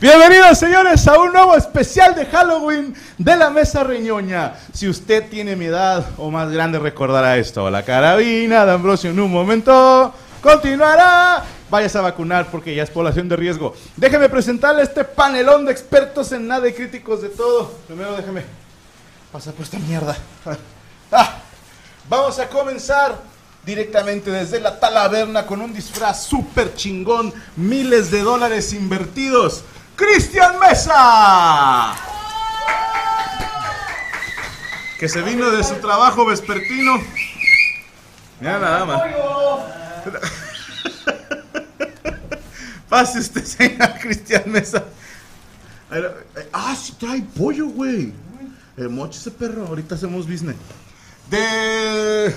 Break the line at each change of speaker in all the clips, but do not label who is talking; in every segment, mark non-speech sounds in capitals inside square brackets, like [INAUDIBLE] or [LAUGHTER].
Bienvenidos señores a un nuevo especial de Halloween de la Mesa Reñoña. Si usted tiene mi edad o más grande recordará esto. La carabina de Ambrosio en un momento continuará. Váyase a vacunar porque ya es población de riesgo. Déjeme presentarle este panelón de expertos en nada y críticos de todo. Primero déjeme pasar por esta mierda. [LAUGHS] Ah, vamos a comenzar directamente desde la talaverna con un disfraz súper chingón, miles de dólares invertidos. Cristian Mesa. Que se vino de su trabajo vespertino. Mira nada más. Pase usted, [LAUGHS] señor Cristian Mesa. Ah, sí trae pollo, güey. Eh, moche ese perro, ahorita hacemos business. De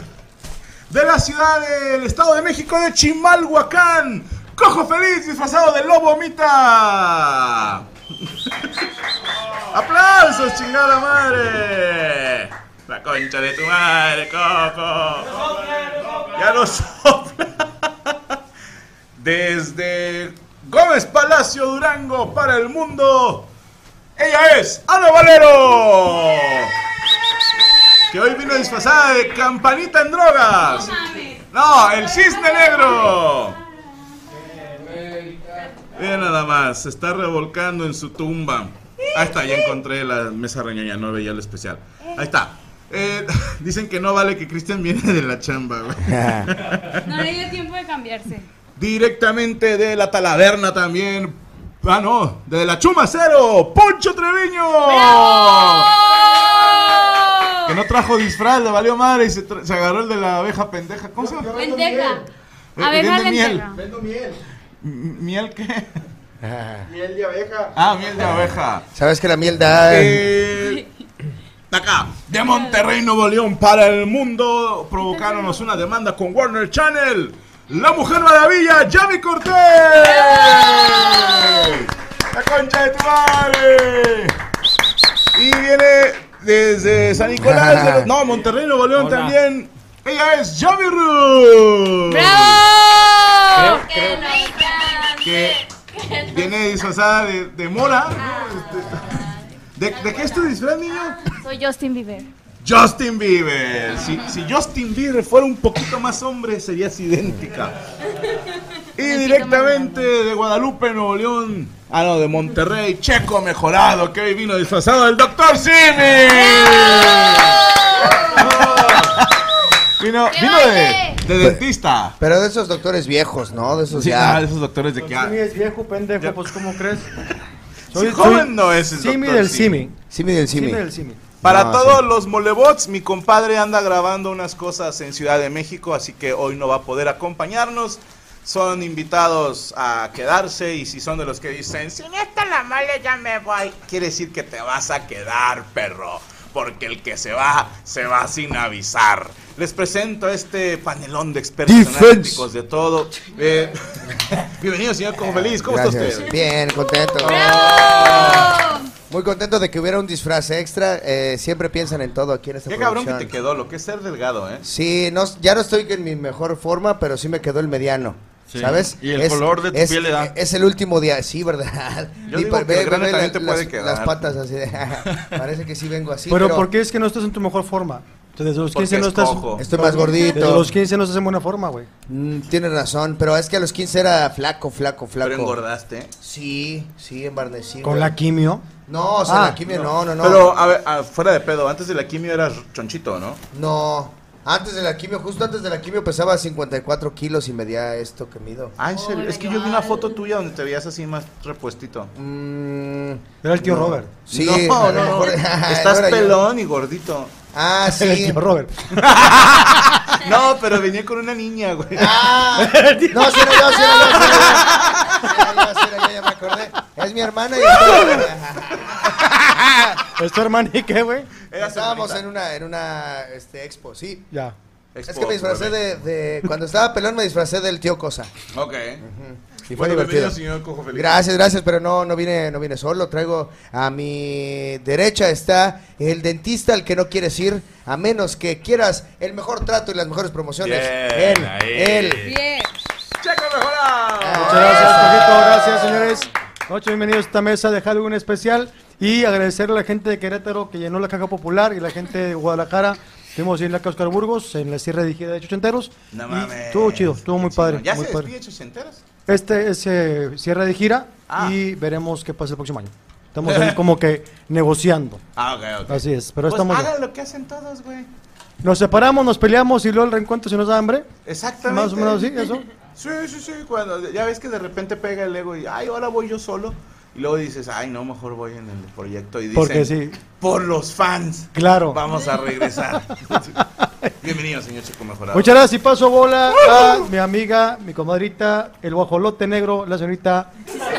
de la ciudad del Estado de México de Chimalhuacán. Cojo feliz disfrazado de lobo mita. ¡Aplausos, chingada madre! La concha de tu madre, Coco. Ya nos sopla. Desde Gómez Palacio, Durango, para el mundo. Ella es Ana Valero. Que hoy vino disfrazada de campanita en drogas. No, el cisne negro. Mira nada más, se está revolcando en su tumba. Ahí está, ya encontré la mesa reñoña, no veía el especial. Ahí está. Eh, [LAUGHS] dicen que no vale que Cristian viene de la chamba, güey.
No le dio tiempo de cambiarse.
Directamente de la talaverna también. Ah, no, de la Chuma Cero, Poncho Treviño. Que no trajo disfraz, le valió madre y se, tra- se agarró el de la abeja pendeja. ¿Cómo se llama?
Lenteja.
Eh,
Abeja
vende miel.
lenteja.
Vendo miel.
M- ¿Miel qué?
Miel de abeja.
Ah, miel de abeja.
Sabes que la miel da.
Eh, de acá, de Monterrey, Nuevo León, para el mundo, provocaron una demanda con Warner Channel. La Mujer Maravilla, Javi Cortés. La concha de tu madre. Y viene desde San Nicolás. [LAUGHS] de los- no, Monterrey, Nuevo León también. Ella es Javi Ruth.
¡Bravo!
Que viene disfrazada de, de mora. ¿no? Este, ¿De, ¿De qué es tu disfraz, niño?
[LAUGHS]
Soy Justin Bieber.
Justin Bieber. Si, si Justin Bieber fuera un poquito más hombre, serías idéntica. Y directamente de Guadalupe, Nuevo León. Ah, no, de Monterrey, Checo Mejorado, que hoy vino disfrazado del Doctor Simi. Vino, vino de, de dentista.
Pero de esos doctores viejos, ¿no? De esos
Sí,
ya.
ah, de esos doctores de que. ah,
Simi Este es viejo, pendejo, pues ¿cómo crees?
Sí, joven no es el
Simi
doctor
del
Simi.
Simi.
Simi del Simi.
Simi del Simi.
Para
No,
todos
sí.
los molebots, mi compadre anda grabando unas cosas en Ciudad de México, así que hoy no va a poder acompañarnos. Son invitados a quedarse y si son de los que dicen, si no está la mole ya me voy, quiere decir que te vas a quedar, perro, porque el que se va, se va sin avisar. Les presento a este panelón de expertos
Defense.
analíticos de todo. Eh, [LAUGHS] bienvenido, señor Como Feliz, ¿cómo
Gracias.
está usted?
Bien, contento. Muy contento de que hubiera un disfraz extra. eh, siempre piensan en todo aquí en esta
Qué cabrón que
producción.
te quedó, lo que es ser delgado, ¿eh?
Sí, no, ya no estoy en mi mejor forma, pero sí me quedó el mediano.
Sí.
¿Sabes?
Y el color de tu
es-
piel le da.
Es el último día, sí, ¿verdad?
Yo digo
pa-
que el grano también te
las,
puede quedar.
las patas así de. [LAUGHS] Parece que sí vengo así.
pero, ¿por qué es que no estás en tu mejor forma? Desde los
Porque
15 no
es
estás.
cojo.
Estoy más
Desde
gordito.
los 15 no estás en buena forma, güey.
Mm, tienes razón, pero es que a los 15 era flaco, flaco, flaco.
Pero engordaste.
Sí, sí, embarnecido.
Con la quimio.
No, o sea,
Ah,
la quimio no, no, no.
Pero, a ver, ah, fuera de pedo, antes de la quimio eras chonchito, ¿no?
No. Antes de la quimio, justo antes de la quimio pesaba 54 kilos y medía esto que mido.
Ah, en serio. Es que yo vi una foto tuya donde te veías así más repuestito.
Mm,
Era el tío Robert.
sí, a
no, no,
lo
no.
mejor- [LAUGHS]
Estás
era yo.
pelón y gordito.
Ah,
Era [LAUGHS] el
sí.
tío Robert.
[LAUGHS] No, pero venía con una niña, güey.
[LAUGHS]
Ah, no, si era yo, si era yo, si era yo. Si era yo, si era yo, ya me acordé. Es mi hermana y
[LAUGHS] ¿Es tu hermana y qué, güey?
Era
estábamos
señorita.
en una, en una este, expo, sí.
Ya.
es que me disfracé de, de- Cuando estaba pelón me disfracé del tío Cosa.
Ok.
Y fue
Bueno, bienvenido,
divertido.
señor Cojo Feliz.
Gracias, gracias, pero no, no vine, no vine solo. Traigo a mi derecha está el dentista al que no quieres ir, a menos que quieras el mejor trato y las mejores promociones.
Bien,
él,
ahí.
él.
Bien.
¡Checo
Ah.
mejora!
Muchas gracias, Cojito. Gracias, señores. Noche, bienvenidos a esta mesa de Halloween especial. Y agradecerle a la gente de Querétaro que llenó la caja popular y la gente de Guadalajara. Estuvimos en la Oscar Burgos, en la Sierra Dirigida de Chochenteros.
No
Y
mames.
Estuvo chido, estuvo muy
Qué
padre.
chingón. ¿Ya
muy
se
padre.
despide Chochenteros?
Este es eh, cierre de gira
Ah.
y veremos qué pasa el próximo año. Estamos ahí como que negociando.
[LAUGHS] Ah, ok, ok.
Así es, pero
Pues
estamos.
hagan lo que hacen todos, güey.
Nos separamos, nos peleamos y luego el reencuentro si nos da hambre.
Exactamente.
Más o menos así, eso.
Sí, sí, sí. Cuando ya ves que de repente pega el ego y, ay, ahora voy yo solo. Y luego dices, ay, no, mejor voy en el proyecto. Y dicen,
Porque sí.
por los fans.
Claro.
Vamos a regresar. Bienvenido, señor Checo Mejorado.
[LAUGHS] Muchas gracias y paso bola a mi amiga, mi comadrita, el guajolote negro, la señorita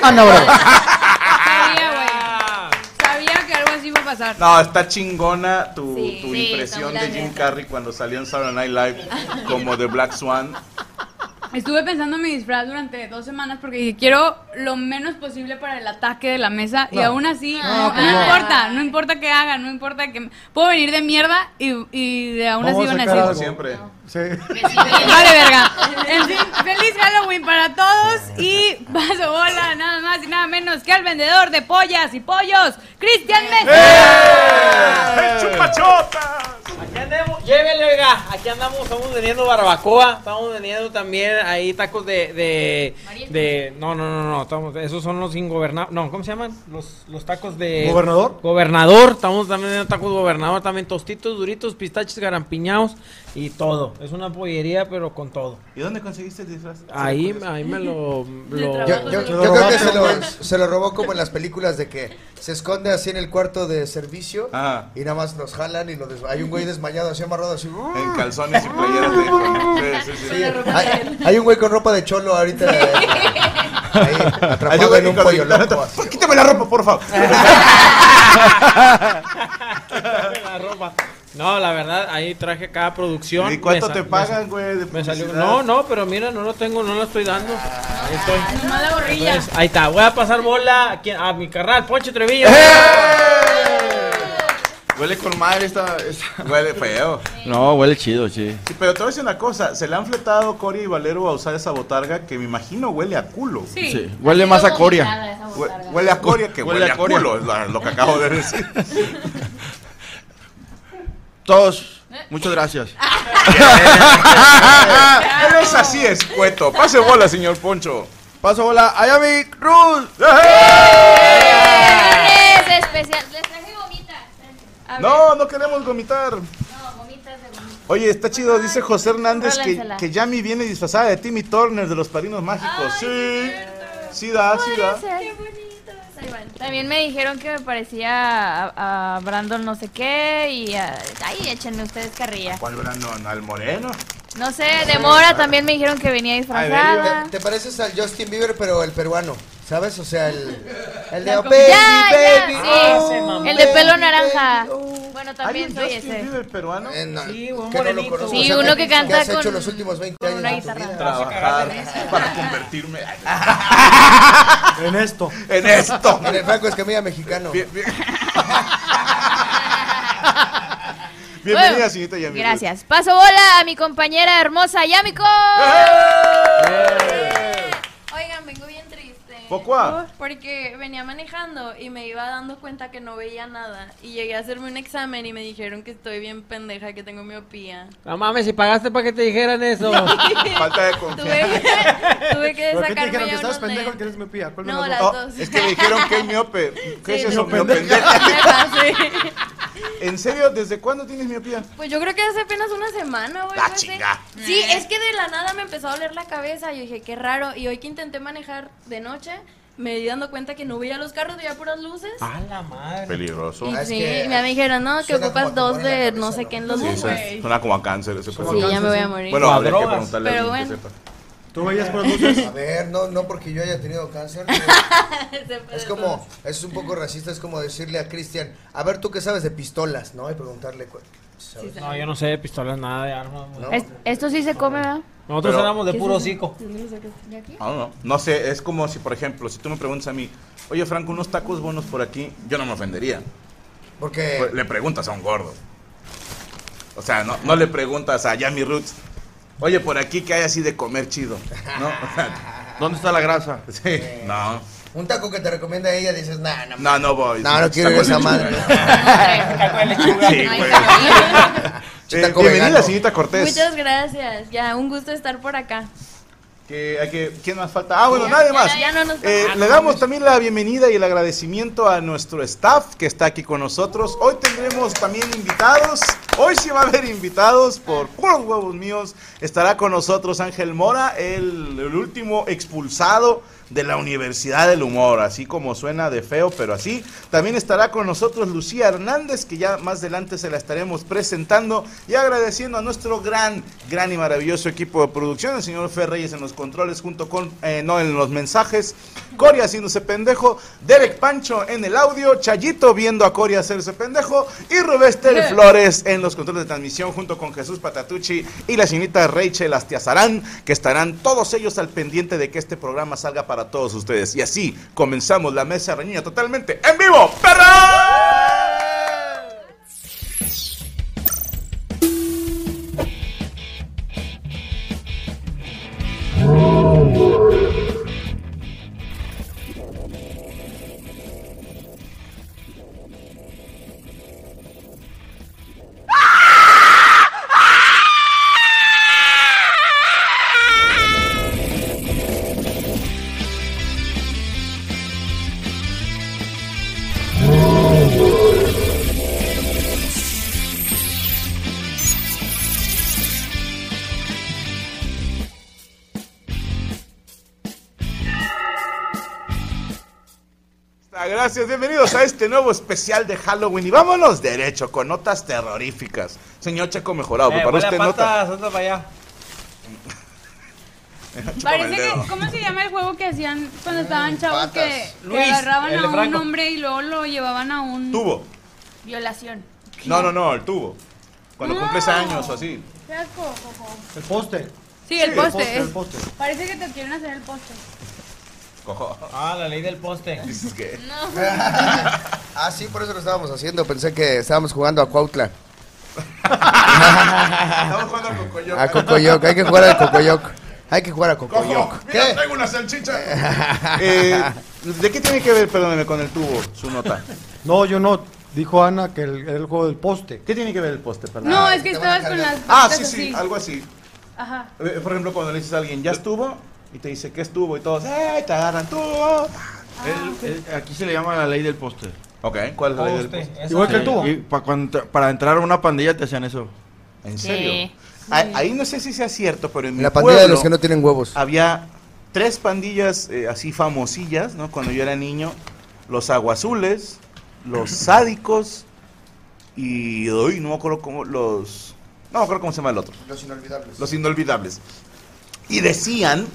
Ana Bravo.
Sabía, güey. Sabía que algo así iba a pasar.
No, está chingona tu,
Sí.
tu
Sí,
impresión
está
de
muy
Jim
bien.
Carrey cuando salió en Saturday Night Live como The Black Swan.
Estuve pensando en mi disfraz durante dos semanas porque dije, quiero lo menos posible para el ataque de la mesa y aún así, no, no importa, no importa qué haga, no importa que... Puedo venir de mierda y, y de aún así
Vamos a
van a
sacar
Como
algo.
decir...
siempre.
Sí.
Vale, verga. En fin, feliz Halloween para todos y paso bola, nada más y nada menos que al vendedor de pollas y pollos, Cristian
¡Eh!
Mesa.
Aquí andamos,
¡Eh!
llévenle, oiga. Aquí andamos, estamos vendiendo barbacoa, estamos vendiendo también ahí tacos de. de, de- no, no, no, no, estamos, esos son los ingobernables. No, ¿cómo se llaman? Los, los tacos de.
¿Gobernador?
Gobernador, estamos también vendiendo tacos gobernador, también tostitos, duritos, pistaches, garampiñados y todo. Es una pollería, pero con todo.
[LAUGHS] ¿Y dónde conseguiste el disfraz?
Ahí, ahí
[LAUGHS]
me lo.
Yo,
lo-
yo-
Se
yo
lo
creo que
robaste,
se lo,
güey.
[LAUGHS] se lo robó como en las películas de que se esconde así en el cuarto de servicio
Ah.
y nada más los jalan y lo des- hay un güey desmayado así amarrado así. ¡uh!
En calzones y playeras
[LAUGHS]
de. Sí, sí, sí.
Sí, hay, hay un güey con ropa de cholo ahorita eh,
[LAUGHS]
ahí,
Ay, yo
atrapado
voy
en un
con-
pollo loco. así.
Quítame la ropa, por favor.
la ropa. No, la verdad, ahí traje cada producción.
¿Y cuánto
Me sa-
te
me
pagan, güey? de
Me salió.
publicidad?
No, no, pero mira, no lo tengo, no lo estoy dando. Ahí estoy.
Mala gorrilla.
Entonces, ahí está, voy a pasar bola aquí a mi carnal, Poncho Trevillo.
¡Eh! Huele con madre este. esta. esta- Huele feo.
No, huele chido, sí.
Sí, pero te voy a decir una cosa. Se le han fletado Cory y Valero a usar esa botarga que me imagino huele a culo.
Sí. Huele más a coria.
Hue- huele a Coria que huele,
Huele
a,
a coria.
culo, es la- lo que acabo de decir.
Todos, muchas gracias.
Él es así, escueto. Pase bola, señor Poncho.
[LAUGHS] Paso bola, allá mi Cruz.
Es especial. Les traje gomitas.
No, no queremos vomitar.
No, gomitas de gomitas.
Oye, está chido, dice José Hernández que,
Rólensela.
que Yami viene disfrazada de Timmy Turner de los Padrinos Mágicos. sí. Sí da, sí da.
Qué bonitos. Ahí van. También me dijeron que me parecía a, a Brandon no sé qué y a... Ay, échenme ustedes carrilla.
¿Cuál Brandon? ¿Al Moreno?
No sé, de Mora también me dijeron que venía disfrazada.
¿Te, te pareces al Justin Bieber, pero el peruano, ¿sabes? O sea, el, el de
Ya,
"Oh, baby,
ya,
baby,
sí.
oh,
El de
baby,
pelo
baby,
naranja.
oh".
Bueno,
¿Hay un
también soy
Justin
ese.
Bieber peruano?
Eh, no,
Sí, un
que no lo
morenito.
conozco.
Sí,
O sea,
uno
¿qué-
que canta
qué has hecho
con-
los últimos 20
con
años
una
de tu
guitarra.
vida?
Trabajar para [LAUGHS] convertirme
En esto.
en esto.
En el Franco Escamilla mexicano.
Bien- bien- Bienvenida, señorita Yami.
Gracias. Paso bola a mi compañera hermosa Yamiko.
¡Eh! Focua.
Porque venía manejando y me iba dando cuenta que no veía nada. Y llegué a hacerme un examen y me dijeron que estoy bien pendeja, que tengo miopía.
No mames, si pagaste para que te dijeran eso.
[LAUGHS] Falta de
Tuve
confianza.
que, [LAUGHS] tuve que
¿Pero qué te
sacarme
dijeron?
ya
¿Que
unos
estabas pendejo o que
lentes.
eres miopía? ¿Cuál de
No,
las
las
Oh,
dos.
es que me dijeron que es miope. ¿Qué
Sí,
es eso?
no,
Miopendeja.
Sí.
¿En serio? ¿Desde cuándo tienes miopía?
Pues yo creo que hace apenas una semana, güey.
Ah,
no sé.
chinga.
Sí, es que de la nada me empezó a doler la cabeza. Yo dije, qué raro. Y hoy que intenté manejar de noche, me di dando cuenta que no veía los carros, veía puras luces.
A la madre.
Peligroso.
y
es
sí,
que,
y me dijeron, no, que
suena
ocupas
como te
dos
ponen la
de
cabeza,
no sé
¿no?
qué en los
Sí,
luces.
eso es- suena como a cáncer ese
Sí,
pedo.
ya me voy a morir.
Bueno, habría que
Drogas.
preguntarle a
Pero
alguien que
bueno.
sepa.
¿Tú veías por las luces?
A ver, no, no porque yo haya tenido cáncer. Es como, es un poco racista, es como decirle a Cristian, a ver tú qué sabes de pistolas, ¿no? Y preguntarle, cu- ¿sabes?
No, yo no sé de pistolas, nada de armas. güey.
¿No?
Es- esto sí se come, ¿verdad?
Nosotros
Pero-
éramos de puro hocico.
I don't know. No sé, es como si, por ejemplo, si tú me preguntas a mí, oye, Franco, unos tacos buenos por aquí, yo no me ofendería. Pues,
Porque
Le preguntas a un gordo. O sea, no, no le preguntas a Yami Roots, oye, por aquí que hay así de comer chido. No, O sea,
¿Dónde está la grasa?
sí, no,
un taco que te recomienda ella dices, nah, no,
no, no voy.
No, no quiero ir a esa madre.
Sí, güey.
Sí,
Eh,
taco
bienvenida,
vegano.
señorita Cortés.
Muchas gracias. Ya, un gusto estar por acá.
Que, hay que- ¿Quién más falta? Ah, bueno, nadie
ya,
más.
ya no nos-
Eh, le damos también la bienvenida y el agradecimiento a nuestro staff que está aquí con nosotros. Hoy tendremos también invitados. Hoy sí va a haber invitados por puros huevos míos. Estará con nosotros Ángel Mora, el, el último expulsado de la Universidad del Humor, así como suena de feo, pero así. También estará con nosotros Lucía Hernández, que ya más adelante se la estaremos presentando y agradeciendo a nuestro gran, gran y maravilloso equipo de producción, el señor Fer Reyes en los controles, junto con, eh, no, en los mensajes, Cory haciéndose pendejo, Derek Pancho en el audio, Chayito viendo a Cory hacerse pendejo y Rubester Flores en los controles de transmisión, junto con Jesús Patatucci y la señorita Rachel Astiazarán, que estarán todos ellos al pendiente de que este programa salga para todos ustedes. Y así comenzamos la mesa reñida totalmente en vivo, perra. Ah, Gracias, bienvenidos a este nuevo especial de Halloween. Y vámonos derecho con notas terroríficas. Señor Checo Mejorado,
Eh,
¿preparó
huele a
usted nota?
patas, anda para allá.
[LAUGHS]
Parece
el dedo.
que, ¿cómo se llama el juego que hacían cuando estaban chavos
patas.
que, que
Luis,
agarraban
el de
a un
Franco.
hombre y luego lo llevaban a un
Tubo.
Violación.
No, no, no, el tubo. Cuando cumples años o así.
Qué asco, Jojo.
El poste.
Sí, el poste. eh.
El
es-
poste.
Parece que te quieren hacer el poste.
Cojo.
Ah, la ley del poste.
Dices que-
[LAUGHS] ah, sí, por eso lo estábamos haciendo, pensé que estábamos jugando a Cuautla,
Estamos jugando al cocoyoc.
a Cocoyoc, hay que jugar al Cocoyoc, hay que jugar a
Cojo,
Cocoyoc.
mira,
¿Qué?
traigo una
[LAUGHS]
salchicha. Eh, ¿De qué tiene que ver, perdóneme, con el tubo, su nota?
[LAUGHS] No, yo no. Dijo Ana que el, el juego del poste.
¿Qué tiene que ver el poste, perdón?
No, es que
te van a
estabas con
cargar.
las
Ah,
patas
sí, sí,
así.
algo así.
Ajá.
Eh, Por ejemplo, cuando le dices a alguien, ¿ya estuvo? Y te dice, ¿qué estuvo? Y todos, ¡eh, te agarran
Ah,
tubo!
El- el- aquí se le llama la ley del poste.
Ok, ¿cuál es la idea del
Poste,
poste?
esa-
Igual que el tubo.
Y pa- cuando te- para entrar a una pandilla te hacían eso.
¿En serio? A- Ahí no sé si sea cierto, pero en mi
La pandilla de
pueblo
los que no tienen huevos.
había tres pandillas eh, así famosillas, ¿no? Cuando yo era niño, los aguazules,
[CLEARS THROAT]
los sádicos y hoy no me acuerdo cómo los no me acuerdo cómo se llama el otro,
Los inolvidables.
los inolvidables. Y decían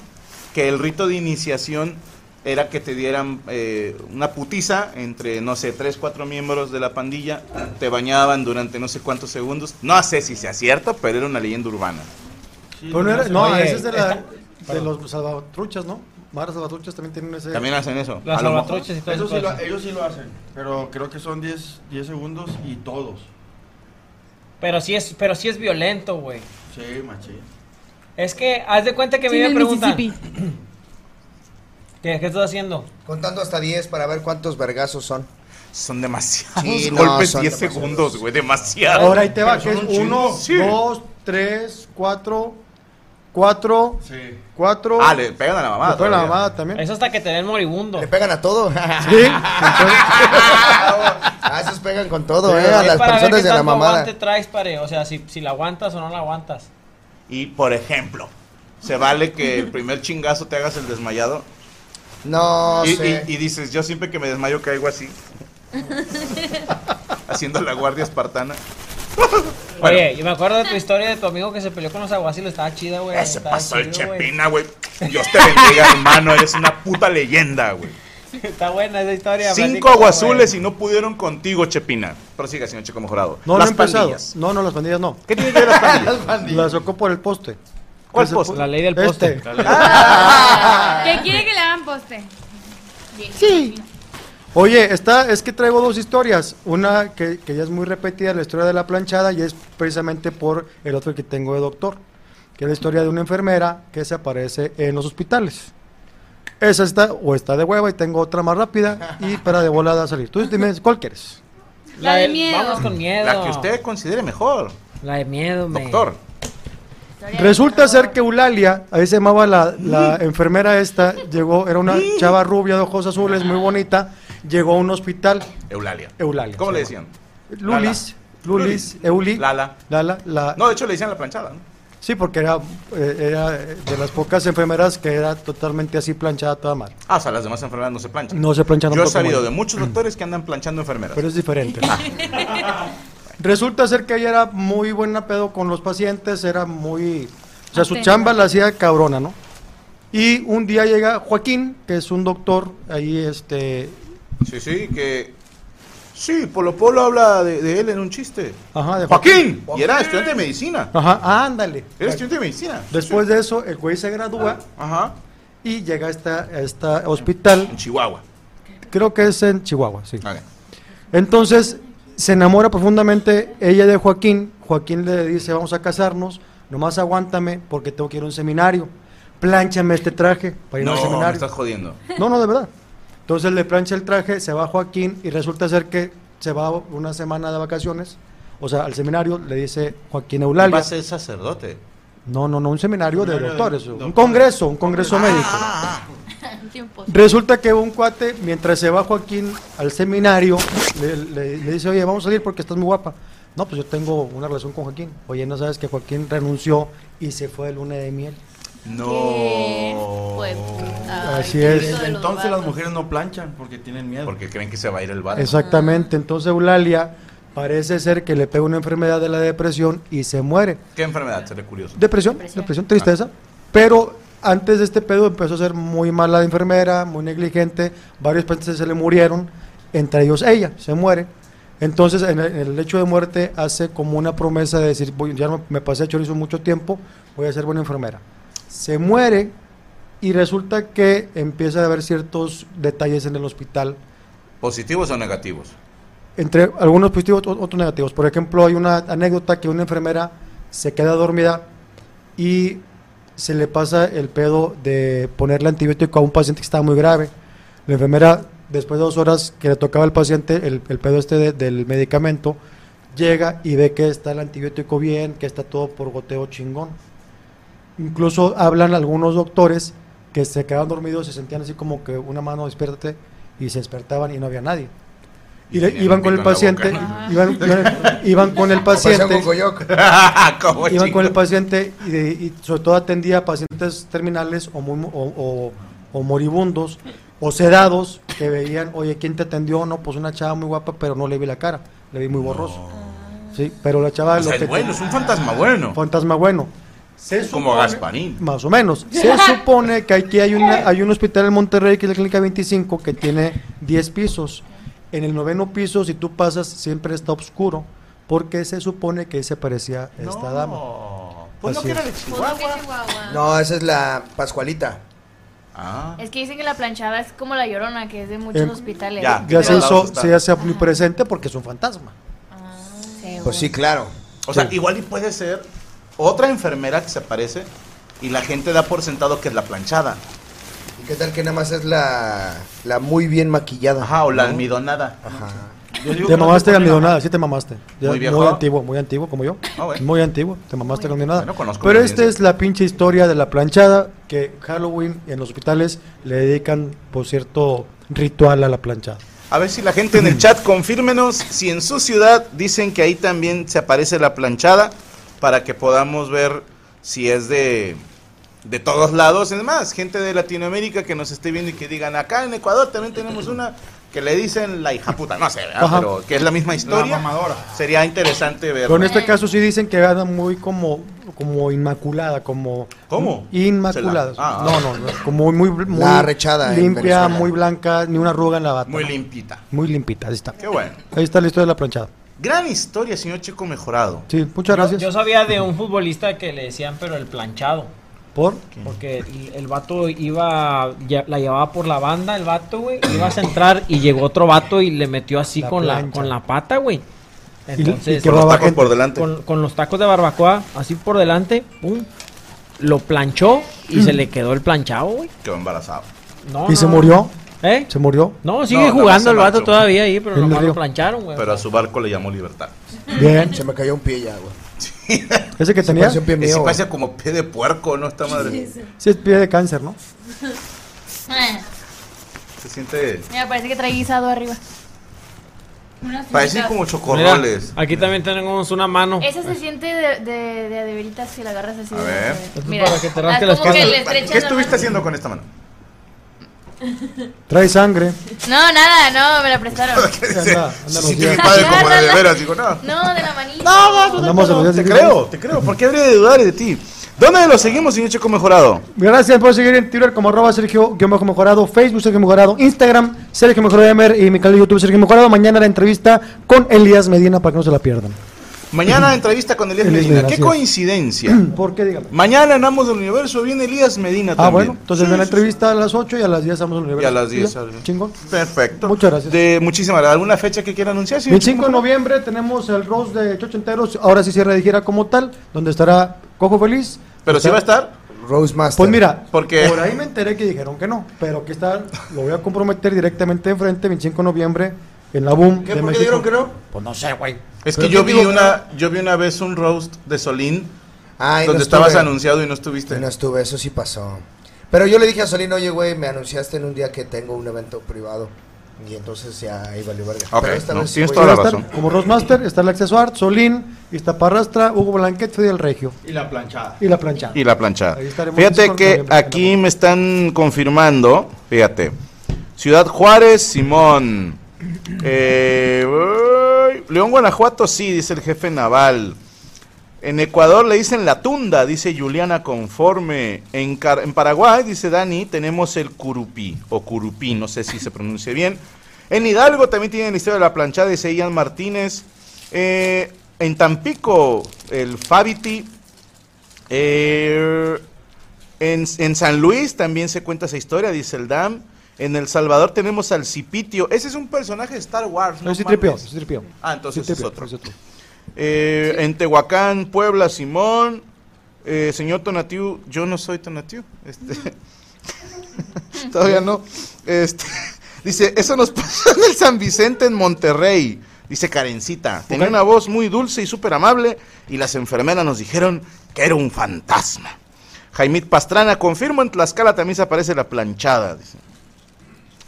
que el rito de iniciación era que te dieran eh, una putiza entre, no sé, tres, cuatro miembros de la pandilla, te bañaban durante no sé cuántos segundos. No sé si sea cierto, pero era una leyenda urbana.
Pero no, era- no, eh,
Oye,
ese es de, la-
esta-
de los salvatruchas, ¿no? Madres salvatruchas también tienen ese.
También hacen eso.
Las
A lo mejor-
salvatruchas y todo
Eso
eso.
sí lo- ellos sí lo hacen, pero creo que son 10 10 segundos y todos.
Pero sí es, pero sí es violento, güey.
Sí, machín.
Es que haz de cuenta que a mí
Sí, en
me
el
preguntan.
Mississippi.
¿Qué, qué estás haciendo?
Contando hasta 10 para ver cuántos vergazos son.
Son demasiados
Sí, no,
golpes
son
10
demasiados.
segundos, güey, demasiado.
Ahora ahí te va,
Pero
que es
son un
uno,
chingo. Sí.
dos, tres, cuatro, cuatro, cuatro.
Ah, le pegan a la mamada
Le pegan a la
todavía.
mamada también.
Eso hasta que te den moribundo.
¿Le pegan a todo? [LAUGHS]
Sí, entonces,
ah, esos pegan con todo, ¿eh? A
Es
las
para ver
personas
qué
de la
tanto
mamada.
aguante traes, pare. O sea, si, si la aguantas o no la aguantas.
Y por ejemplo, se vale que el primer chingazo te hagas el desmayado.
No
y,
sé.
y- y dices, yo siempre que me desmayo caigo
[LAUGHS]
así. haciendo la guardia espartana.
Oye, yo me acuerdo de tu historia de tu amigo que se peleó con los aguaciles. Estaba chida, güey.
se
estaba
pasó el
chido, güey.
Chepina, güey.
[LAUGHS]
Dios te bendiga, hermano. Eres una puta leyenda, güey.
Está buena esa historia.
Cinco
platícala,
aguazules y no pudieron contigo, Chepina. Prosiga, señor Checo Mejorado.
no, no he
las
empezado.
pandillas.
No, no, las pandillas no.
¿Qué tiene que ver las
[LAUGHS]
pandillas?
Las sacó por el poste.
¿Cuál
Ese
poste?
po-
La ley del
Este.
poste.
¿Qué quiere que le hagan poste?
Sí. Oye, está, es que traigo dos historias. Una que, que ya es muy repetida, la historia de la planchada, y es precisamente por el otro que tengo de doctor, que es la historia de una enfermera que se aparece en los hospitales. Esa está, o está de hueva, y tengo otra más rápida, y para de volada a salir. Tú dime, ¿cuál quieres?
La de miedo.
Vamos con miedo.
La que usted considere mejor,
La de miedo, me.
doctor.
Resulta ser que Eulalia, ahí se llamaba la, la enfermera esta, llegó, era una chava rubia de ojos azules, muy bonita, llegó a un hospital,
Eulalia.
Eulalia.
¿Cómo
se
le
llama.
decían?
Lulis, Lulis, Euli.
Lala.
Lala, la,
No, de hecho le decían la planchada. ¿no?
Sí, porque era, eh, era, eh, de las pocas enfermeras que era totalmente así planchada toda mal.
Ah, o sea, las demás enfermeras no se planchan.
No Mm. se planchan
Yo he
tanto como
sabido
yo.
de muchos doctores que andan planchando enfermeras.
Pero es diferente.
Ah.
[LAUGHS] Resulta ser que ella era muy buena pedo con los pacientes, era muy... O sea, su
Atenta.
chamba la hacía cabrona, ¿no? Y un día llega Joaquín, que es un doctor, ahí este...
Sí, sí, que. Sí, Polo Polo habla de, de él en un chiste.
Ajá, de
Joaquín. Y era estudiante de medicina.
Ajá, ándale.
Era estudiante de medicina. Ah,
Después de eso, el güey se gradúa
Ajá.
y llega a esta, a esta hospital,
En Chihuahua.
creo que es en Chihuahua, sí.
Ok.
Entonces se enamora profundamente ella de Joaquín. Joaquín le dice, vamos a casarnos, nomás aguántame porque tengo que ir a un seminario. Plánchame este traje para ir a un
No, me
seminario.
estás jodiendo.
No, no, de verdad. Entonces le plancha el traje, se va Joaquín y resulta ser que se va una semana de vacaciones. O sea, al seminario le dice Joaquín
Va
Eulalia.
a ser sacerdote.
No, no, no, un seminario de
Seminario de Ah,
doctores, un
doctores.
congreso, un congreso médico.
Tiempo.
Resulta que un cuate, mientras se va Joaquín al seminario, le, le- le dice, oye, vamos a salir porque estás muy guapa. No, pues yo tengo una relación con Joaquín. Oye, ¿no sabes que Joaquín renunció y se fue de luna de miel?
¿Qué?
No.
Pues, puta,
Así
ay,
es.
eso de los
Entonces las
vatos.
mujeres no planchan porque tienen miedo.
Porque creen que se va a ir el vato.
Exactamente. Entonces Eulalia parece ser que le pega una enfermedad de la depresión y se muere.
¿Qué enfermedad? Seré curioso.
Depresión, depresión, tristeza. Pero antes de este pedo empezó a ser muy mala enfermera, muy negligente. Varios pacientes se le murieron, entre ellos ella, se muere. Entonces, en el, en el hecho de muerte, hace como una promesa de decir: voy- Ya no- me pasé chorizo mucho tiempo, voy a ser buena enfermera. Se muere y resulta que empieza a haber ciertos detalles en el hospital
¿Positivos o negativos?
entre algunos positivos, o- otros negativos. Por ejemplo, hay una anécdota que una enfermera se queda dormida y se le pasa el pedo de ponerle antibiótico a un paciente que estaba muy grave. La enfermera, después de dos horas que le tocaba al paciente el, el pedo este de- del medicamento, llega y ve que está el antibiótico bien, que está todo por goteo chingón. Incluso hablan algunos doctores que se quedaban dormidos, se sentían así como que una mano despiértate y se despertaban y no había nadie. Y le-
tenían
iban
un
con el
pito en la
paciente,
boca. [LAUGHS]
iban, iban- iban con el
Comparación
paciente,
con
[LAUGHS]
Coyoc.
¿Cómo
iban con el
chingo?
paciente y, de- y sobre todo atendía a pacientes terminales o, muy, mu- o, o- o moribundos o sedados que veían, oye, ¿quién te atendió? No, pues una chava muy guapa, pero no le vi la cara, le vi muy borroso. Sí, pero la chava
O sea,
lo
es
que
bueno, es un fantasma bueno.
fantasma bueno. Se
Como
supone-
Gasparín.
Más o menos. Se supone que aquí hay, una, hay un hospital en Monterrey que es la Clínica 25 que tiene 10 pisos. En el noveno piso, si tú pasas, siempre está oscuro porque se supone que ahí se parecía a esta dama.
Pues no
Así
que era
es.
de
Pues lo que
Chihuahua.
Chihuahua.
No, esa es la Pascualita.
Ah.
Es que dicen que la planchada es como la llorona, que es de muchos
Em,
hospitales.
ya.
Ya se
Pero-
hizo, se hace omnipresente porque es un fantasma.
Pues sí, claro.
O sea,
Sí.
igual y puede ser otra enfermera que se aparece y la gente da por sentado que es la planchada.
¿Qué tal que nada más es la, la muy bien maquillada? Ajá,
o la almidonada.
Ajá.
Te mamaste de almidonada, sí te mamaste.
Muy
Ya, muy,
viejo.
antiguo, muy antiguo como yo.
Ah, bueno.
Muy antiguo, te mamaste de almidonada.
Bueno, conozco
Pero este,
la
esta es la pinche historia de la planchada que Halloween en los hospitales le dedican por cierto ritual a la planchada.
A ver si la gente en
Mm.
el chat confírmenos si en su ciudad dicen que ahí también se aparece la planchada para que podamos ver si es de, de todos lados. Es más, gente de Latinoamérica que nos esté viendo y que digan, acá en Ecuador también tenemos una que le dicen la hija puta, no sé, ¿verdad?
Ajá.
pero que es la misma historia. Sería interesante ver.
Pero en este caso sí dicen que anda muy como como inmaculada, como
¿Cómo?
Inmaculada.
Se la- ah, ah.
no, no, no, como muy, muy
La arrechada en
limpia,
Venezuela.
muy blanca, ni una arruga en la bata.
Muy limpita.
Muy limpita, ahí está.
Qué bueno.
Ahí está la historia de la planchada.
Gran historia, señor Chico Mejorado.
Sí, muchas gracias.
Yo sabía de un futbolista que le decían, pero el planchado.
¿Por?
Porque el, el vato iba, ya- la llevaba por la banda, el vato, güey, iba a centrar y llegó otro vato y le metió así
La
con la,
plancha.
con la pata, güey.
y
Entonces,
que Con los robaba tacos gente.
por delante.
Con, con los tacos de barbacoa, así por delante, pum, lo planchó y se le quedó el planchado, güey.
Quedó embarazado.
No,
¿Y se
no,
murió?
¿Eh?
¿Se murió?
No, sigue
No, nomás se
jugando el vato
manchó.
todavía ahí, pero
Él
nomás
murió.
lo plancharon, güey.
Pero a su barco le llamó libertad.
Bien.
Se me cayó un pie ya, güey.
¿Ese que
Se
tenía?
parece un pie
Ese
mío.
parece como pie de puerco, ¿no? Esta madre.
Sí, es pie de cáncer, ¿no?
Ah,
Se siente.
Mira, parece que trae guisado arriba.
Parece como
Mira,
chocorroles.
aquí también tenemos una mano.
Esa se siente de, de, de, de veritas si la agarras así.
A
de-
ver.
de-
Esto es
Mira,
para que te rasque
ah,
las
como que
patas.
le estrechan
¿Qué
la
estuviste
mano. [LAUGHS]
haciendo con esta mano?
Trae sangre.
No, nada, no, me la prestaron.
Anda, anda los
[LAUGHS] Sí, mi
días. [LAUGHS]
padre como la de veras. Digo, no.
No, de la manita.
Andamos en los
Te
días
creo, te creo. ¿Por qué habría de dudar de ti? ¿Dónde lo seguimos, señor Checo Mejorado?
Gracias por seguir en Twitter como arroba Sergio guión bajo Mejorado, Facebook Sergio Mejorado, Instagram Sergio Mejorado Gamer y mi canal de YouTube Sergio Mejorado. Mañana la entrevista con Elías Medina para que no se la pierdan.
Mañana entrevista con Elías
Elías
Medina.
Medina,
Qué
así es.
coincidencia.
[CLEARS THROAT] ¿Por qué? Dígame.
Mañana en Amos del Universo viene Elías Medina
Ah,
también.
bueno, entonces ven la entrevista a las 8 y a las 10 estamos en el
Y a
universo.
las 10.
¿Sí?
sale.
Chingón.
Perfecto.
Muchas gracias.
De, muchísimas gracias. ¿Alguna fecha que quiera anunciar? señor Checo?
25 de noviembre tenemos el roast de Chocho Enteros, ahora sí cierra de gira como tal, donde estará Cojo Feliz.
Pero sí va a estar.
Rose Master.
Pues mira,
Porque-
por ahí me enteré que dijeron que no, pero que está, lo voy a comprometer directamente enfrente, 25 de noviembre, en la boom
¿Qué?
de
¿Por qué
México.
dijeron que no?
Pues no sé, güey.
Es
¿Pero
que yo
qué
vi,
digo?
una, yo vi una vez un roast de Solín
Ah, y no
donde
estuve.
estabas anunciado y no estuviste.
Y no estuve, eso sí pasó.
Pues-
Pero yo le dije a Solín, oye, güey, me anunciaste en un día que tengo un evento privado. Y entonces ya ahí valió verga.
Ok,
Pero esta
no,
vez sí
tienes
voy.
toda la
Va a estar
razón.
Como Rosmaster, está el acceso art, Solín, Iztaparrastra, Hugo Blanquet, Fede del Regio
Y la planchada.
y la planchada.
Y la planchada.
Ahí estaremos
Fíjate
en
que
Discord,
aquí me están confirmando. Fíjate. Ciudad Juárez, Simón. Eh, uy, León, Guanajuato, sí, dice el jefe naval. En Ecuador le dicen la tunda, dice Juliana Conforme. En, Car- en Paraguay, dice Dani, tenemos el curupí o curupí, no sé si se pronuncia bien. En Hidalgo también tienen el historia de la planchada, dice Ian Martínez. Eh, en Tampico, el Fabiti. Eh, en, en San Luis también se cuenta esa historia, dice el Dam. En El Salvador tenemos al Cipitio. Ese es un personaje de Star Wars.
No, sí
mames.
tripió, sí tripió.
Ah, entonces
Sí
es
tripió,
otro.
es otro.
Eh, En Tehuacán, Puebla, Simón. Eh, señor Tonatiu, yo no soy Tonatiu. Este, [LAUGHS] todavía no. Este, [LAUGHS] dice, eso nos pasó en el San Vicente en Monterrey. Dice Karencita. Tenía una voz muy dulce y súper amable y las enfermeras nos dijeron que era un fantasma. Jaimit Pastrana, confirmo, en Tlaxcala también se aparece la planchada. Dice.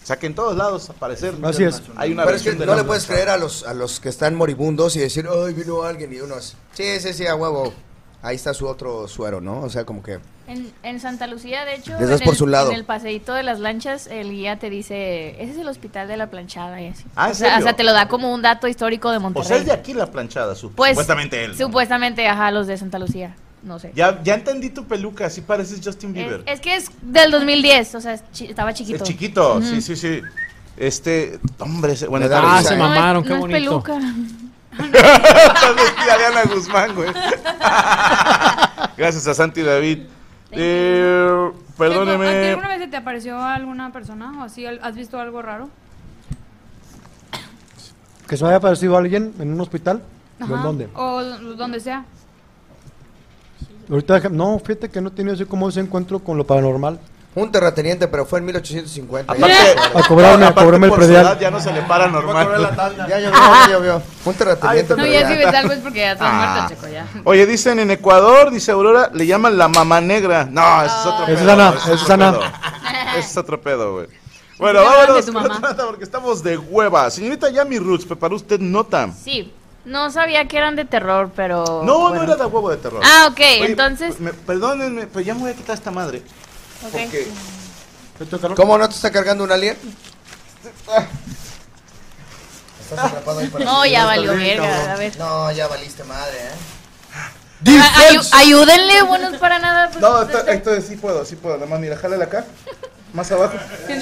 O sea que en todos lados aparecer.
Así es.
Hay una
Pero es que
versión de
no
la
le puedes
planchada.
creer a los, a los que están moribundos y decir, ay, vino alguien y unos. Sí, sí, sí, a huevo. Ahí está su otro suero, ¿no? O sea, como que.
En, en Santa Lucía, de hecho,
Les das
en,
por
el,
su lado.
en el paseíto de las lanchas, el guía te dice, ese es el hospital de la planchada. Y así.
Ah, ¿en
o, sea,
serio?
o sea, te lo da como un dato histórico de
O
Monterrey.
sea, es de aquí la planchada, sup-
Pues,
supuestamente él. ¿no?
Supuestamente, ajá, los de Santa Lucía. No sé.
Ya, ya entendí tu peluca, así pareces Justin
Es,
Bieber.
Eh, es que es del 2010, o sea, es chi- estaba chiquito.
Es chiquito,
Ujú.
sí, sí, sí. Este, hombre, ese- bueno,
Me da
está
Ah,
bien.
risa,
se
¿eh?
mamaron,
no,
qué
es- no
bonito.
es peluca.
[LAUGHS] Estás vestida de Ana Guzmán, güey. [LAUGHS] Gracias a Santi David. Eh,
¿A ti
perdóneme.
ah,
alguna vez se te apareció alguna persona o así? al- ¿Has visto algo raro?
Que se me haya aparecido alguien en un hospital. ¿o en
Ajá.
dónde?
O d- donde sea.
Ahorita, deja- no, fíjate que no he tenido así como ese encuentro con lo paranormal.
un terrateniente, pero fue en 1850.
Aparte-
A cobrarme, a cobrarme el
por su
predial.
edad ya no se le para normal.
Ya [LAUGHS] llovió, ya llovió. Un
terrateniente,
No, ya si ves algo es
Ah.
porque ya estás muerta, Checo, ya.
Oye, dicen en Ecuador, dice Aurora, le llaman la mamá negra. No, eso es otro
Ah. Es
pedo.
Ana,
eso
es
otro
Ana.
pedo. Eso es otro
[LAUGHS]
pedo, güey. Bueno,
Sí, hablan de
vámonos
tu
con
mamá.
otra nota porque estamos de hueva. Señorita Yami Roots, preparó usted nota.
Sí, no sabía que eran de terror, pero...
No,
bueno.
no era de huevo de terror.
Ah, ok, entonces-
me- perdónenme, pero ya me voy a quitar esta madre.
Ok.
¿Cómo no te está cargando un alien? Estás atrapado ahí para-
No, ya valió [LAUGHS] verga, a ver.
No, ya valiste madre, ¿eh?
Ayu- ayúdenle, buenos para nada. pues,
No, esto, esto sí puedo, sí puedo. Nada más, mira, jálala acá. Más abajo.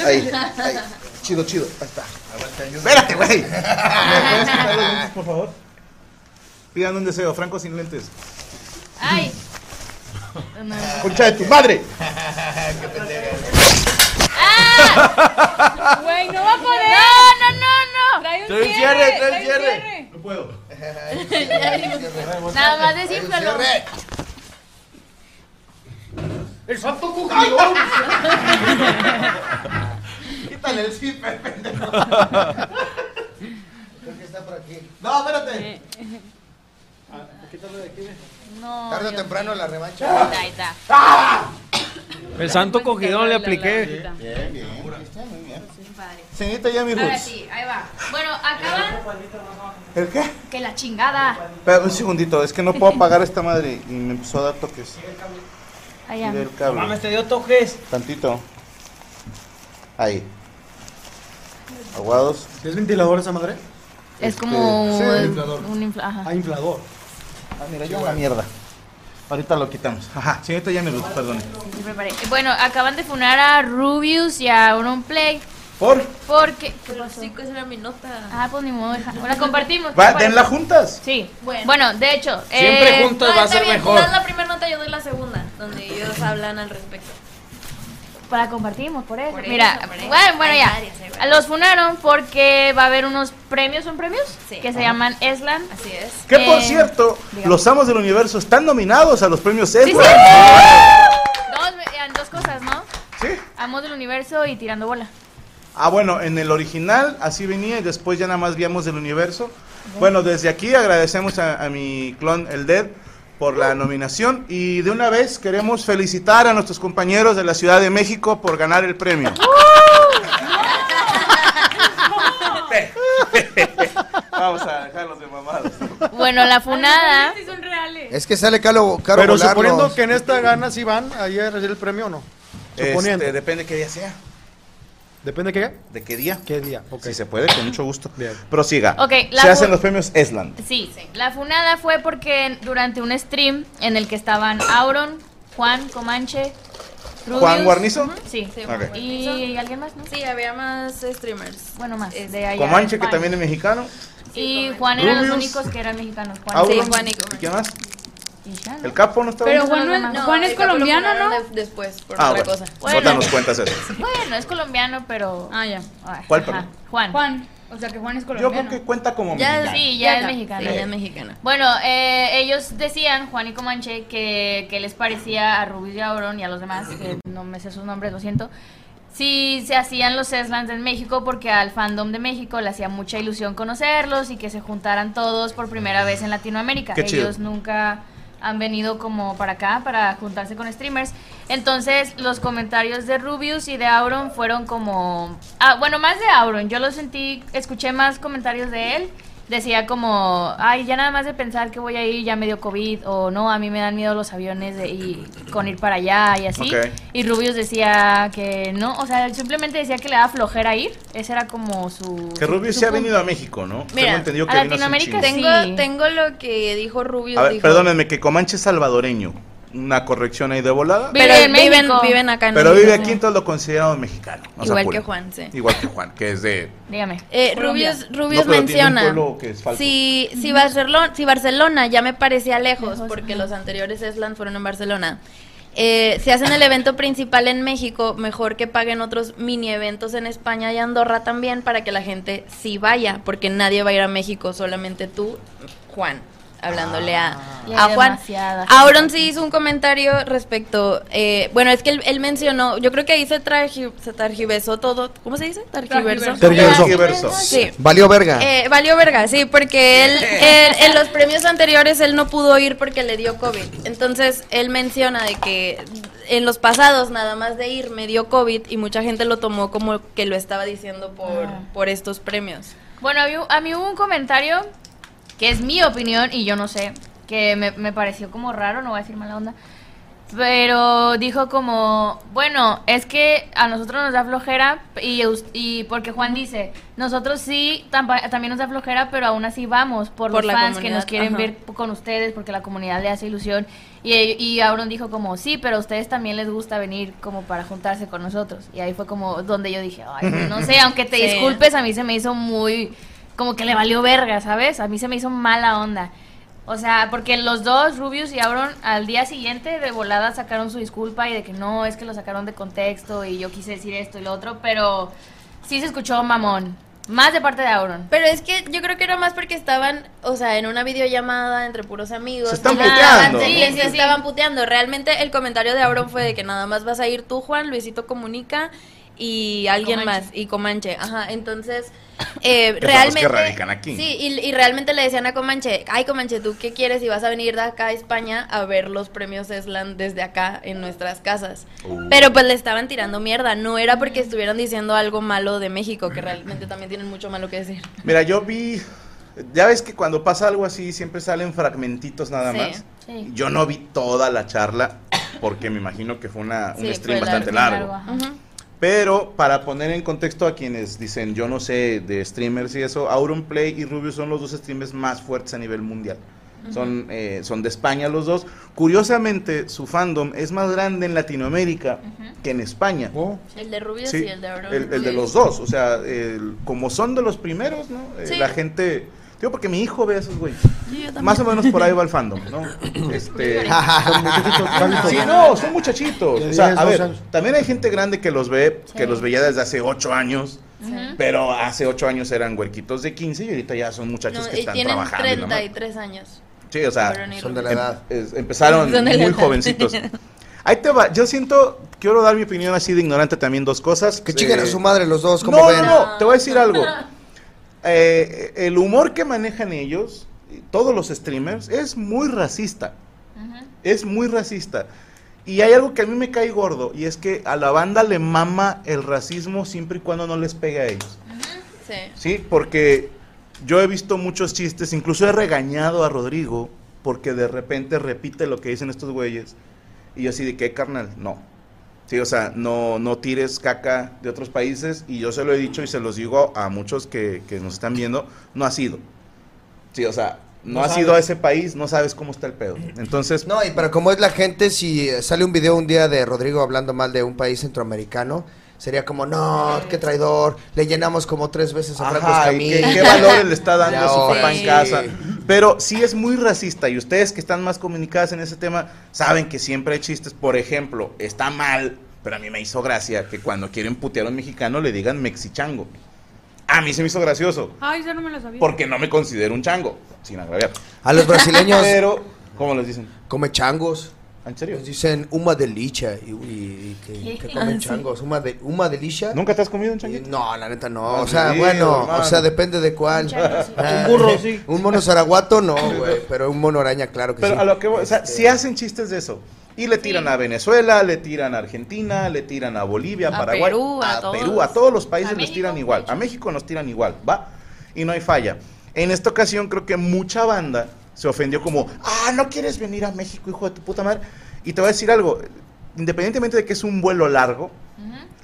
Ahí. ahí. Chido, chido. Ahí está.
[LAUGHS]
Espérate, güey. ¿Me puedes quitar los lentes, por favor? Pidan un deseo, Franco sin lentes.
Ay.
Concha de tu madre.
Ah.
[LAUGHS]
Güey, no va a poder.
No, no, no, no.
Trae un
Trae un
cierre,
cierre, trae un
cierre.
No puedo.
Nada más desínflalo.
El santo
cucayón.
[LAUGHS] Quítale el zipper, pendejo. Creo que está por aquí.
No,
Eh.
espérate.
No.
Tarde o
Dios
temprano
mío.
la revancha.
Ahí está.
El santo cogidón le apliqué.
Bien, bien. Está muy bien.
Pues, Padre.
Señorita Yami
Ahora
Roots.
sí, ahí va. Bueno, acaban
¿El qué?
que la chingada.
Espera, un segundito, es que no puedo apagar esta madre y me empezó a dar toques.
Allá.
Del cable.
Mames, te dio toques.
Tantito. Ahí. Aguados.
¿Es ventilador esa madre?
Es como
Este,
un
Sí, inflador.
un infla- ajá.
Ah, inflador.
Ah, mira, yo la mierda. Ahorita lo quitamos. Ajá, señorita Yami Roots, perdone.
Me preparé. Bueno, acaban de funar a Rubius y a Auron Play
Por.
porque
Pero sí, que esa era mi nota.
Ah, pues ni modo, hija. La compartimos.
Va,
Bueno.
denla juntas.
Sí.
Bueno.
Bueno, de hecho,
Siempre
eh,
juntos va a
está
ser
bien,
mejor.
Tú das la primera nota, yo doy la segunda, donde ellos hablan al respecto.
Para compartimos, por eso.
Por eso,
Mira,
por eso.
bueno, bueno,
Hay
ya.
varias, hay varias.
Los funaron porque va a haber unos premios, ¿son premios?
Sí.
Que se
Ajá.
llaman Eslan.
Así es.
Que por
Eh,
cierto,
digamos.
los amos del universo están nominados a los premios
Sí,
Edward.
cierto. Dos, eran dos cosas, ¿no?
Sí.
Amos del universo y tirando bola.
Ah, bueno, en el original así venía y después ya nada más viamos del universo. Bueno, desde aquí agradecemos a, a mi clon, el Dead, por la nominación y de una vez queremos felicitar a nuestros compañeros de la Ciudad de México por ganar el premio. [LAUGHS] Vamos a dejarlos de mamados.
Bueno, la funada.
Sí son reales.
Es que sale caro, caro
Pero
volarlos.
suponiendo que en esta gana sí van, ahí a recibir el premio o no. Suponiendo.
Este, depende qué día sea,
Depende de qué.
de qué día.
¿Qué día? Ok.
Si se puede, con mucho gusto. Prosiga.
Ok, la
se
fu-
hacen los premios Esland.
Sí, la funada fue porque durante un stream en el que estaban Auron, Juan, Comanche, Rubius,
Juan Guarnizo.
Ujú, Sí.
Sí,
Ok.
Y alguien más, ¿no?
Sí, había más streamers.
Bueno, más.
Es-
De allá.
Comanche, que
Juan.
también es mexicano.
Y Juan eran los
Rubius.
únicos que eran mexicanos. Juan
Auro.
Sí,
sí,
Juan y
¿Y qué más?
y ya, ¿no?
El capo no está
Pero
bueno?
Juan, no es-
No,
Juan es
el capo lo
colombiano, ¿no?
funaron de- después, por
Ah,
otra
bueno.
cosa.
Bueno.
Ahorita nos cuentas eso.
Bueno, es colombiano, pero.
Ah, ya.
Ay,
¿Cuál,
ajá,
perdón?
Juan.
Juan, o sea que Juan es
Yo
colombiano.
creo que cuenta como
Ya,
mexicano.
Sí, ya es
está.
mexicano.
Sí, ya es mexicana.
Bueno, eh, ellos decían, Juan y Comanche, que, que les parecía a Rubius y a Auron y a los demás, que no me sé sus nombres, lo siento, si se hacían los Eslands en México porque al fandom de México le hacía mucha ilusión conocerlos y que se juntaran todos por primera vez en Latinoamérica.
Qué chido.
ellos nunca han venido como para acá para juntarse con streamers. Entonces, los comentarios de Rubius y de Auron fueron como ah, bueno, más de Auron, yo lo sentí, escuché más comentarios de él. Decía como, ay, ya nada más de pensar que voy a ir ya me dio COVID o no, a mí me dan miedo los aviones de- y con ir para allá y así.
Ok.
Y Rubius decía que no, o sea, él simplemente decía que le daba flojera ir. Ese era como su...
Que
su-
Rubio
su
se ha
punto.
venido a México, ¿no?
Mira,
Tengo entendido que
a
vino hace un
Latinoamérica
chingo.
Tengo,
Sí.
tengo lo que dijo Rubio.
A ver,
dijo,
perdónenme, que Comanche es salvadoreño. Una corrección ahí de volada.
Vive
Pero
en
viven,
México.
viven acá en
Pero vive
México.
aquí, entonces lo consideramos mexicano. no se
Igual
apuren.
que Juan, sí.
Igual que Juan, que es de...
Dígame.
Eh,
Colombia.
Rubius, Rubius
No, pero tiene un
menciona.
pueblo que es falso.
si, si, Barcelona, si Barcelona ya me parecía lejos, porque los anteriores Esland fueron en Barcelona. Eh, si hacen el evento principal en México, mejor que paguen otros mini eventos en España y Andorra también para que la gente sí vaya, porque nadie va a ir a México, solamente tú, Juan. hablándole a,
Ah. Y hay
a Juan.
demasiada gente.
Auron sí hizo un comentario respecto, eh, bueno, es que él, él mencionó, yo creo que ahí se, targi- se targiversó todo, ¿cómo se dice? Targiversó.
Tergiversó.
Targiversó. Sí.
Valió verga.
Eh, valió verga, sí, porque él, él- en los premios anteriores él no pudo ir porque le dio COVID. Entonces él menciona de que en los pasados nada más de ir me dio COVID y mucha gente lo tomó como que lo estaba diciendo por,
Ah.
por estos premios.
Bueno, a mí, a mí hubo un comentario que es mi opinión y yo no sé, que me, me pareció como raro, no voy a decir mala onda, pero dijo como, bueno, es que a nosotros nos da flojera y, us- y porque Juan dice, nosotros sí tampa- también nos da flojera, pero aún así vamos por,
Por
los
la
fans que nos
comunidad,
quieren
ajá.
ver con ustedes porque la comunidad le hace ilusión y, y Auron dijo como, sí, pero a ustedes también les gusta venir como para juntarse con nosotros y ahí fue como donde yo dije, ay, no sé, aunque te
[LAUGHS] Sí.
disculpes, a mí se me hizo muy como que le valió verga, ¿sabes? A mí se me hizo mala onda. O sea, porque los dos, Rubius y Auron, al día siguiente de volada sacaron su disculpa y de que no, es que lo sacaron de contexto y yo quise decir esto y lo otro, pero sí se escuchó mamón. Más de parte de Auron.
Pero es que yo creo que era más porque estaban, o sea, en una videollamada entre puros amigos.
Se están
y la-
puteando.
Sí,
Sí,
se
sí.
estaban puteando. Realmente el comentario de Auron fue de que nada más vas a ir tú, Juan, Luisito Comunica y alguien
Comanche.
más, y Comanche. Ajá,
[COUGHS]
entonces, eh,
Que son los que
realmente...
radican aquí.
Sí, y, y realmente le decían a Comanche, ay Comanche, ¿tú qué quieres? Y vas a venir de acá a España a ver los premios Eslan desde acá en nuestras casas.
Uh.
Pero pues le estaban tirando mierda, no era porque estuvieran diciendo algo malo de México, que realmente también tienen mucho malo que decir.
Mira, yo vi. Ya ves que cuando pasa algo así siempre salen fragmentitos nada
Sí.
más.
Sí.
Yo no vi toda la charla porque me imagino que fue una, un
Sí,
stream
fue
bastante largo. Pero para poner en contexto a quienes dicen, yo no sé de streamers y eso, Auron Play y Rubius son los dos streamers más fuertes a nivel mundial. Son, eh, son de España los dos. Curiosamente, su fandom es más grande en Latinoamérica que en España.
El de Rubius
Oh, Sí,
y el de Auron.
el, el de los dos, o sea, el- como son de los primeros, ¿no? Eh,
Sí.
La gente, digo, porque mi hijo ve a esos güeyes. Más o menos por ahí
[LAUGHS]
va el fandom,
[COUGHS]
¿no? Este,
Son muchachitos calvos.
sí, no, son muchachitos.
De
O sea,
10,
a
12
ver,
años.
también hay gente grande que los ve, que
Sí.
los veía desde hace 8 años,
Ujú.
pero hace 8 años eran huerquitos de 15 y ahorita ya son
No,
muchachos que
y
están
tienen
trabajando. y la madre.
33 años.
Sí, o sea,
Fueron y Son de la edad.
em- es- empezaron
Son de la
muy
edad. [LAUGHS]
jovencitos. Ahí te va, yo siento, quiero dar mi opinión así de ignorante también dos cosas. Que
chinguen a su madre los dos, ¿cómo
no,
ven?
No, no, te voy a decir algo. [LAUGHS] Eh, el humor que manejan ellos, todos los streamers, es muy racista. Es muy racista. Y hay algo que a mí me cae gordo, y es que a la banda le mama el racismo siempre y cuando no les pegue a ellos.
Sí.
Sí, porque yo he visto muchos chistes, incluso he regañado a Rodrigo porque de repente repite lo que dicen estos güeyes. Y yo así de qué, carnal, no. Sí, o sea, no, no tires caca de otros países y yo se lo he dicho y se los digo a muchos que, que nos están viendo, no ha sido. Sí, o sea, no,
No
ha
sabes.
sido a ese país, no sabes cómo está el pedo. Entonces,
No, y pero como es la gente, si sale un video un día de Rodrigo hablando mal de un país centroamericano, sería como, no, qué traidor, le llenamos como tres veces a Franco
Ajá, y
Escamilla.
que- ¿qué, valor le
[LAUGHS]
está dando
Y
a su
ahora
papá en
sí.
casa? Pero sí es muy racista y ustedes que están más comunicadas en ese tema saben que siempre hay chistes. Por ejemplo, está mal, pero a mí me hizo gracia que cuando quieren putear a un mexicano le digan mexichango. A mí se me hizo gracioso
[LAUGHS] Ay, eso no me lo sabía.
porque no me considero un chango, sin agraviar.
A los
[LAUGHS]
brasileños.
Pero, ¿cómo les dicen? Ah,
Come changos.
¿En serio?
Nos dicen uma delicia y, y- y que, que comen
Ah, sí.
changos. Uma, de, uma delicia.
¿Nunca te has comido un changuito?
No, la neta no.
Ah,
o sea,
sí,
bueno,
hermano.
o sea, depende de cuál.
Un chango, sí.
Ah,
Un burro, sí.
Un mono zaraguato no, güey. Pero un mono araña, claro que
Pero
sí.
a lo que voy, o
Este
sea, si hacen chistes de eso. Y le tiran a Venezuela, le tiran a Argentina, le tiran a Bolivia,
A
Paraguay,
Perú, a
a
todos.
Perú, a todos los países les tiran igual. A México nos tiran igual, va. Y no hay falla. En esta ocasión creo que mucha banda se ofendió como, ah, no quieres venir a México, hijo de tu puta madre. Y te voy a decir algo, independientemente de que es un vuelo largo,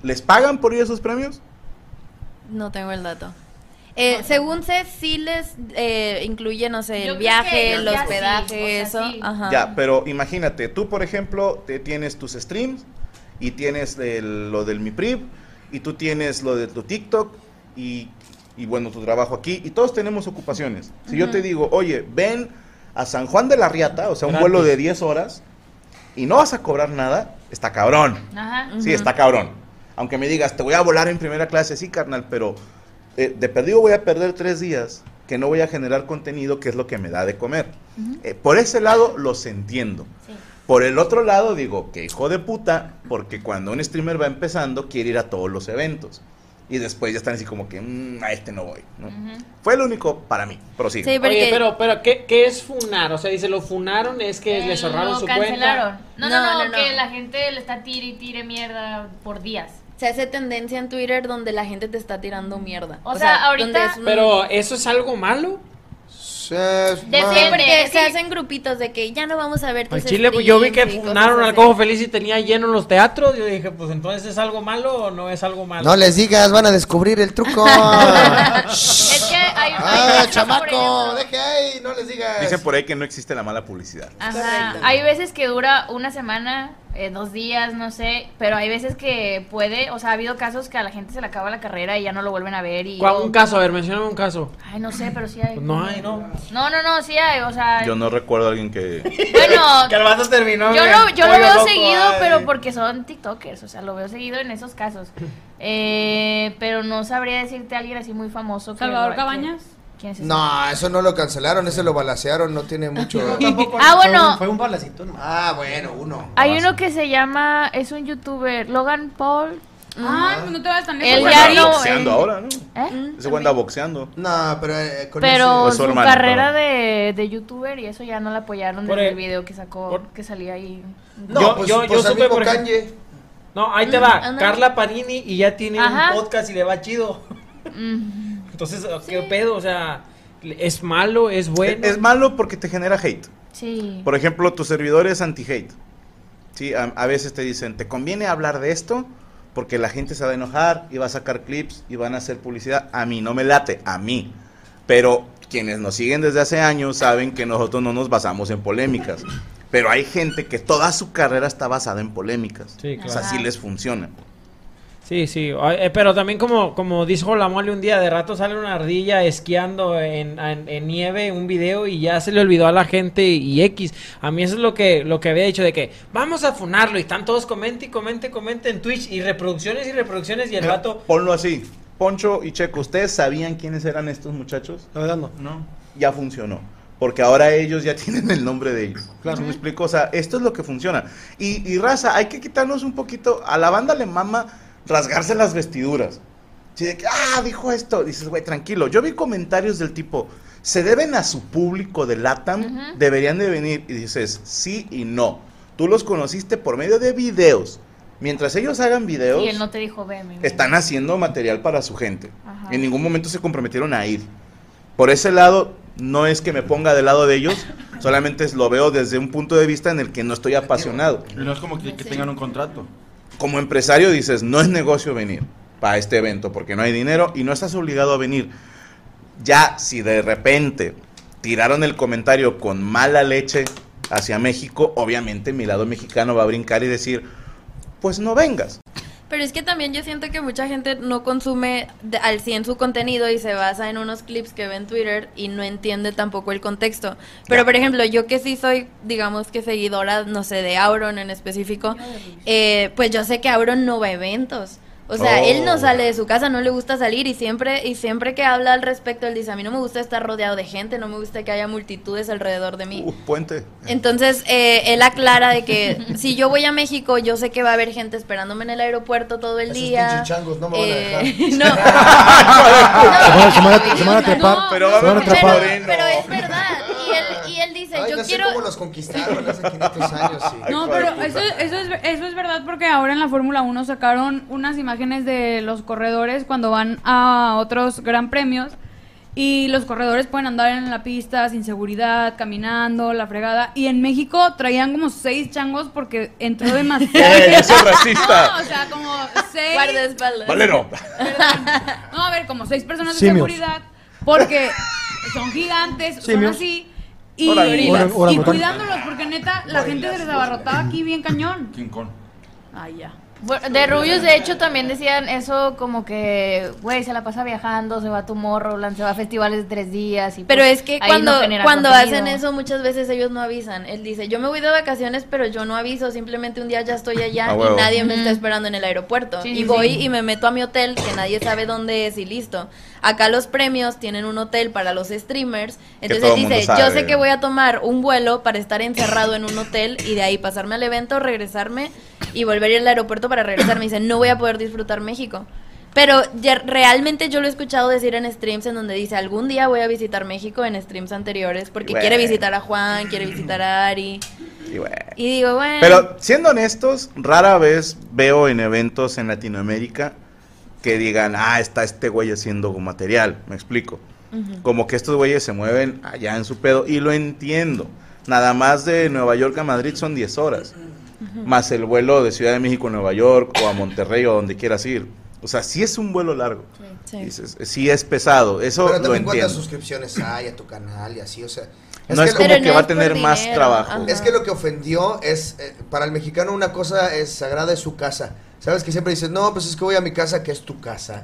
¿les pagan por ir a esos premios?
No tengo el dato. Eh, Según sé, sí les eh, incluye, no sé,
Yo
el
creo que
viaje,
ellos
el
ya sí,
hospedaje,
o sea,
eso.
sí.
Ajá.
Ah.
Ya, pero imagínate, tú por ejemplo, te tienes tus streams y tienes el- lo del MiPrib y tú tienes lo de tu TikTok y, y, bueno, tu trabajo aquí y todos tenemos ocupaciones. Si yo
Ujú.
te digo, oye, ven a San Juan de la Riata, o sea, un
Gratis.
vuelo de 10 horas y no vas a cobrar nada, está cabrón.
Ajá.
Sí, está cabrón. Aunque me digas, te voy a volar en primera clase, sí, carnal, pero eh, de perdido voy a perder tres días que que no voy a generar contenido que es lo que me da de comer. Eh, por ese lado los entiendo. Por el otro lado digo, que hijo de puta, porque cuando un streamer va empezando quiere ir a todos los eventos. Y después ya están así como que, "Mm, a este no voy. ¿no? Fue el único para mí, prosigue.
porque-
Oye, pero, pero ¿qué, qué es funar? O sea, dice, lo funaron es que
Eh,
le cerraron
lo
su
cancelaron.
cuenta.
No, no, no, que la gente le está tire y tire
[LAUGHS]
mierda por días.
Se hace tendencia en Twitter donde la gente te está tirando mierda.
O sea, ahorita-
donde es un-
Pero, ¿eso es algo malo?
De
malo.
siempre.
Que
Que se hacen grupitos de que ya no vamos a ver tus
Al Chile, pues yo vi que funaron al Cojo Feliz y tenía lleno los teatros. Yo dije, pues entonces es algo malo o no es algo malo. [LAUGHS]
No les digas, van a descubrir
[LAUGHS]
el truco.
Es que hay.
Ah,
chamaco!
¡Deje ahí! ¡No les digas!
pues
Dicen por ahí que no existe la mala publicidad.
Ajá. Hay veces que dura una semana, eh, dos días, no sé, pero hay veces que puede, o sea, ha habido casos que a la gente se le acaba la carrera y ya no lo vuelven a ver y...
¿Cuál- Un caso, a ver, mencioname un caso.
Ay, no sé, pero sí hay.
No hay, no.
No, no, no, sí hay, o sea...
Yo no recuerdo a alguien que...
[LAUGHS]
Bueno,
Que el vato terminó.
yo
güey.
lo, yo lo
Pollo
veo
loco,
seguido,
ay.
pero porque son TikTokers, o sea, lo veo seguido en esos
[LAUGHS]
casos. Eh, pero no sabría decirte a alguien así muy famoso. que-
Salvador
que-
Cabañas.
¿Quién
Este,
es ese?
No, eso no lo cancelaron, ese lo balasearon, no
[LAUGHS]
tiene mucho.
Ah, bueno.
un balacito. Ah, bueno, uno.
Hay uno que se llama, es un youtuber, Logan Paul.
Ay, pues no te vas tan
Él
lejos.
ya
Anda
no,
boxeando
eh.
ahora, ¿no?
¿Eh?
Ese güey anda boxeando.
No, pero eh, con
Pero
O
su,
su hermano,
carrera de, de youtuber y eso ya no la apoyaron
Por
desde el
el-
video que sacó, que salía ahí.
No, pues, yo,
pues,
yo, yo supe por ejemplo- No, ahí te
Mm,
va.
ándale.
Carla Parini y ya tiene
Ajá.
un podcast y le va chido. [LAUGHS] Entonces, ¿qué pedo? O sea, ¿es malo? ¿Es bueno?
Es malo porque te genera hate.
Sí.
Por ejemplo, tu servidor es anti-hate. Sí, a, a veces te dicen, te conviene hablar de esto porque la gente se va a enojar y va a sacar clips y van a hacer publicidad. A mí no me late, a mí. Pero quienes nos siguen desde hace años saben que nosotros no nos basamos en polémicas. Pero hay gente que toda su carrera está basada en polémicas.
Sí, claro.
O sea, sí les funciona.
Sí, sí. Ay, eh, Pero también como, como dijo la mole un día, de rato sale una ardilla esquiando en, en- en nieve un video y ya se le olvidó a la gente y X. A mí eso es lo que, lo que había dicho de que vamos a funarlo y están todos comente y comente, comente en Twitch y reproducciones y reproducciones y el vato...
Ponlo así. Poncho y Checo, ¿ustedes sabían quiénes eran estos muchachos?
La verdad no.
Ya funcionó. Porque ahora ellos ya [LAUGHS] tienen el nombre de ellos.
Claro.
Claro. ¿Me explico? O sea, esto es lo que funciona. Y, y raza, hay que quitarnos un poquito. A la banda le mama rasgarse las vestiduras. Sí, de que, ah, dijo esto. Dices, güey, tranquilo. Yo vi comentarios del tipo, se deben a su público de LATAM, deberían de venir. Y dices, sí y no. Tú los conociste por medio de videos. Mientras ellos hagan videos
Y él no te dijo, ve, mi-
están haciendo material para su gente.
Ajá.
En ningún momento se comprometieron a ir. Por ese lado, no es que me ponga del lado de ellos, solamente es- lo veo desde un punto de vista en el que no estoy apasionado.
Y no es como que, que tengan un contrato.
Como empresario dices, no es negocio venir para este evento porque no hay dinero y no estás obligado a venir. Ya si de repente tiraron el comentario con mala leche hacia México, obviamente mi lado mexicano va a brincar y decir, pues no vengas.
Pero es que también yo siento que mucha gente no consume de- al 100 su contenido y se basa en unos clips que ve en Twitter y no entiende tampoco el contexto. Pero, por ejemplo, yo que sí soy, digamos que seguidora, no sé, de Auron en específico, eh, pues yo sé que Auron no va a eventos. O sea,
Oh.
él no sale de su casa, no le gusta salir y siempre y siempre que habla al respecto, él dice, a mí no me gusta estar rodeado de gente, no me gusta que haya multitudes alrededor de mí.
Uh, puente.
Entonces, eh, él aclara de
[LAUGHS]
que si yo voy a México, yo sé que va a haber gente esperándome en el aeropuerto todo el día.
pinches changos no me van a
Eh, no,
[LAUGHS] Semana- semana- semana atrapar,
pero
semana
vamos
atrapar.
moreno.
pero es verdad. Y él, y él dice,
Ay,
yo
no
quiero...
sé cómo los conquistaron hace 500 años. sí.
No, pero eso, eso, es, eso es verdad porque ahora en la Fórmula 1 sacaron unas imágenes de los corredores cuando van a otros gran premios y los corredores pueden andar en la pista sin seguridad, caminando, la fregada. Y en México traían como seis changos porque
[LAUGHS]
entró demasiado.
¡Eh, eso es racista!
No, o sea, como seis.
Valero.
No, a ver, como seis personas de
Simios.
seguridad porque son gigantes, son
Simios.
así. Y,
Ora-
y
ora- orangutanes.
cuidándolos porque neta la gente se les abarrotaba aquí bien cañón.
King Kong.
Ah, ya.
Bueno, de Rubius, de hecho, también decían eso como que, güey, se la pasa viajando, se va a Tomorrowland, se va a festivales de tres días. Y
Pero
pues,
es que
ahí no
cuando,
genera
cuando
contenido.
hacen eso, muchas veces ellos no avisan. Él dice, yo me voy de vacaciones, pero yo no aviso. Simplemente un día ya
[LAUGHS]
estoy allá
A
y
huevo.
nadie me
Ujú.
está esperando en el aeropuerto.
Sí,
y
sí,
voy
sí.
y me meto a mi hotel, que nadie sabe dónde es y listo. Acá los premios tienen un hotel para los streamers. Entonces
todo mundo
dice,
sabe.
yo sé que voy a tomar un vuelo para estar encerrado en un hotel y de ahí pasarme al evento, regresarme y volver a ir al aeropuerto para regresarme. Dice, no voy a poder disfrutar México. Pero ya- realmente yo lo he escuchado decir en streams en donde dice, algún día voy a visitar México en streams anteriores porque
Bueno.
quiere visitar a Juan, quiere visitar a Ari.
Y bueno.
Y digo, bueno,
Pero siendo honestos, rara vez veo en eventos en Latinoamérica que digan, ah, está este güey haciendo material, me explico. Como que estos güeyes se mueven allá en su pedo y lo entiendo. Nada más de Nueva York a Madrid son 10 horas, más el vuelo de Ciudad de México a Nueva York o a Monterrey o donde quieras ir. O sea, sí es un vuelo largo, Dices, sí es pesado, eso
Pero
lo
también
entiendo.
cuántas
[CLEARS THROAT]
suscripciones hay a tu canal y así, o sea.
No es como Pero que no va a es por tener más dinero, trabajo. ajá.
Es que lo que ofendió es, eh, para el mexicano una cosa es sagrada es su casa. Sabes que siempre dices, no, pues es que voy a mi casa, que es tu casa.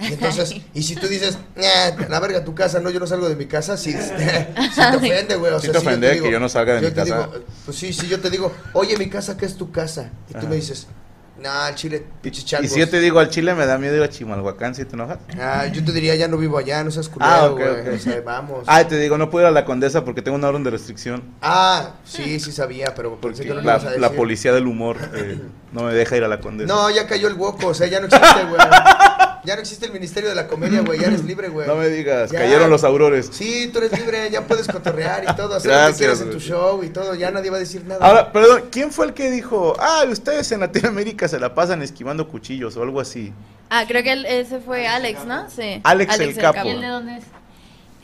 Y
[LAUGHS]
entonces, y si tú dices, "Nah, la verga, tu casa, no, yo no salgo de mi casa, si, [LAUGHS] si
[LAUGHS]
te ofende, güey. O
Ah, Sí
sea,
te
si yo
ofende que
digo-
yo no salga de mi
te
casa.
digo, pues sí, si yo te digo, oye, mi casa, que es tu casa. Y tú
Ajá.
me dices, nah, chile, pinche
Y
changos".
si yo te digo al Chile me da miedo ir a Chimalhuacán, si te enojas.
Ah, yo te diría, ya no vivo allá, no seas culero,
Ah, ok,
güey.
ok.
O sea,
[LAUGHS]
vamos.
Ah, te digo, no puedo ir a la condesa porque tengo una orden de restricción.
Ah, sí, sí sabía, pero pensé que no lo
la,
ibas a decir.
la policía del humor
[COUGHS]
eh, no me deja ir a la condesa.
No, ya cayó el hueco, o sea, ya no existe,
[LAUGHS]
güey. Ya no existe el Ministerio de la Comedia, güey, ya eres libre, güey.
No me digas,
Ya.
cayeron los aurores.
Sí, tú eres libre, ya puedes cotorrear y todo, hacer lo que
Gracias,
quieras en
güey.
tu show y todo, ya nadie va a decir nada.
Ahora, perdón, ¿quién fue el que dijo, ah, ustedes en Latinoamérica se la pasan esquivando cuchillos o algo así?
ah, creo que el- ese fue Alex, ¿no? Sí.
Alex el Capo. ¿Y
el
él de
dónde es?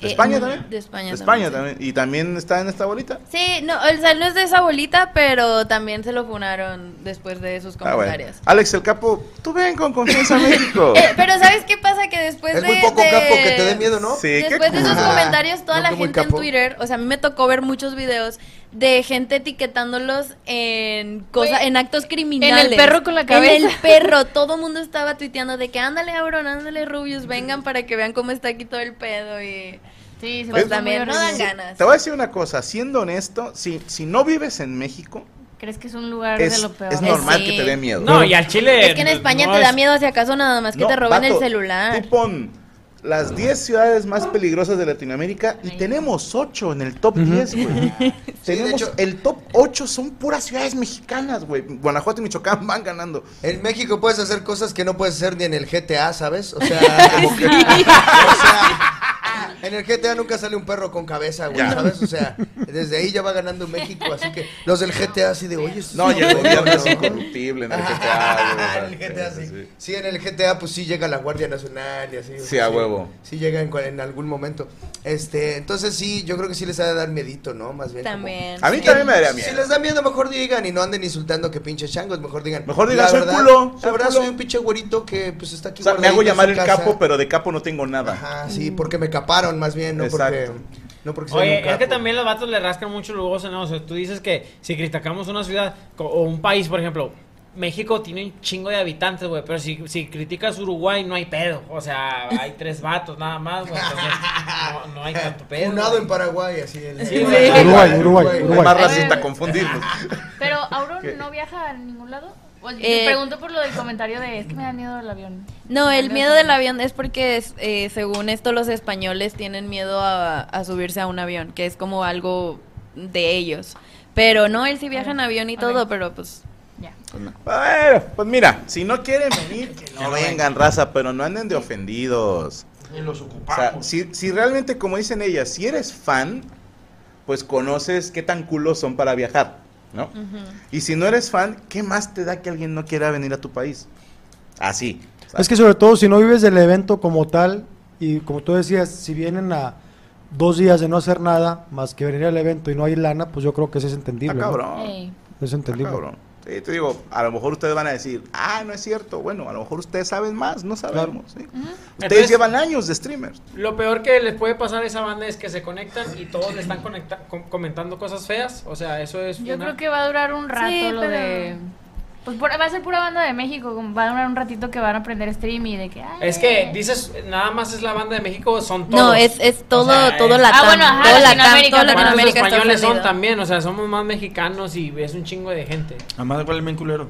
¿De España también?
Eh, De España,
España
también, sí.
también. ¿Y también está en esta bolita?
Sí, no, o sea, él no es de esa bolita, pero también se lo funaron después de sus
Ah, bueno.
comentarios.
Alex el Capo, tú ven con confianza [LAUGHS] a México.
Eh, [LAUGHS] pero ¿sabes qué pasa? Que después
Es
de...
muy poco
de-
capo que te dé miedo, ¿no? Sí, qué
Después de esos
cosa.
comentarios, toda
No,
la
que muy
gente en
capo.
Twitter, o sea, a mí me tocó ver muchos videos de gente etiquetándolos en cosas,
Güey,
en actos criminales.
en el perro con la
En
cabeza.
el perro, todo mundo estaba tuiteando de que ándale, Abrón, ándale, Rubius, vengan para que vean cómo está aquí todo el pedo y... Sí, pues
puso
también
muy
no dan
horrible.
ganas.
Te voy a decir una cosa, siendo honesto, si, si no vives en México,
¿Crees que es un lugar de
es,
lo peor?
es normal
Eh, Sí.
que te dé miedo.
No, y al Chile.
Es que en España te da miedo si acaso nada más que
No,
te roben el
vato,
celular.
Tú pon las 10 ciudades más peligrosas de Latinoamérica y tenemos 8 en el top 10, [LAUGHS] güey. tenemos el top 8 son puras ciudades [LAUGHS] mexicanas, güey. Guanajuato y Michoacán van ganando.
En México puedes hacer cosas que no puedes hacer ni en el GTA, ¿sabes?
[LAUGHS]
O sea, [LAUGHS] como que- o sea, en el GTA nunca sale un perro con cabeza, güey,
Ya.
¿sabes? O sea, desde ahí ya va ganando México, así que los del GTA así de, oye, estos
No,
son
ya el
locos,
gobierno es
¿no?"
incorruptible en el GTA, güey.
En el GTA sí. Sí, en el GTA pues sí llega la Guardia Nacional y así. o
Sí,
sea,
a huevo.
Sí llega en, cual- en algún momento. Este, entonces sí, yo creo que sí les ha de dar miedito, ¿no? Más bien. como-
También.
A mí también me daría miedo.
Si les da miedo, mejor digan y no anden insultando que pinches changos, mejor digan.
Mejor digan,
la
"Soy
verdad,
culo, soy
La verdad,
culo".
soy un pinche güerito que pues está aquí
O sea, me
guardadito
hago
en
llamar
su
el
casa".
capo, pero de capo no tengo nada. Mm.
Ah, sí,
pues.
porque me caparon más bien, no
Exacto.
porque no porque soy un
Oye, es
capo.
que también los vatos le rascan mucho los huevos en O sea, tú dices que si criticamos una ciudad co- o un país, por ejemplo, México tiene un chingo de habitantes, güey, pero si, si criticas Uruguay no hay pedo. O sea, hay tres vatos nada más, güey. Entonces, no, no hay tanto pedo.
Funado
güey.
en Paraguay, así el-
eh, Sí, güey. Uruguay, Uruguay, Uruguay.
Es más racista [LAUGHS] confundirlos.
Pero Auron
¿Qué?
no viaja a ningún lado. O-
Eh,
pregunto por lo del comentario de es que me da miedo el avión.
No, el
Dale,
miedo
dale.
del avión es porque, es, eh, según esto, los españoles tienen miedo a, a subirse a un avión, que es como algo de ellos. Pero no, él sí viaja en avión y todo, pero pues...
Bueno, pues mira, si no quieren venir, [LAUGHS] que no vengan, raza, pero no anden de ofendidos.
Y los
O sea, si, si realmente, como dicen ellas, si eres fan, pues conoces qué tan culos son para viajar, ¿no? Y si no eres fan, ¿qué más te da que alguien no quiera venir a tu país? Así.
Es que sobre todo si no vives del evento como tal, y como tú decías, si vienen a dos días de no hacer nada más que venir al evento y no hay lana, pues yo creo que eso es entendible.
Ah,
¿no?
cabrón. Ey.
Es entendible.
Cabrón. Sí, te digo, a lo mejor ustedes van a decir, ah, no es cierto. Bueno, a lo mejor ustedes saben más, no sabemos. ¿sí? Ustedes
Entonces-
llevan años de streamers.
Lo peor que les puede pasar a esa banda es que se conectan y todos le están conecta- com- comentando cosas feas. O sea, eso es.
Yo
una-
creo que va a durar un rato
Sí,
lo
pero-
de. Pues pura- va a ser pura banda de México, como va a durar un ratito que van a aprender stream y de que... ay,
Es que dices, nada más es la banda de México, o son todos.
No, es, es todo, todo
es-
la
Ah, bueno, ajá,
todo
Latinoamérica,
la todo
¿Cuántos
Latinoamérica está
españoles son
ofendido.
también, o sea, somos más mexicanos y es un chingo de gente.
Nada más cuál es bien culero.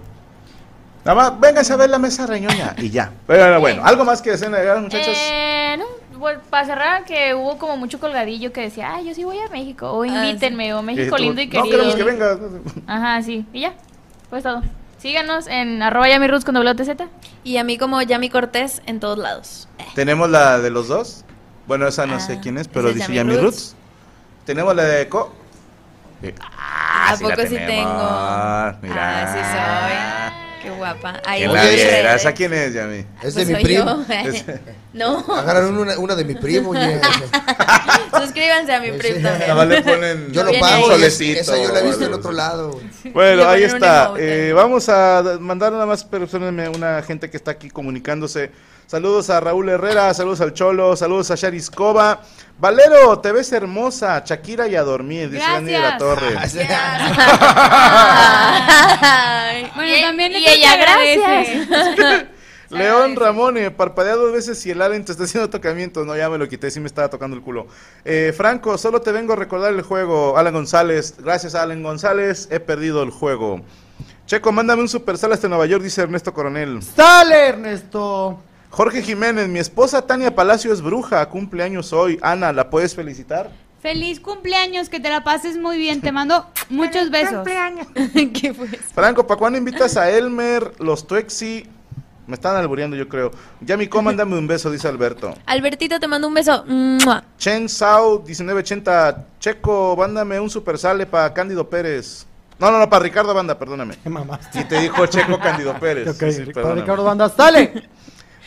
Nada más, vénganse a ver la mesa reñoña y ya. Pero bueno, algo más que desean agregar, muchachos.
Eh, no, bueno, para cerrar que hubo como mucho colgadillo que decía, ay, yo sí voy a México,
Ah,
o invítenme, o México
Eh, tú-
lindo y
No
querido.
queremos que vengas.
Ajá, sí, y ya, pues todo. Síganos en arroba yamiruz con doble O T Z.
Y a mí como Yami Cortés en todos lados.
Tenemos la de los dos. Bueno, esa no sé quién es, pero
Ah, esa es
dice
Yami
Yami Roots. Tenemos la de Co. Eh, Ah,
¿A poco
la
sí tengo?
tenemos. Mira.
Ah, sí soy. Qué guapa. Ahí
Que
voy.
la vieras. ¿A quién es, Yami?
Es de Pues mi soy [LAUGHS] primo. yo.
Es-
No.
Agarraron una, una de mi primo. oye.
[LAUGHS] Suscríbanse a mi primo también.
Nada más le ponen
Yo lo
un
pago, y es-
solecito
esa yo la he visto
o
en
algo
otro
así.
lado.
Bueno,
Le
ahí
ponen un
está.
emote.
Eh, vamos a da- mandar nada más, perdónenme, una gente que está aquí comunicándose. Saludos a Raúl Herrera, saludos al Cholo, saludos a Shari Escoba. Valero, te ves hermosa, Shakira y a dormir, dice Dani de la
Gracias.
Torre.
Eh, Bueno,
Y- e-
también le
y
creo que
ella,
agradece.
[LAUGHS]
gracias.
León Ramone, parpadea dos veces y el Allen te está haciendo tocamientos. No, ya me lo quité, sí me estaba tocando el culo. Eh, Franco, solo te vengo a recordar el juego. Alan González, gracias Alan González, he perdido el juego. Checo, mándame un supersal hasta Nueva York, dice Ernesto Coronel.
¡Sale, Ernesto!
Jorge Jiménez, mi esposa Tania Palacio es bruja, cumpleaños hoy. Ana, ¿la puedes felicitar?
Feliz cumpleaños, que te la pases muy bien. Te mando muchos besos.
Franco, ¿para cuándo invitas a Elmer, los Tuexi? Me están albureando, yo creo. Ya mi coma, dame un beso, dice Alberto.
Albertito, te mando un beso. ¡Mua!
Chen Sao 1980, Checo, mándame un super sale para Cándido Pérez. No, no, no, para Ricardo Banda, perdóname. Y te dijo Checo Cándido Pérez.
[LAUGHS] Ok,
Sí, sí,
para
perdóname.
Ricardo Banda, ¡sale!
[LAUGHS]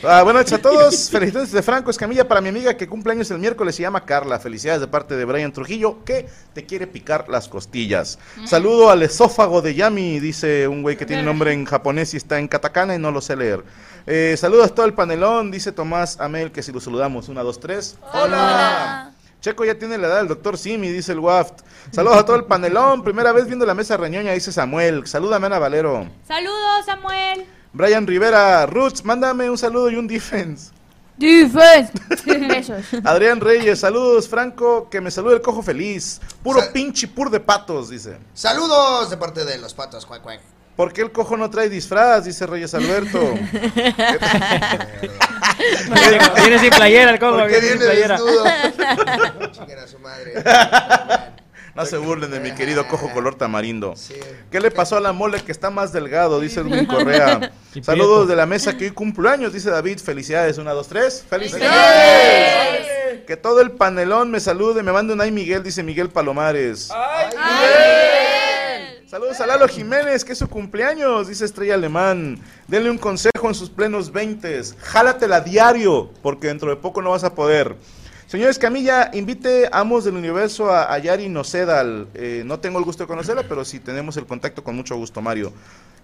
Ah, buenas noches a todos. Felicidades de Franco Escamilla para mi amiga que cumple años el miércoles. Se llama Carla. Felicidades de parte de Brian Trujillo que te quiere picar las costillas. Saludo al esófago de Yami, dice un güey que tiene nombre en japonés y está en katakana y no lo sé leer. Eh, saludos a todo el panelón, dice Tomás Amel, que si lo saludamos. Una, dos, tres. ¡Hola! Checo ya tiene la edad del doctor Simi, dice el Waft. Saludos a todo el panelón. Primera vez viendo la mesa reñoña, dice Samuel. Salúdame, Ana Valero.
Saludos, Samuel.
Brian Rivera, Roots, mándame un saludo y un defense.
Defense.
[LAUGHS]
Besos.
[LAUGHS] Adrián Reyes, saludos, Franco, que me salude el cojo feliz. Puro pinche pur de patos, dice.
Saludos de parte de los patos, cuac, cuac.
¿Por qué el cojo no trae disfraz? Dice Reyes
[LAUGHS]
Alberto.
Viene sin playera el cojo,
¿Por qué
viene sin
viene
playera.
desnudo?
[LAUGHS] Chinguen a su madre.
[LAUGHS] No se burlen de mi querido cojo color tamarindo. ¿Qué le pasó a la mole que está más delgado? Dice
[LAUGHS]
Edwin Correa.
Y prieto.
Saludos de la mesa que hoy cumplo años, dice David. Felicidades, una, dos, tres. ¡Felicidades! Que todo el panelón me salude, me mande un ay Miguel, dice Miguel Palomares. Saludos a Lalo Jiménez, que es su cumpleaños, dice Estrella Alemán. Denle un consejo en sus plenos veintes. Jálatela diario, porque dentro de poco no vas a poder. Señores Camilla, invite Amos del Universo a, a Yari Nocedal. Eh, no tengo el gusto de conocerla, pero sí tenemos el contacto con mucho gusto, Mario.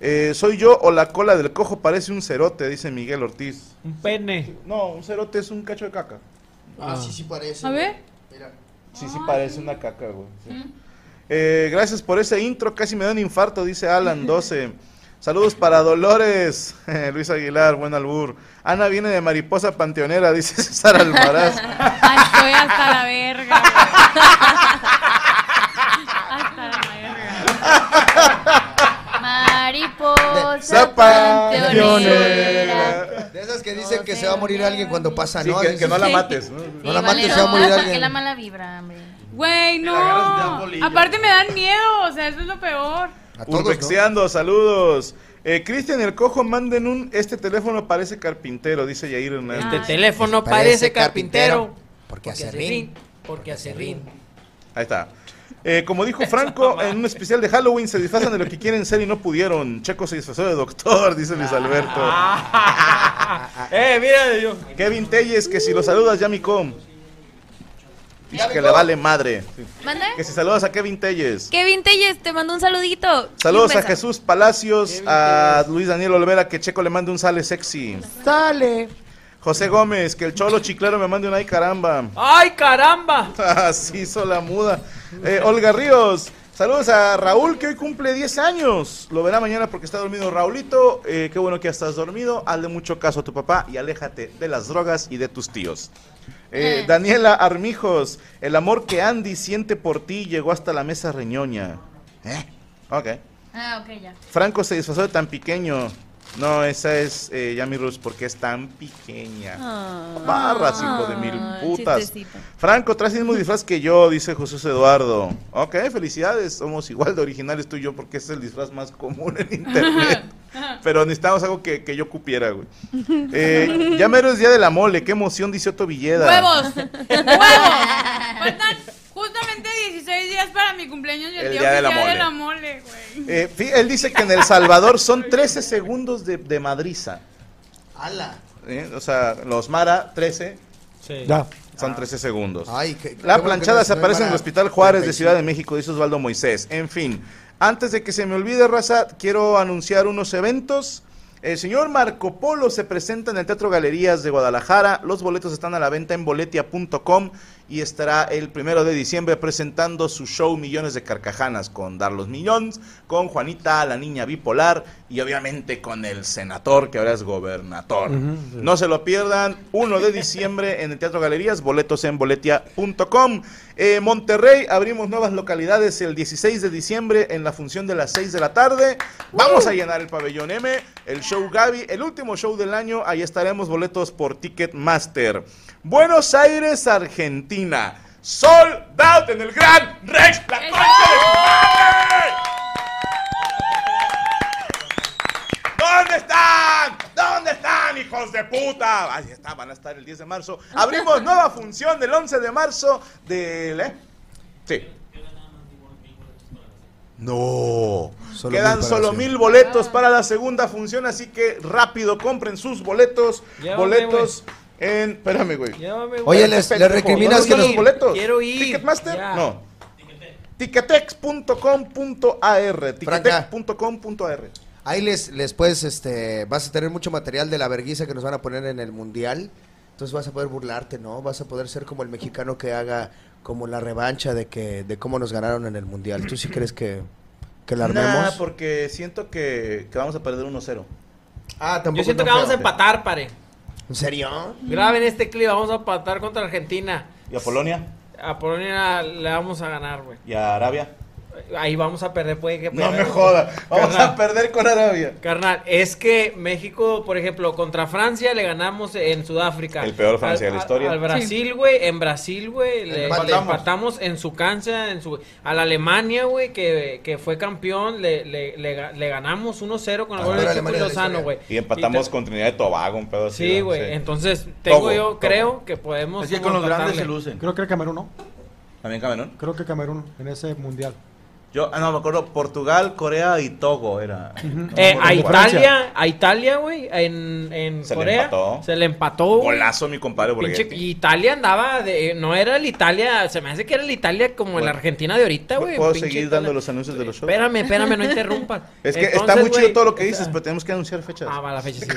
Eh, soy yo o la cola del cojo parece un cerote, dice Miguel Ortiz.
Un pene.
No, un cerote es un cacho de caca.
Ah, sí, sí parece.
A
¿Eh?
ver.
Mira.
Sí, sí parece una caca, güey. Sí. Eh, gracias por ese intro, casi me da un infarto, dice
[LAUGHS]
Alan 12. Saludos para Dolores, [LAUGHS] Luis Aguilar, buen albur. Ana viene de Mariposa Panteonera, dice [LAUGHS] César Almaraz.
Ay, estoy hasta la verga.
[LAUGHS] Mariposa
Zapa.
panteonera.
De esas que dicen que se va a morir alguien cuando pasa,
Sí,
¿no?
que- que no la
Sí.
mates, ¿no?
No
Sí,
la mates,
Valero,
se va a morir
¿para qué la
alguien.
mala vibra, hombre?
Güey, no. Aparte me dan miedo, o sea, eso es lo peor.
Urbexeando, saludos. Eh, Cristian el Cojo, manden un. Este teléfono parece carpintero, dice Yair Hernández.
Este teléfono parece carpintero.
Porque
hace rin. Porque hace rin.
Ahí está. Eh, como dijo
[LAUGHS]
Franco, en un especial de Halloween se disfrazan de lo que quieren ser y no pudieron. Checo se disfrazó de doctor, dice Luis Alberto.
[LAUGHS] eh, mira yo.
Kevin Telles, que si lo saludas, ya mi com. Dice que le vale madre.
¿Mande?
Que si saludas a Kevin Telles.
Kevin Telles, te mando un saludito.
Saludos
Y un
a
beso.
Jesús Palacios, a Luis Daniel Olvera, que Checo le mande un sale sexy.
¡Sale!
José Gómez, que el cholo chiclero me mande un ay caramba. [LAUGHS]
¡Ay, caramba!
Así hizo la muda. Eh, Olga Ríos, Saludos a Raúl, que hoy cumple 10 años. Lo verá mañana porque está dormido Raulito. Eh, qué bueno que ya estás dormido. Hazle mucho caso a tu papá y aléjate de las drogas y de tus tíos. Eh, Daniela Armijos, el amor que Andy siente por ti llegó hasta la mesa reñoña. Eh, ok.
Ah, ok, ya.
Franco se disfrazó de tan pequeño. No, esa es eh, Yami Rus porque es tan pequeña.
Ah.
Barras, hijo de mil putas.
chistecito.
Franco, traes el mismo disfraz que yo, dice Jesús Eduardo. Ok, felicidades. Somos igual de originales tú y yo porque es el disfraz más común en internet. Pero necesitamos algo que, que yo cupiera, güey. Eh, ya mero es día de la mole. Qué emoción, dice Otto Villeda.
¡Huevos!
[LAUGHS]
¡Huevos! Faltan justamente 16 días para mi cumpleaños y el, día de la mole. De la mole güey.
Eh, fí- él dice que en El Salvador son 13 segundos de, de madriza.
¡Hala!
¿eh? O sea, los Mara, 13.
Ya.
Son 13 segundos.
Ay, qué- qué
la
bueno
planchada
que no-
se
no
aparece en el
para
Hospital Juárez de
35.
Ciudad de México, dice Osvaldo Moisés. En fin, antes de que se me olvide, Raza, quiero anunciar unos eventos. El señor Marco Polo se presenta en el Teatro Galerías de Guadalajara. Los boletos están a la venta en boletia.com y estará el primero de diciembre presentando su show Millones de Carcajanas con Darlos Millons, con Juanita, la niña bipolar y obviamente con el senador que ahora es gobernador.
Ujú, sí.
No se lo pierdan, 1 de diciembre en el Teatro Galerías, boletos en boletia.com. Eh, Monterrey, abrimos nuevas localidades el 16 de diciembre en la función de las 6 de la tarde. Vamos a llenar el pabellón M, el show Gaby, el último show del año, ahí estaremos boletos por Ticketmaster. Buenos Aires, Argentina. Sold out en el Gran Rex, la concha de su madre. ¿Dónde están? ¿Dónde están, hijos de puta? Ahí está, van a estar el 10 de marzo. Abrimos nueva función del 11 de marzo del... ¿eh? Sí. No. Quedan solo mil boletos para la segunda función, así que rápido compren sus boletos.
Llévame,
boletos en. Espérame, güey.
Oye, les-
Pendejo,
les recriminas
¿dónde
que
están
los-
los boletos?
Quiero ir.
Ticketmaster?
Ya.
No. Ticketex.com.ar. Ticketex.com.ar.
Ahí les, les puedes, este, vas a tener mucho material de la vergüenza que nos van a poner en el mundial. Entonces vas a poder burlarte, ¿no? Vas a poder ser como el mexicano que haga como la revancha de que, de cómo nos ganaron en el mundial. ¿Tú sí crees que, que la armemos?
Nah, porque siento que, que vamos a perder 1-0.
Ah, tampoco.
Yo siento
no
que vamos a
creo.
empatar, pare.
¿En serio?
Graben este clip, vamos a empatar contra Argentina.
¿Y a Polonia?
A Polonia le vamos a ganar, güey.
¿Y a Arabia?
Ahí vamos a perder, puede que
No
pierda.
me joda, vamos
Carnal.
a perder con Arabia.
Carnal, es que México, por ejemplo, contra Francia le ganamos en Sudáfrica.
El peor Francia
Al-
de la historia.
Al Brasil, güey, en Brasil, güey, le,
Empatamos.
le empatamos en su cancha, en su... A la Alemania, güey, que, que fue campeón, le, le, le, ga- le ganamos 1-0
Ah,
con el gol de Chucky Lozano, güey.
Y empatamos
Y te-
con Trinidad y Tobago, un pedo así.
Sí,
¿no?
güey, entonces tengo
Togo,
yo,
Togo.
creo que podemos... empatarle.
Creo que era Camerún, ¿no?
¿También Camerún?
Creo que Camerún en ese mundial.
Yo, ah, no, me acuerdo, Portugal, Corea y Togo era.
Eh, a
Por Francia.
Italia, a Italia, güey, en, en
Se le
Corea.
empató.
Se le empató. güey.
Golazo, mi compadre
Pinche-
Borghetti.
y Italia andaba de, no era el Italia, se me hace que era el Italia como
Bueno.
la Argentina de ahorita, güey.
¿Puedo
pinche
seguir
Italia.
dando los anuncios de los shows?
Espérame, espérame, no interrumpas.
[LAUGHS] Es que está
Entonces,
muy chido
güey,
todo lo que
o
dices,
sea,
pero tenemos que anunciar fechas.
Ah, va la fecha, sí.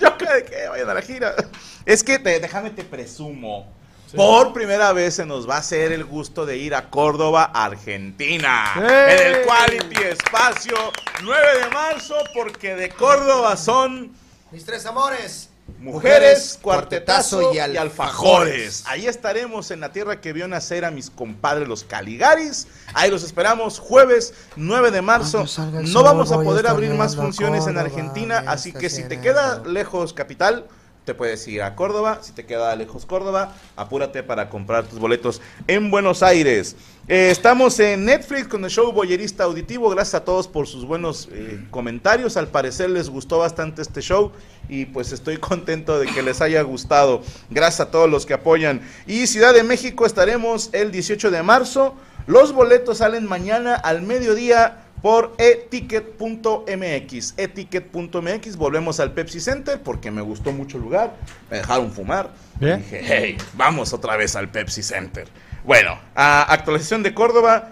Yo creo que vayan a la gira. [LAUGHS] Es que te- déjame te presumo. Por primera vez se nos va a hacer el gusto de ir a Córdoba, Argentina.
¡Eh!
En el Quality Espacio, 9 de marzo, porque de Córdoba son
Mis tres amores.
Mujeres, cuartetazo y, alfajores.
alfajores.
Ahí estaremos en la tierra que vio nacer a mis compadres los Caligaris. Ahí los esperamos jueves 9 de marzo.
el
No
sol,
vamos a
voy a
poder
estar
abrir más
viendo a
funciones en
Córdoba,
Argentina,
voy a
así que si te
estacionar.
queda lejos capital, te puedes ir a Córdoba. Si te queda lejos Córdoba, apúrate para comprar tus boletos en Buenos Aires. Eh, estamos en Netflix con el show Boyerista Auditivo. Gracias a todos por sus buenos eh, comentarios. Al parecer les gustó bastante este show y pues estoy [LAUGHS] contento de que les haya gustado. Gracias a todos los que apoyan. Y Ciudad de México estaremos el 18 de marzo. Los boletos salen mañana al mediodía por eticket.mx. Eticket.mx, volvemos al Pepsi Center porque me gustó mucho el lugar. Me dejaron fumar.
Bien.
Dije, hey, vamos otra vez al Pepsi Center. Bueno, a actualización de Córdoba.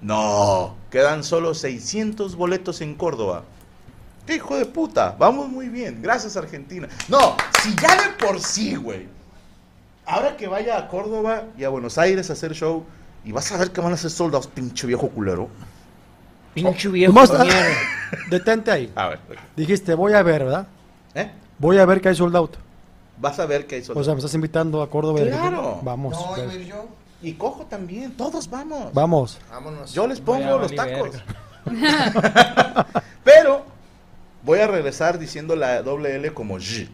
No, quedan solo 600 boletos en Córdoba. ¡Qué hijo de puta! Vamos muy bien. Gracias, Argentina. No, si ya de por sí, güey. Ahora que vaya a Córdoba y a Buenos Aires a hacer show, Y vas a ver que van a ser soldados, pinche viejo culero. Oh.
Pinche viejo
Nomás-
[LAUGHS]
detente ahí. Dijiste, voy a ver, ¿verdad?
¿Eh?
Voy a ver que hay sold out.
Vas a ver que hay
O
soldados.
sea, me estás invitando a Córdoba.
Claro.
Vamos.
No,
ver.
iba a ir yo. Y cojo también. Todos vamos.
Vamos.
Vámonos. Yo les pongo
Vaya,
los
vale
tacos. Pero voy a regresar diciendo la doble L como G.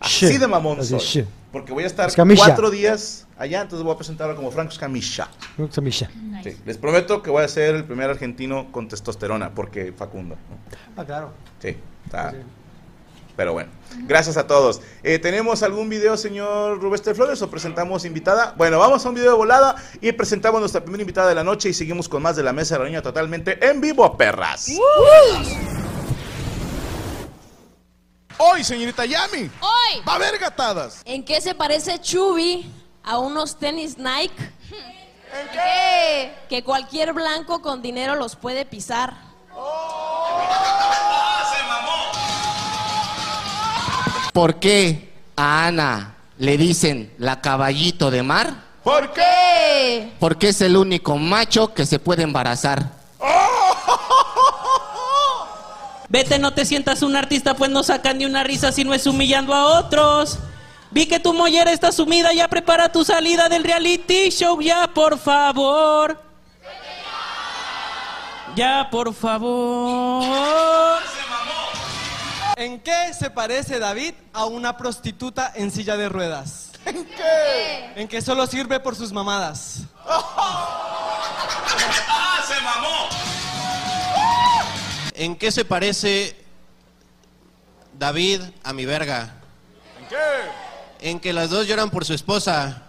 Así
Shit.
de mamón
Así,
soy.
shit.
Porque voy a estar
Escamilla.
cuatro días allá, entonces voy a presentarlo como Franco Escamilla.
Semilla.
Sí, Les prometo que voy a ser el primer argentino con testosterona, porque Facundo. ¿no?
Ah, claro.
Sí, está. Pero bueno, gracias a todos. Eh, ¿Tenemos algún video, señor Rubester Flores, o presentamos invitada? Bueno, vamos a un video de volada y presentamos nuestra primera invitada de la noche y seguimos con más de la mesa de la niña totalmente en vivo, perras.
Hoy, señorita Yami,
Hoy,
va a haber gatadas.
¿en qué se parece Chubby a unos tenis Nike? Que cualquier blanco con dinero los puede pisar.
¿Por qué a Ana le dicen la caballito de mar?
¿Por qué?
Porque es el único macho que se puede embarazar.
Vete, no te sientas un artista, pues no sacan ni una risa si no es humillando a otros. Vi que tu mollera está sumida, ya prepara tu salida del reality show, ya por favor. Ya por favor.
¿En qué [LAUGHS] se parece David a una prostituta en silla de ruedas?
¿En qué?
En que solo sirve por sus mamadas.
¡Ah, se mamó!
¿En qué se parece David a mi verga?
¿En qué?
En que las dos lloran por su esposa.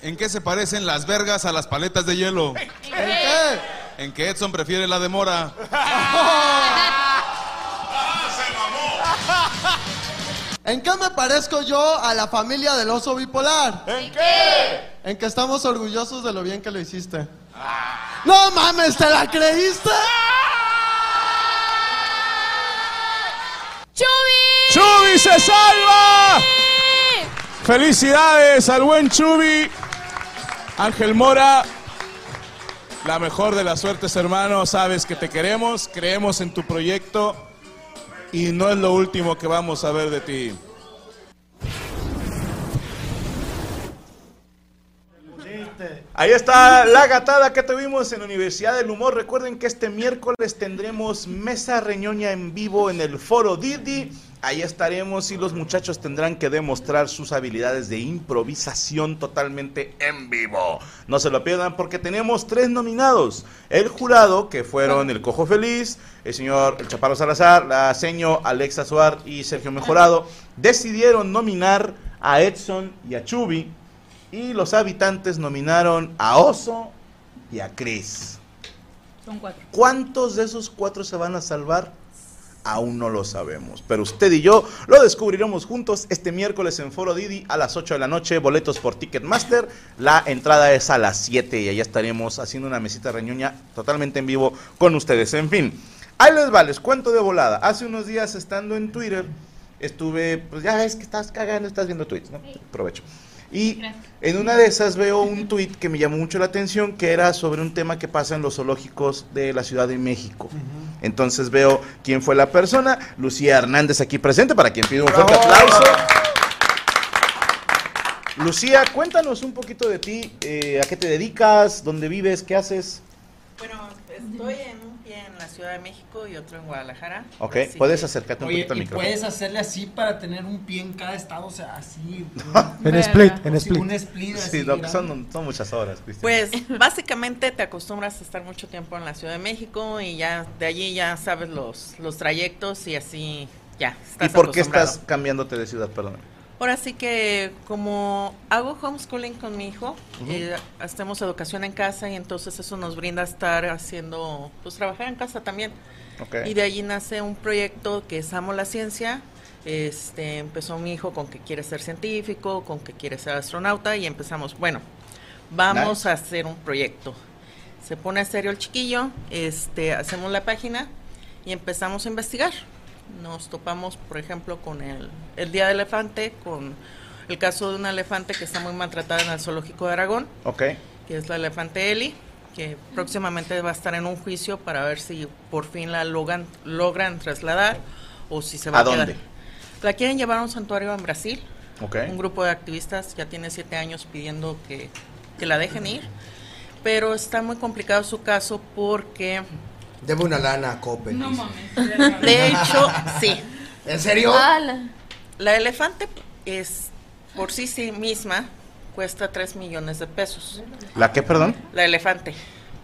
¿En qué se parecen las vergas a las paletas de hielo? ¿En qué? ¿En qué Edson prefiere la demora?
[LAUGHS]
¿En qué me parezco yo a la familia del oso bipolar?
¿En qué?
En que estamos orgullosos de lo bien que lo hiciste. ¡No mames, te la creíste!
¡Chubi!
¡Chubi se salva! Felicidades al buen Chubi. Ángel Mora, la mejor de las suertes, hermano. Sabes que te queremos, creemos en tu proyecto y no es lo último que vamos a ver de ti.
Ahí está la gatada que tuvimos en Universidad del Humor. Recuerden que este miércoles tendremos Mesa Reñoña en vivo en el Foro Didi. Ahí estaremos y los muchachos tendrán que demostrar sus habilidades de improvisación totalmente en vivo. No se lo pierdan porque tenemos tres nominados. El jurado, que fueron el Cojo Feliz, el señor El Chaparro Salazar, la seño Alexa Suar y Sergio Mejorado, decidieron nominar a Edson y a Chubi. Y los habitantes nominaron a Oso y a Chris.
Son cuatro.
¿Cuántos de esos cuatro se van a salvar? Aún no lo sabemos. Pero usted y yo lo descubriremos juntos este miércoles en Foro Didi a las 8 de la noche. Boletos por Ticketmaster. La entrada es a las 7 y allá estaremos haciendo una mesita reñuña totalmente en vivo con ustedes. En fin, ahí les va, les cuento de volada. Hace unos días estando en Twitter, estuve, pues ya ves que estás cagando, estás viendo tweets, ¿no? Aprovecho. Y en una de esas veo un tuit que me llamó mucho la atención, que era sobre un tema que pasa en los zoológicos de la Ciudad de México. Entonces veo quién fue la persona, Lucía Hernández aquí presente, para quien pido un fuerte aplauso. Lucía, cuéntanos un poquito de ti, eh, a qué te dedicas, dónde vives, qué haces.
Bueno, estoy en un pie en la Ciudad de México y otro en Guadalajara.
Ok,
Así
puedes
que-
acercarte un
Oye,
poquito al
y
micrófono.
puedes
hacerle así para tener un pie en cada estado, o sea,
[LAUGHS]
así.
En split, en
Sí,
split.
Un split así.
Sí, no,
grande.
son, son muchas horas, Cristian.
Pues [LAUGHS] básicamente te acostumbras a estar mucho tiempo en la Ciudad de México y ya de allí ya sabes los, los trayectos y así ya.
¿Y
Estás
por qué
acostumbrado.
estás cambiándote de ciudad, perdón?
Ahora sí que como hago homeschooling con mi hijo,
Ujú.
eh, hacemos educación en casa y entonces eso nos brinda estar haciendo, pues trabajar en casa también.
Ok.
Y de allí nace un proyecto que es Amo la Ciencia. Este, empezó mi hijo con que quiere ser científico, con que quiere ser astronauta y empezamos, bueno, vamos
Nice.
a hacer un proyecto. Se pone serio el chiquillo, este, hacemos la página y empezamos a investigar. Nos topamos, por ejemplo, con el, el Día del Elefante, con el caso de una elefante que está muy maltratada en el zoológico de Aragón,
Ok.
que es la elefante Eli, que próximamente va a estar en un juicio para ver si por fin la logan- logran trasladar o si se va
¿A
a quedar.
dónde?
La quieren llevar a un santuario en Brasil.
Ok.
Un grupo de activistas ya tiene siete años pidiendo que, que la dejen ir, pero está muy complicado su caso porque...
Debe una lana a Copen.
No
dice.
mames. De hecho, sí.
¿En serio?
Ala. La elefante es por sí, sí misma cuesta 3 millones de pesos.
¿La qué, perdón?
La elefante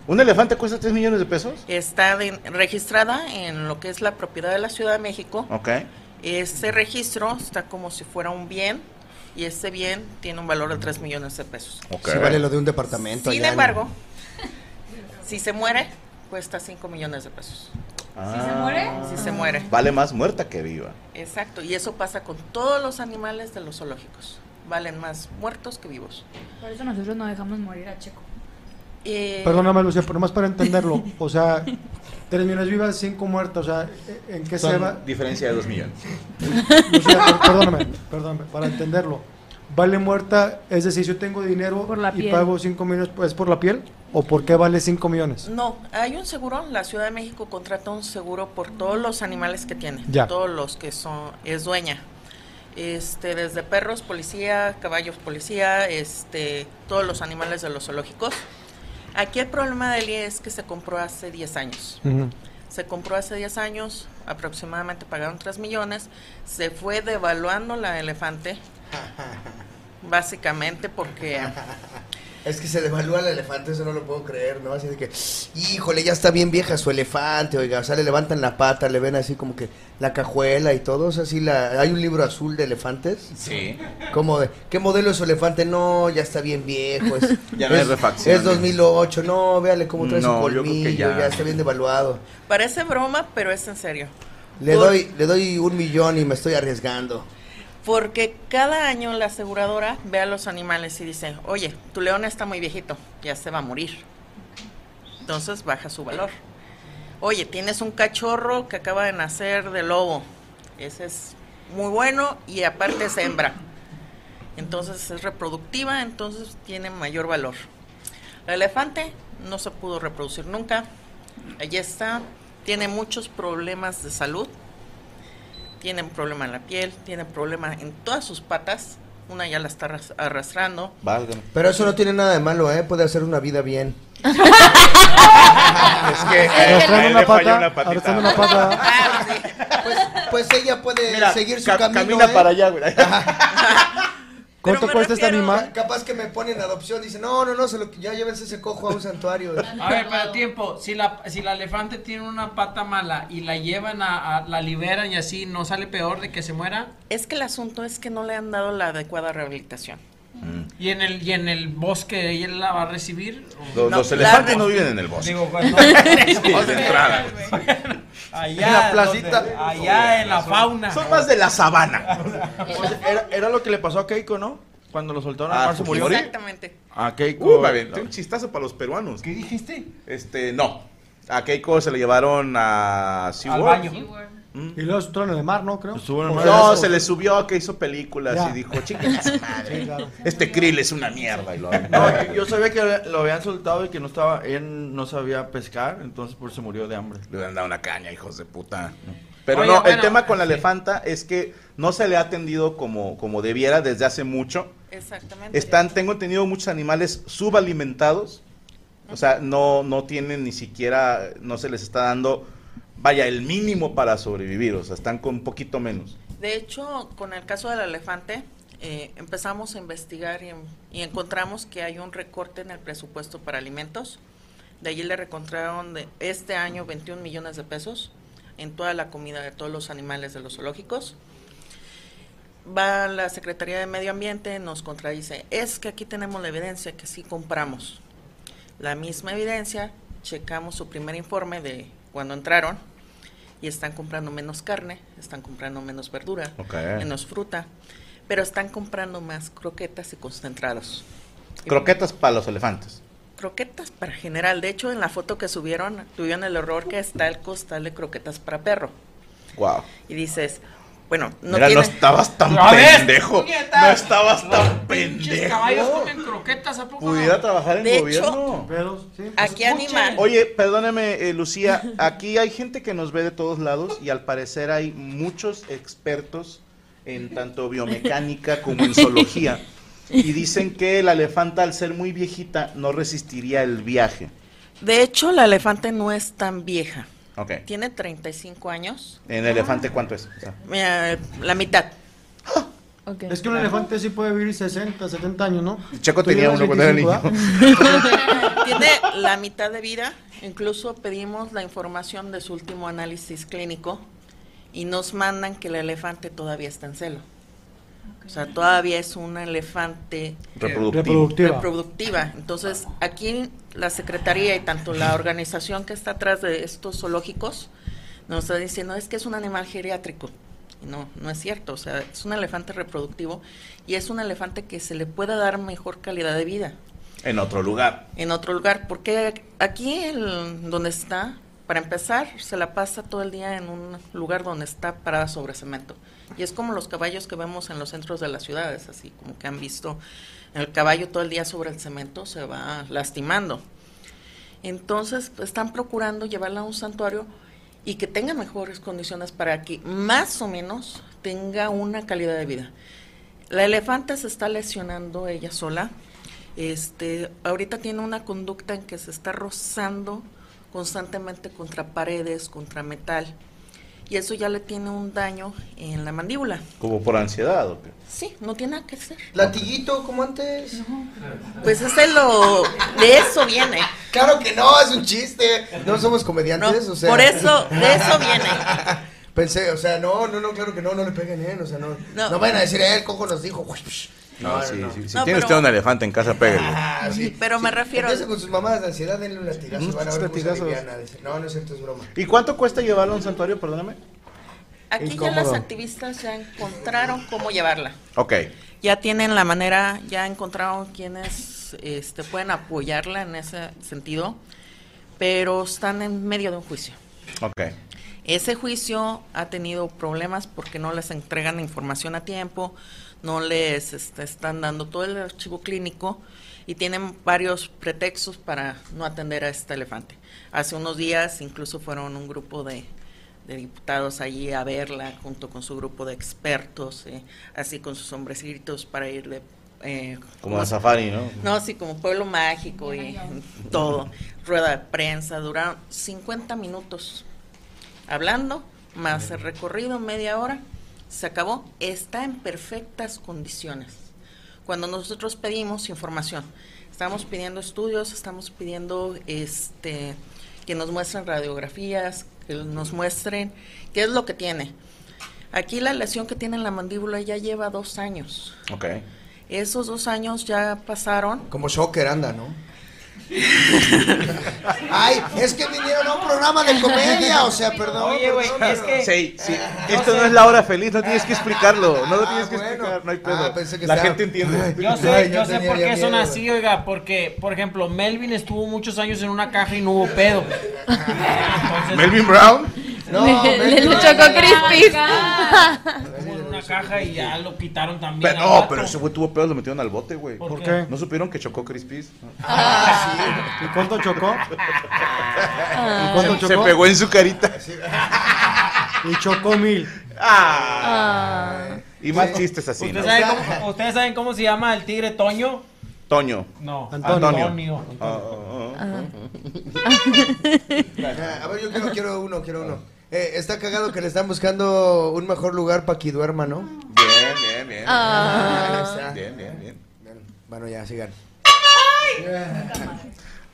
¿Un elefante cuesta 3 millones de pesos?
está de- registrada en lo que es la propiedad de la Ciudad de México.
Ok.
Ese registro está como si fuera un bien y ese bien tiene un valor de 3 millones de pesos.
Si vale lo de un departamento.
Sin
allá en-
embargo, si se muere, cuesta 5 millones de pesos.
Ah.
Si se muere.
Vale más muerta que viva.
Exacto, y eso pasa con todos los animales de los zoológicos. Valen más muertos que vivos.
Por eso nosotros no dejamos morir a Checo.
Eh,
Perdóname, Lucía, pero más para entenderlo. O sea, tres millones vivas, cinco muertas. O sea, ¿en qué se
Son
va?
diferencia de 2
[LAUGHS]
millones.
Lucía, per- perdóname, perdóname, para entenderlo. Vale muerta, es decir, si yo tengo dinero y
piel.
pago cinco millones, pues, ¿es por la piel? ¿O por qué vale cinco millones?
No, hay un seguro, la Ciudad de México contrata un seguro por todos los animales que tiene,
Ya.
todos los que son es dueña. Este, desde perros policía, caballos policía, este, todos los animales de los zoológicos. Aquí el problema de Eli es que se compró hace 10 años.
Ujú.
Se compró hace 10 años, aproximadamente pagaron 3 millones, se fue devaluando la elefante, básicamente porque
Es que se devalúa el elefante, eso no lo puedo creer, ¿no? Así de que, híjole, ya está bien vieja su elefante, oiga. O sea, le levantan la pata, le ven así como que la cajuela y todo. O sea, así la... hay un libro azul de elefantes.
Sí.
Como de, ¿qué modelo es su elefante? No, ya está bien viejo. Es,
[LAUGHS] Ya no hay
es-
refacciones.
Es 2008, no, véale cómo trae su
No, yo creo que
colmillo,
ya.
ya. está bien devaluado.
parece broma, pero es en serio.
Le
Por-
doy, le doy un millón y me estoy arriesgando.
Porque cada año la aseguradora ve a los animales y dice, oye, tu león está muy viejito, ya se va a morir. Entonces baja su valor. Oye, tienes un cachorro que acaba de nacer de lobo. Ese es muy bueno y aparte es hembra. Entonces es reproductiva, entonces tiene mayor valor. La elefante no se pudo reproducir nunca. Allí está. Tiene muchos problemas de salud tienen problema en la piel, tienen problema en todas sus patas. Una ya la está arras- arrastrando.
Válgame.
Pero eso no tiene nada de malo, ¿eh? Puede hacer una vida bien.
Es
Eh,
que eh,
Arrastrando una pata,
[LAUGHS]
arrastrando una pata.
Ah, Pues ella puede
seguir su
ca-
camino,
Camina
¿eh?
para allá, güey.
¿Cuánto cuesta este animal?
Capaz que me ponen adopción, dice, no, no, no, se lo, ya llévense ese cojo a un santuario.
[LAUGHS]
A ver, pero tiempo, si la, si la elefante tiene una pata mala y la llevan a, a- la liberan y así, ¿no sale peor de que se muera?
Es que el asunto es que no le han dado la adecuada rehabilitación.
¿Y en el, y en el bosque ella la va a recibir?
Los, los elefantes no viven en el bosque. [LAUGHS]
Digo, pues, no. [LAUGHS]
Sí, de entrada.
Allá,
En la placita.
donde- allá en la fauna.
Son más de la sabana.
Era, era lo que le pasó a Keiko, ¿no? Cuando lo soltaron
Ah,
al mar se murió.
Fujimori.
Exactamente.
A Keiko.
Uh, me aventé un chistazo para los peruanos. ¿Qué dijiste? Este, no. A Keiko se le llevaron a SeaWorld.
Y luego estuvieron en el mar, ¿no? Creo. O sea,
No,
eso-
se le subió que hizo películas
Ya.
y dijo,
[LAUGHS]
"Chinguen a su madre.
Sí, claro.
Este krill es una mierda. Y lo
Ah, No, yo, yo sabía que lo habían soltado y que no estaba, él no sabía pescar, entonces por eso se murió de hambre.
Le hubieran dado una caña, hijos de puta. Pero
Oye,
no, el
bueno,
tema con la elefanta es que no se le ha atendido como, como debiera desde hace mucho.
Exactamente.
Están, tengo entendido, muchos animales subalimentados. O sea, no, no tienen ni siquiera, no se les está dando, vaya, el mínimo para sobrevivir. O sea, están con un poquito menos.
De hecho, con el caso del elefante, eh, empezamos a investigar y, en- y encontramos que hay un recorte en el presupuesto para alimentos. De allí le recontraron de este año 21 millones de pesos en toda la comida de todos los animales de los zoológicos. Va la Secretaría de Medio Ambiente, nos contradice, es que aquí tenemos la evidencia que sí compramos. La misma evidencia, checamos su primer informe de cuando entraron y están comprando menos carne, están comprando menos verdura,
Ok.
menos fruta, pero están comprando más croquetas y concentrados.
Croquetas para los elefantes.
Croquetas para general. De hecho, en la foto que subieron, tuvieron el error que está el costal de croquetas para perro.
Wow.
Y dices, Bueno, no
Mira,
tiene-
no estabas tan
¡Ya ves,
pendejo.
puñeta!
No estabas tan
Pinches
pendejo.
caballos comen croquetas, ¿a poco no? pues,
Pudiera trabajar en
De
gobierno.
aquí animal.
Oye, perdóname, eh, Lucía, aquí hay gente que nos ve de todos lados y al parecer hay muchos expertos en tanto biomecánica como en zoología. Y dicen que la elefanta, al ser muy viejita, no resistiría el viaje.
De hecho, la elefante no es tan vieja.
Ok.
Tiene 35 años.
¿En
Ah.
elefante cuánto es? O sea,
Mira, la mitad.
Ah.
Es que un elefante sí puede vivir 60, 70 años, ¿no?
Checo
Tú
tenía
llevas
uno cuando era
25,
niño.
Tiene la mitad de vida. Incluso pedimos la información de su último análisis clínico y nos mandan que el elefante todavía está en celo. O sea, todavía es un elefante
Reproductivo.
Reproductiva.
reproductiva. Entonces, aquí la Secretaría y tanto la organización que está atrás de estos zoológicos nos está diciendo, es que es un animal geriátrico. Y No, no es cierto. O sea, es un elefante reproductivo y es un elefante que se le pueda dar mejor calidad de vida
[LAUGHS] En otro lugar.
en otro lugar, porque aquí el- donde está, para empezar, se la pasa todo el día en un lugar donde está parada sobre cemento. Y es como los caballos que vemos en los centros de las ciudades, así como que han visto el caballo todo el día sobre el cemento, se va lastimando. Entonces, pues, están procurando llevarla a un santuario y que tenga mejores condiciones para que más o menos tenga una calidad de vida. La elefanta se está lesionando ella sola. Este, ahorita tiene una conducta en que se está rozando constantemente contra paredes, contra metal. Y eso ya le tiene un daño en la mandíbula.
Como por ansiedad. ¿o qué?
Sí, no tiene nada que hacer.
Latiguito como antes.
Pues ese lo de eso viene.
Claro que no, es un chiste. No somos comediantes, o sea.
Por eso, de eso viene.
[LAUGHS] Pensé, o sea, no, no, no, claro que no, no le peguen, eh, o sea, no. No, vayan a decir, eh, el cojo nos dijo, [LAUGHS] güey. psh.
No, sí, sí. Si
No,
tiene
pero-
usted un elefante en casa, pégale.
Ah, sí.
Pero me refiero
Empieza con sus mamadas de ansiedad, denle un latigazo,
Unos
van a ver cómo se
latigazos.
aliviana, dice. No, no es cierto, es broma.
¿Y cuánto cuesta llevarlo a un santuario? Perdóname.
Aquí ya
Incómodo.
las activistas ya encontraron cómo llevarla.
Ok.
Ya tienen la manera, ya encontraron quienes este, pueden apoyarla en ese sentido, pero están en medio de un juicio.
Ok.
Ese juicio ha tenido problemas porque no les entregan información a tiempo, no les este, están dando todo el archivo clínico y tienen varios pretextos para no atender a este elefante. Hace unos días incluso fueron un grupo de, de diputados allí a verla junto con su grupo de expertos, eh, así con sus hombrecitos para irle... eh,
Como a safari, ¿no?
no, sí, como pueblo mágico y [LAUGHS] todo. Rueda de prensa, duraron 50 minutos hablando, más el recorrido, media hora, se acabó. Está en perfectas condiciones. Cuando nosotros pedimos información, estamos pidiendo estudios, estamos pidiendo este que nos muestren radiografías, que nos muestren qué es lo que tiene. Aquí la lesión que tiene en la mandíbula ya lleva dos años.
Ok.
Esos dos años ya pasaron
Como shocker anda, ¿no? Ay, es que vinieron a un programa de comedia, o sea,
[LAUGHS]
perdón.
Oye,
[LAUGHS]
güey,
perdón,
es
perdón.
que-
Sí,
eh,
sí. Esto no es la hora feliz, no tienes que explicarlo. No lo tienes que
Ah, bueno.
explicar, no hay pedo.
Ah, pensé que
La
estaba-
gente entiende.
Yo sé,
Ay, yo
yo sé
tenía
por
ya
qué son
miedo,
así, oiga, porque, por ejemplo, Melvin estuvo muchos años en una caja y no hubo pedo.
Melvin Brown.
No,
Le- le-
ven,
le
ven.
chocó Crispis.
Estuvo en una caja y ya lo quitaron también.
Pero,
al
no,
vato.
pero ese güey tuvo pedos, lo metieron al bote, güey.
¿Por ¿Por qué? Ah, qué?
No supieron que chocó Crispis.
Ah,
¿Y cuánto chocó?
Ah.
¿Y
Se,
cuánto
se
chocó?
pegó en su carita.
Y chocó mil.
Ah.
Y más chistes así,
Ah.
¿no?
¿Ustedes saben, cómo, ustedes saben cómo se llama el tigre Toño?
Toño.
No.
Antonio.
Antonio.
Ah, ah, ah.
Ah, A ver, yo quiero, quiero uno, quiero uno. Eh, está cagado que le están buscando un mejor lugar para que duerma, ¿no?
Bien, bien, bien.
Ah. Ahí está.
Bien, bien, bien.
Bueno, ya, sigan.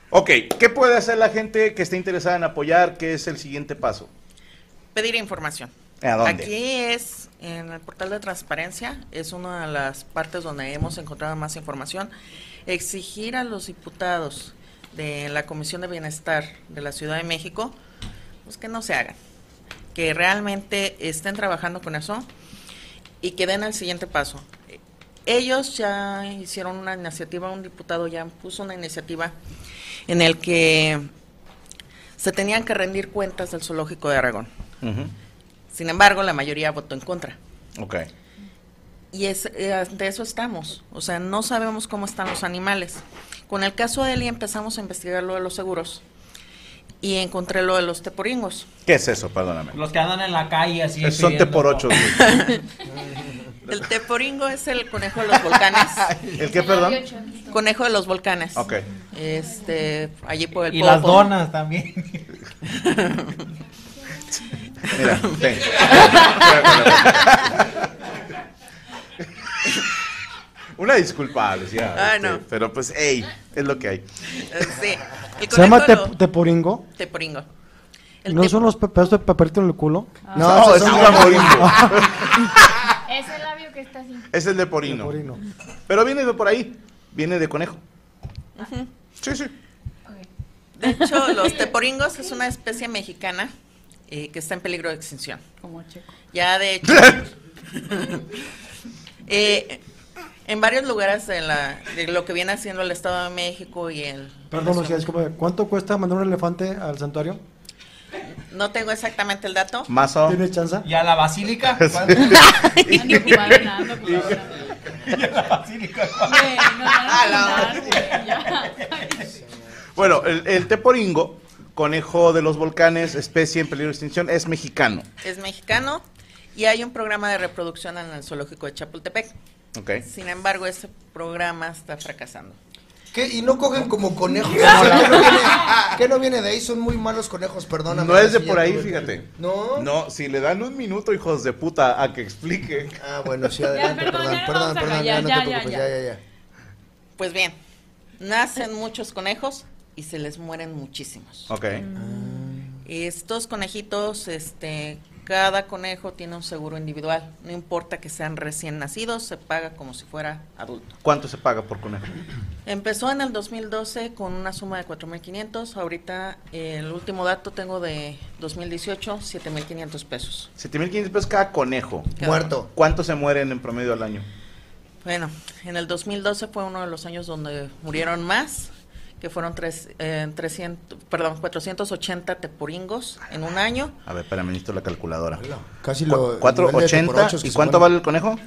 Ok, ¿qué puede hacer la gente que esté interesada en apoyar? ¿Qué es el siguiente paso?
pedir información.
¿A dónde?
Aquí es en el portal de transparencia, es una de las partes donde hemos encontrado más información. Exigir a los diputados de la Comisión de Bienestar de la Ciudad de México, pues que no se hagan, que realmente estén trabajando con eso y que den el siguiente paso. Ellos ya hicieron una iniciativa, un diputado ya puso una iniciativa en el que Eh, se tenían que rendir cuentas del zoológico de Aragón. Sin embargo, la mayoría votó en contra.
Ok.
Y es, eh, de eso estamos. O sea, no sabemos cómo están los animales. Con el caso de Eli empezamos a investigar lo de los seguros y encontré lo de los teporingos.
¿Qué es eso? Perdóname.
Los que andan en la calle así.
Esos son
pidiendo-
teporochos. güey.
[LAUGHS] El teporingo es el conejo de los volcanes.
[LAUGHS] ¿El qué, perdón?
Conejo de los volcanes.
Ok.
Este, allí por el
Y las
Popo. [LAUGHS]
donas también.
Mira, ven. [LAUGHS] Una disculpa, Lucía.
Ah,
este,
no.
Pero pues, hey, es lo que hay.
Sí. El
¿Se llama
conejo de
tep-
lo-
teporingo?
Teporingo.
¿No son los pe- pedazos de papelito en el culo?
No,
esos
es
son-
un tamboringo.
Es el labio que está así.
es el de porino. Pero viene de por ahí. Viene de conejo. Sí, sí.
De hecho,
[LAUGHS]
los teporingos es una especie mexicana eh, que está en peligro de extinción.
Como checo.
Ya de hecho, eh, en varios lugares de, la- de lo que viene haciendo el Estado de México y el...
[LAUGHS] Perdón, Lucía, disculpa, ¿Cuánto cuesta mandar un elefante al santuario?
No tengo exactamente el dato.
Más o
¿Tienes chance?
¿Y a la basílica?
Y a la
basílica.
Ah,
[LAUGHS]
Bueno, el, el teporingo, conejo de los volcanes, especie en peligro de extinción, es mexicano.
Es mexicano y hay un programa de reproducción en el zoológico de Chapultepec.
Ok.
Sin embargo, ese programa está fracasando.
¿Qué? ¿Y no cogen como conejos? O sea, ¿qué, no viene, qué no viene de ahí? Son muy malos conejos, perdóname.
No es de
Sí,
por
ya
ahí,
tuve que-
fíjate.
No.
No, si le dan un minuto, hijos de puta, a que explique.
Ah, bueno, sí, adelante,
perdón,
perdón,
ya
perdón,
nos vamos a
perdón, ya,
callar,
no
ya,
te preocupes,
ya,
ya,
ya.
ya, ya.
Pues bien, nacen muchos conejos y se les mueren muchísimos.
Ok.
Ah.
Estos conejitos, este, cada conejo tiene un seguro individual. No importa que sean recién nacidos, se paga como si fuera adulto.
¿Cuánto se paga por conejo?
Empezó en el 2012 con una suma de 4.500. Ahorita eh, el último dato tengo de 2018, 7.500 pesos.
7.500 pesos cada conejo.
Cada Muerto.
¿Cuántos se mueren en promedio al año?
Bueno, en el 2012 fue uno de los años donde murieron más, que fueron tres, eh, 300, perdón, 480 teporingos en un año.
A ver, espérame, necesito la calculadora.
Casi
Cu-
lo.
cuatro
el nivel de
ochenta,
teporochos que
¿Y
se Eh,
cuánto
ponen.
vale el conejo?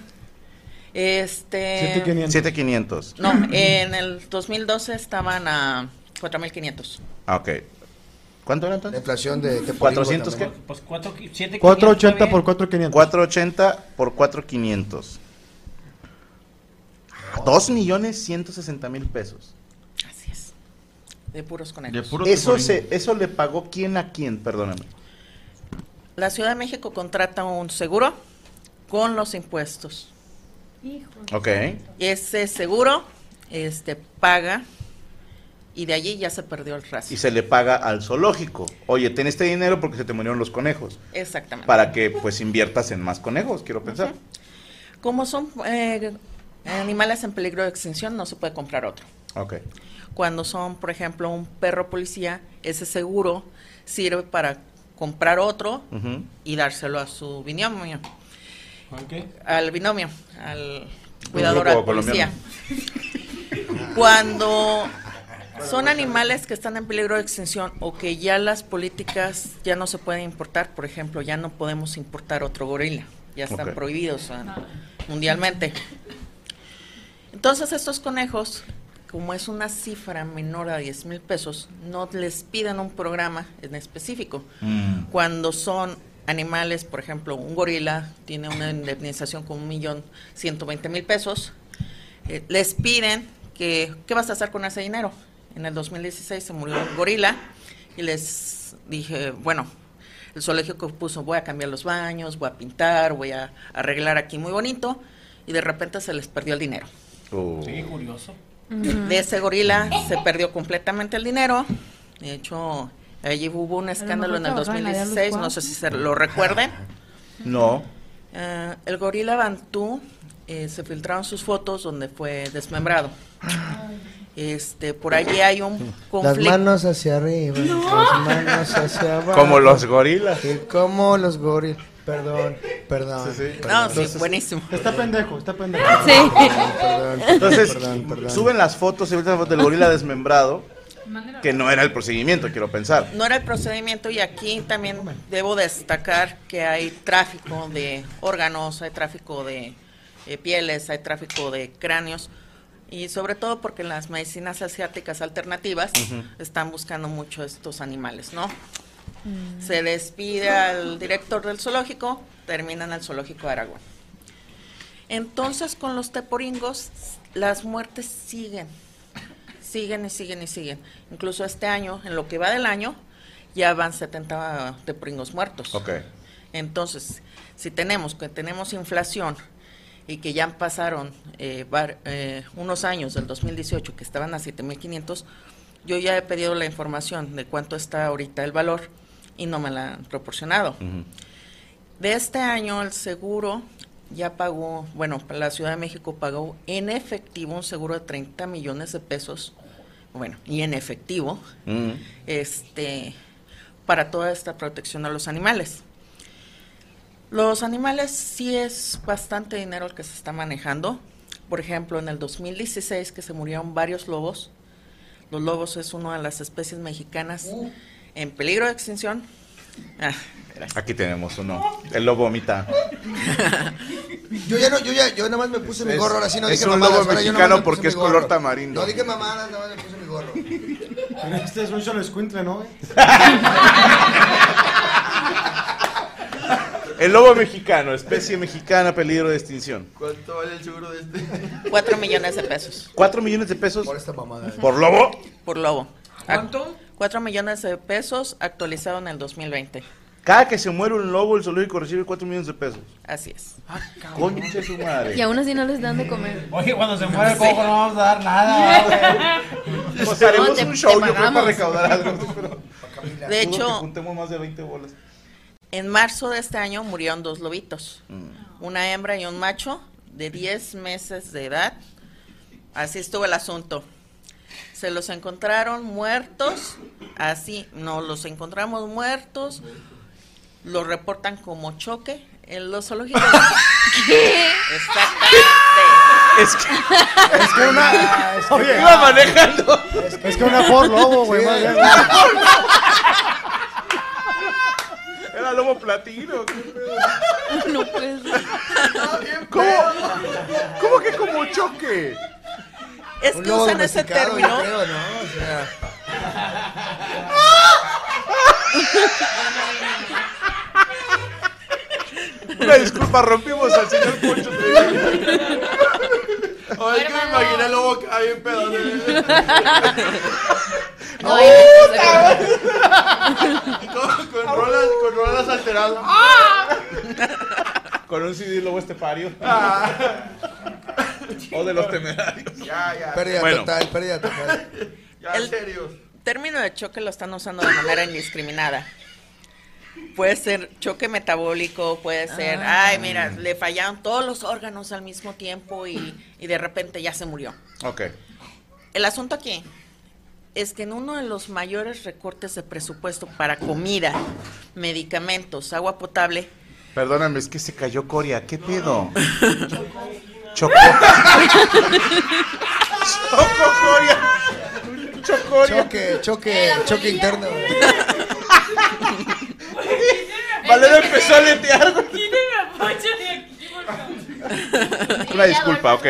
Este,
7.500.
No, en el 2012 estaban a 4.500.
Ah, ok. ¿Cuánto era entonces?
inflación de teporingo
400 qué?
también.
Pues 4, 7,
480 por 4500.
480 por 4500. 2 millones 160 mil pesos.
Así es. De puros conejos.
Eso, se, eso le pagó quién a quién, perdóname.
La Ciudad de México contrata un seguro con los impuestos.
Ok.
Ese seguro este, paga y de allí ya se perdió el rastro.
Y se le paga al zoológico. Oye, ten este dinero porque se te murieron los conejos.
Exactamente.
Para que pues inviertas en más conejos, quiero pensar.
Como son eh, animales en peligro de extinción, no se puede comprar otro.
Ok.
Cuando son, por ejemplo, un perro policía, ese seguro sirve para comprar otro
Ujú.
y dárselo a su binomio. Al binomio, al cuidador,
grupo
al policía.
colombiano.
Cuando son animales que están en peligro de extinción o que ya las políticas ya no se pueden importar, por ejemplo, ya no podemos importar otro gorila, ya están
Ok.
prohibidos ah, mundialmente. Entonces estos conejos, como es una cifra menor a 10 mil pesos, no les piden un programa en específico.
Mm.
Cuando son animales, por ejemplo, un gorila tiene una indemnización con un millón ciento veinte mil pesos, eh, les piden que, ¿qué vas a hacer con ese dinero? En el 2016 se murió un gorila y les dije, bueno, el zoológico puso, voy a cambiar los baños, voy a pintar, voy a arreglar aquí muy bonito, y de repente se les perdió el dinero.
Oh.
Sí, curioso.
Mm.
De ese gorila se perdió completamente el dinero. De hecho, allí hubo un escándalo en el
trabajaba en la de los
2016, no sé si se lo recuerden.
No.
Eh, el gorila Bantú eh, se filtraron sus fotos donde fue desmembrado. Este, por allí hay un
Ah. Las
conflicto.
manos hacia arriba, las manos hacia abajo.
Como los gorilas.
Sí, como los gorilas. Perdón, perdón. perdón.
No, sí, buenísimo.
Está pendejo, está pendejo.
Perdón, perdón, perdón,
Entonces,
perdón, perdón.
suben las fotos, se ven las fotos del gorila desmembrado. que no era el procedimiento, quiero pensar.
No era el procedimiento y aquí también debo destacar que hay tráfico de órganos, hay tráfico de eh, pieles, hay tráfico de cráneos y sobre todo porque las medicinas asiáticas alternativas
Ujú.
están buscando mucho estos animales, ¿no? Se despide al director del zoológico, terminan al zoológico de Aragón. Entonces con los teporingos las muertes siguen, siguen y siguen y siguen. Incluso este año, en lo que va del año, ya van 70 teporingos muertos.
Ok.
Entonces, si tenemos que tenemos inflación y que ya pasaron eh, var- eh, unos años del 2018 que estaban a 7.500, yo ya he pedido la información de cuánto está ahorita el valor y no me la han proporcionado. De este año el seguro ya pagó, bueno, la Ciudad de México pagó en efectivo un seguro de 30 millones de pesos, bueno, y en efectivo, este, para toda esta protección a los animales. Los animales sí es bastante dinero el que se está manejando. Por ejemplo, en el 2016 que se murieron varios lobos. Los lobos es una de las especies mexicanas en peligro de extinción. Ah,
Aquí tenemos uno. Él lo vomita.
Yo ya no, yo ya, yo nada más me puse mi
Es-
gorro, ahora sí no
es
dije
un
mamadas,
lobo
ahora yo nada
mexicano
más me puse
porque es
mi gorro.
color tamarindo.
No dije mamadas, nada más me puse mi gorro.
Este es un solo escuincle, ¿no?
El lobo mexicano, especie mexicana, peligro de extinción.
¿Cuánto vale el seguro de este? [LAUGHS] Cuatro millones de pesos.
¿Cuatro millones de pesos?
Por esta mamada. ¿eh?
¿Por lobo?
Por lobo. ¿Cuánto? Cuatro millones de pesos actualizado en el 2020.
Cada que se muere un lobo, el zoológico recibe cuatro millones de pesos.
Así es.
Ah,
Conche su
Y
madre.
aún así no les dan de comer.
Oye, cuando se muere el coco no vamos a dar
[LAUGHS]
nada. güey.
Pues haremos
No, te-
un show,
te
yo creo, para
pagamos.
recaudar algo. pero-
De
Dudo
hecho-
que juntemos más de 20 bolas.
En marzo de este año murieron dos lobitos, una hembra y un macho de 10 meses de edad. Así estuvo el asunto. Se los encontraron muertos, así, no los encontramos muertos, los reportan como choque en los zoológicos.
[LAUGHS]
Exactamente.
Es que,
es que una. Es que
Oye,
Ah,
iba manejando.
Es que una
Oh,
por lobo, güey.
[LAUGHS]
más bien.
Era lobo platino. ¿qué pedo?
No puede ser.
¿Cómo? ¿Cómo que como choque?
[LAUGHS] Es
Un
que
lobo
usan ese
domesticado, yo
término.
creo, ¿no? O sea,
Una disculpa, rompimos al señor Poncho.
[LAUGHS]
Ay, que me imaginé lo boca bien pedo.
No,
[LAUGHS]
con, con rolas, con rolas alteradas.
Con un CD lobo estepario.
Ah.
o de los temerarios.
Ya, ya.
Pérdida
Bueno.
total, pérdida total.
Ya,
El-
en serio.
término de choque lo están usando de manera indiscriminada. Puede ser choque metabólico, puede ser,
Ah.
ay, mira, le fallaron todos los órganos al mismo tiempo y, y de repente ya se murió.
Ok.
El asunto aquí es que en uno de los mayores recortes de presupuesto para comida, medicamentos, agua
[LAUGHS]
potable,
Perdóname, es que se cayó Coria. ¿Qué pedo? Chocó.
Choque, choque, choque interno.
Valero empezó a letear. Una disculpa, ok.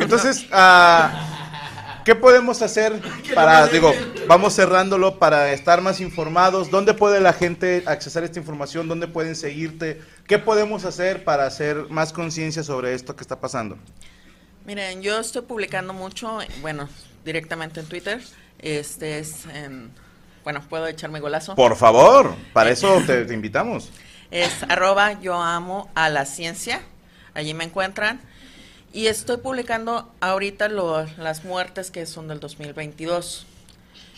Entonces, ah, ¿qué podemos hacer para, digo, vamos cerrándolo para estar más informados? ¿Dónde puede la gente accesar esta información? ¿Dónde pueden seguirte? ¿Qué podemos hacer para hacer más conciencia sobre esto que está pasando?
Miren, yo estoy publicando mucho, bueno, directamente en Twitter. Este es, en- bueno, puedo echarme golazo.
Por favor, para eso te, te invitamos.
Es arroba yo amo a la ciencia. Allí me encuentran. Y estoy publicando ahorita lo- las muertes que son del 2022.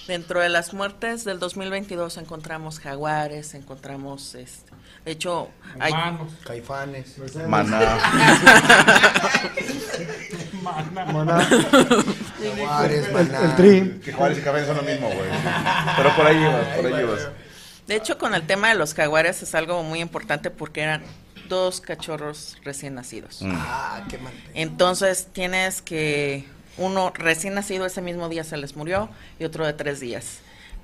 Dentro de las muertes del 2022 encontramos jaguares, encontramos, este, de hecho, hay-
Humanos. Caifanes.
Maná.
[LAUGHS]
Maná.
Maná.
Jaguares,
El-
maná.
el tri. Que Juárez y Café son lo mismo,
[LAUGHS]
güey. Pero por ahí ibas, por ahí ibas.
De hecho, con el tema de los jaguares es algo muy importante porque eran dos cachorros recién nacidos.
Ah, qué mal.
Entonces tienes que Uno recién nacido ese mismo día se les murió y otro de tres días.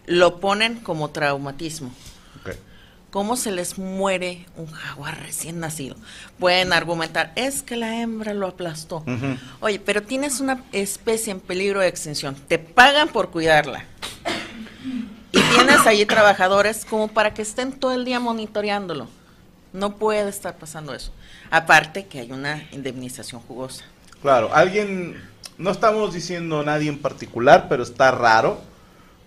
Lo ponen como traumatismo. ¿Cómo se les muere un jaguar recién nacido? Pueden argumentar, es que la hembra lo aplastó. Oye, pero tienes una especie en peligro de extinción. Te pagan por cuidarla. Y tienes ahí trabajadores como para que estén todo el día monitoreándolo. No puede estar pasando eso. Aparte que hay una indemnización jugosa.
Claro, alguien, no estamos diciendo nadie en particular, pero está raro,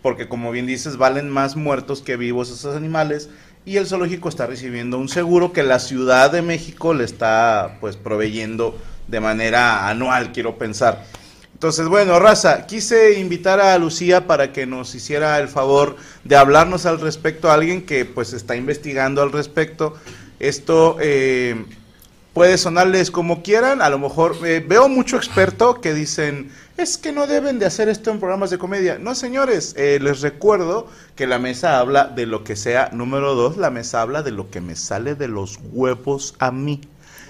porque como bien dices, valen más muertos que vivos esos animales, y el zoológico está recibiendo un seguro que la Ciudad de México le está pues proveyendo de manera anual, quiero pensar. Entonces, bueno, Raza, quise invitar a Lucía para que nos hiciera el favor de hablarnos al respecto a alguien que pues está investigando al respecto. Esto eh, puede sonarles como quieran, a lo mejor eh, veo mucho experto que dicen, es que no deben de hacer esto en programas de comedia. No, señores, eh, les recuerdo que la mesa habla de lo que sea. Número dos, la mesa habla de lo que me sale de los huevos a mí.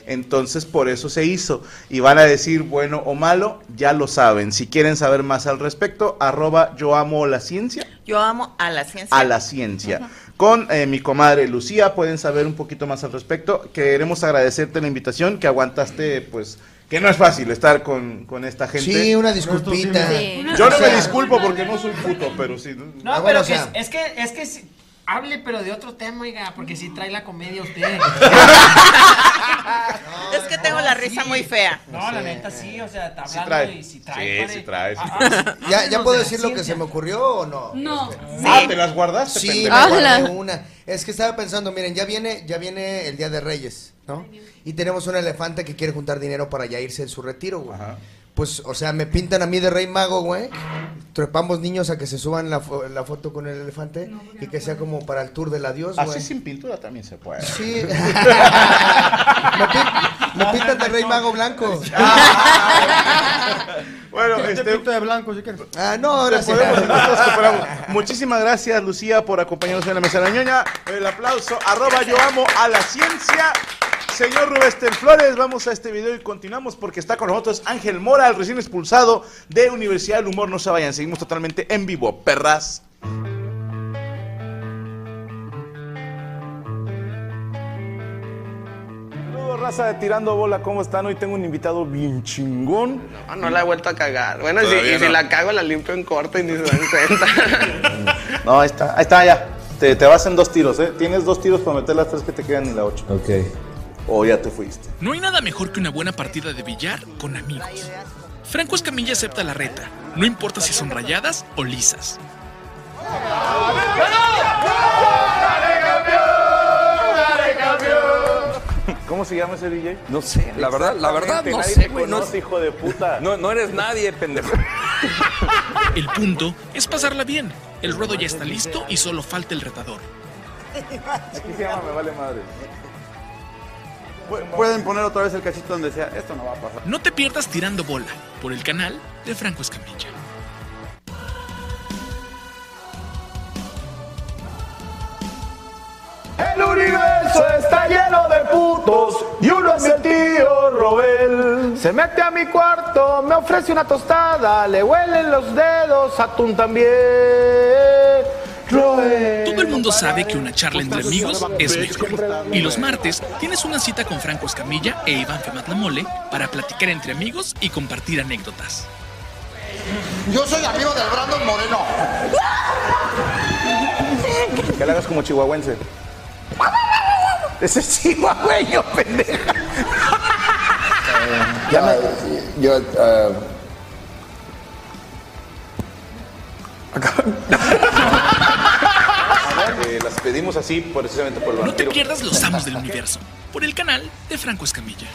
Entonces por eso se hizo. Y van a decir bueno o malo, ya lo saben. Si quieren saber más al respecto, arroba yo amo la ciencia
Yo amo a la ciencia.
a la ciencia. Con eh, mi comadre Lucía pueden saber un poquito más al respecto. Queremos agradecerte la invitación, que aguantaste, pues, que no es fácil estar con, con esta gente.
Sí, una disculpita. Sí.
Yo no
O sea,
me disculpo porque no soy puto, pero sí.
No,
Ah,
pero
bueno, o
que
sea,
es, es que, es que si- hable, pero de otro tema, oiga, porque si trae la comedia
[LAUGHS]
[LAUGHS]
usted.
es que tengo la risa muy fea.
No, la neta sí, o sea, está hablando y eh, si trae. Ah,
Sí, sí trae. sí.
¿Ya, ya puedo decir lo que se me ocurrió o no? Este,
No.
Ah, ¿te las guardaste,
Sí,
pendejo?
me guardé
Ala.
una. Es que estaba pensando, miren, ya viene, ya viene el Día de Reyes, ¿no? Y tenemos un elefante que quiere juntar dinero para ya irse en su retiro, güey. Pues, o sea, me pintan a mí de rey mago, güey. Trepamos niños a que se suban la, fo- la foto con el elefante y que sea como para el tour del adiós, güey.
Así sin pintura
ah.
también
[LAUGHS]
se puede.
Sí. Me
Ah,
pintan de rey mago blanco.
bueno,
este... Te pinto de blanco si
[LAUGHS]
quieres.
Ah, no,
Te podemos- nosotros superamos. Muchísimas gracias, Lucía, por acompañarnos en la mesa de la ñoña. El aplauso, arroba yo amo a la ciencia. Señor Rubén Flores, vamos a este video y continuamos porque está con nosotros Ángel Mora, el recién expulsado de Universidad del Humor. No se vayan, seguimos totalmente en vivo, perras. Saludos, raza de Tirando Bola, ¿cómo están? Hoy tengo un invitado bien chingón.
No, no la he vuelto a cagar. Bueno, y si,
Todavía
y si
no.
la cago, la limpio en corto y ni se dan cuenta.
No, ahí está, ahí está ya. Te, te vas en dos tiros, ¿eh? Tienes dos tiros para meter las tres que te quedan y la ocho. Ok. O ya te fuiste.
No hay nada mejor que una buena partida de billar con amigos. Franco Escamilla acepta la reta, no importa si son rayadas o lisas.
¿Cómo se llama ese DJ?
No sé, la verdad, la verdad
Exactamente,
no
nadie
sé,
te
güey. No,
conoce, hijo de puta.
[LAUGHS] no, no eres nadie, pendejo.
El punto es pasarla bien. El ruedo ya está listo y solo falta el retador.
Aquí se llama Me Vale Madre.
Pueden poner otra vez el cachito donde sea. Esto no va a pasar.
No te pierdas Tirando Bola por el canal de Franco Escamilla.
El universo está lleno de putos y uno es el tío Robel. Se mete a mi cuarto, me ofrece una tostada, le huelen los dedos, atún también.
Todo el mundo sabe que una charla entre amigos es mejor. Y los martes tienes una cita con Franco Escamilla e Iván Fematlamole para platicar entre amigos y compartir anécdotas.
Yo soy amigo del Brandon Moreno.
Que la hagas como chihuahuense. Ese es chihuahueño, pendeja.
Ya me- Yo. eh,
Eh, las pedimos así precisamente por el
No te
vampiro.
pierdas Los Amos del Universo por el canal de Franco Escamilla.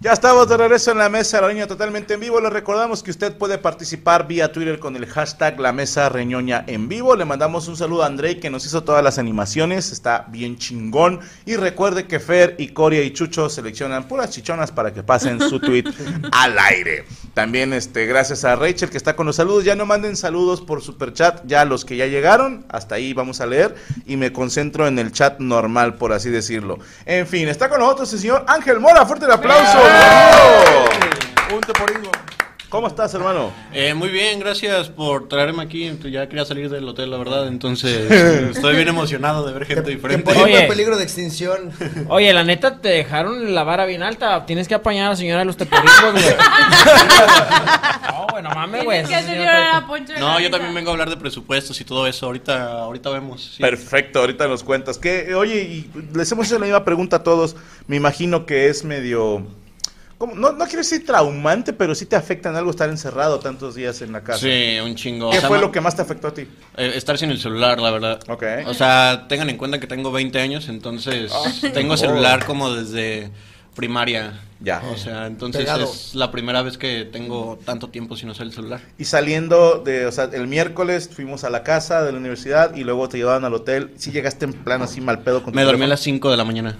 Ya estamos de regreso en la mesa Reñoña totalmente en vivo. Les recordamos que usted puede participar vía Twitter con el hashtag La Mesa Reñoña en vivo. Le mandamos un saludo a Andrei que nos hizo todas las animaciones. Está bien chingón. Y recuerde que Fer y Coria y Chucho seleccionan puras chichonas para que pasen su tweet al aire. También este, gracias a Rachel que está con los saludos. Ya no manden saludos por superchat, ya los que ya llegaron, hasta ahí vamos a leer y me concentro en el chat normal, por así decirlo. En fin, está con nosotros el señor Ángel Mora. Fuerte el aplauso.
¡Eh!
Un teporingo. ¿Cómo estás, hermano?
Eh, muy bien, gracias por traerme aquí. Ya quería salir del hotel, la
[LAUGHS]
verdad. Entonces, estoy bien emocionado de ver gente diferente.
Oye. peligro de extinción.
Oye, la neta, te dejaron la vara bien alta. Tienes que apañar a la señora de los teporizos, [LAUGHS] güey. no, bueno, mames, güey.
Tienes que hacer llorar a Poncho de
No, yo
Nariz.
también vengo a hablar de presupuestos y todo eso. Ahorita, ahorita vemos. sí.
Perfecto, ahorita nos cuentas. Que, oye, y les hemos hecho la misma pregunta a todos. Me imagino que es medio. ¿cómo? No, no quiero decir traumante, pero sí te afecta en algo estar encerrado tantos días en la casa.
Sí, un chingo.
¿Qué
O sea,
fue
ma-
lo que más te afectó a ti?
Eh, estar sin el celular, la verdad. O sea, tengan en cuenta que tengo 20 años, entonces
Ah.
tengo
Oh.
celular como desde primaria.
Ya.
O sea, entonces
Pegado.
es la primera vez que tengo tanto tiempo sin usar el celular.
Y saliendo de, o sea, el miércoles fuimos a la casa de la universidad y luego te llevaban al hotel. Si llegaste en plan así mal pedo con tu
Me dormí a
teléfono.
las 5 de la mañana.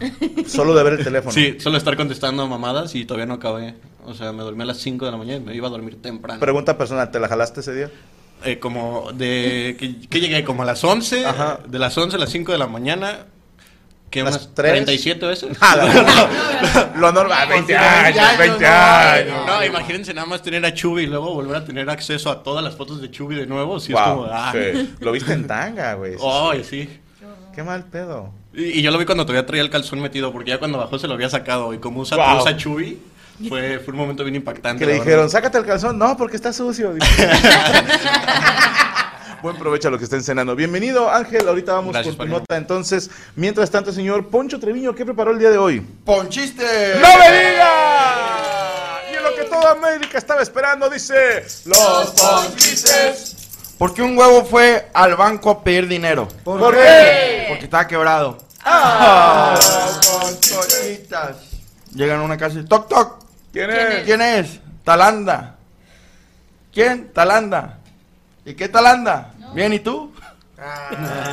Solo de ver el teléfono.
Sí, solo estar contestando mamadas y todavía no acabé. O sea, me dormí a las 5 de la mañana y me iba a dormir temprano.
Pregunta personal, ¿te la jalaste ese día?
Eh, como de que, que llegué como a las 11, de las 11 a las 5 de la mañana. que
Las
unas
tres. Ah,
37 veces?
[LAUGHS]
[LAUGHS]
Lo normal, 20
años,
años, 20 años.
No, imagínense nada más tener a Chubby y luego volver a tener acceso a todas las fotos de Chubby de nuevo. Sí, es
Wow,
como, ah.
sí. Lo viste en tanga, güey.
Ay, sí.
Qué mal pedo.
Y, y yo lo vi cuando todavía traía el calzón metido, porque ya cuando bajó se lo había sacado. Y como usa
Wow.
usa Chubby, fue, fue un momento bien impactante.
Que le
la
dijeron,
verdad.
sácate el calzón. No, porque está sucio. Dijo. Buen provecho a lo que estén cenando. Bienvenido, Ángel. Ahorita vamos con
Gracias,
tu
Padrino.
nota. Entonces, mientras tanto, señor Poncho Treviño, ¿qué preparó el día de hoy?
¡Ponchiste!
¡No me digas! Y en lo que toda América estaba esperando, dice... Los ponchices.
¿Por qué un huevo fue al banco a pedir dinero?
¿Por ¿Por qué? qué?
Porque estaba quebrado.
Ah.
Llegan a una casa y toc toc.
¿Quién es?
¿Quién es? Talanda. ¿Quién? Talanda. ¿Y qué Talanda? Bien, ¿y tú?
Ah,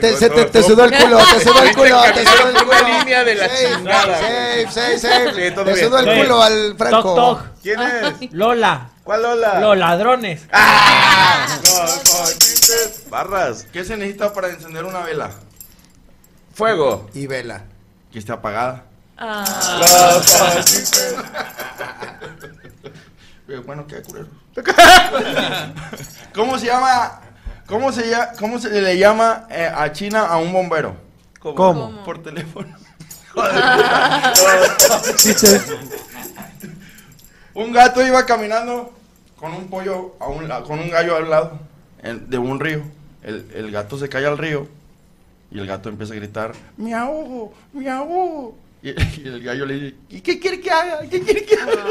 Te, se, te, te sudó el culo, te sudó el culo, te sudó el culo.
línea de la
Safe,
chingada.
Safe, safe, safe.
Sí, todo
Te
bien.
sudó el
Sí.
culo al Franco.
Toc, toc.
¿Quién
es?
Lola.
¿Cuál Lola? Ah,
Los ladrones.
Barras.
¿Qué se necesita para encender una vela?
Fuego.
Y vela.
Que esté apagada. Pero Eh, Bueno, qué
[LAUGHS]
culero. ¿Cómo se llama? ¿Cómo se, llama, cómo se le llama eh, a China a un bombero?
¿Cómo?
Por teléfono. un gato iba caminando con un pollo a un la- con un gallo al lado en- de un río. El, el gato se cae al río y el gato empieza a gritar. Me ahogo, me ahogo. Y, y el gallo le dice, ¿y qué quiere que haga? ¿Qué quiere que haga?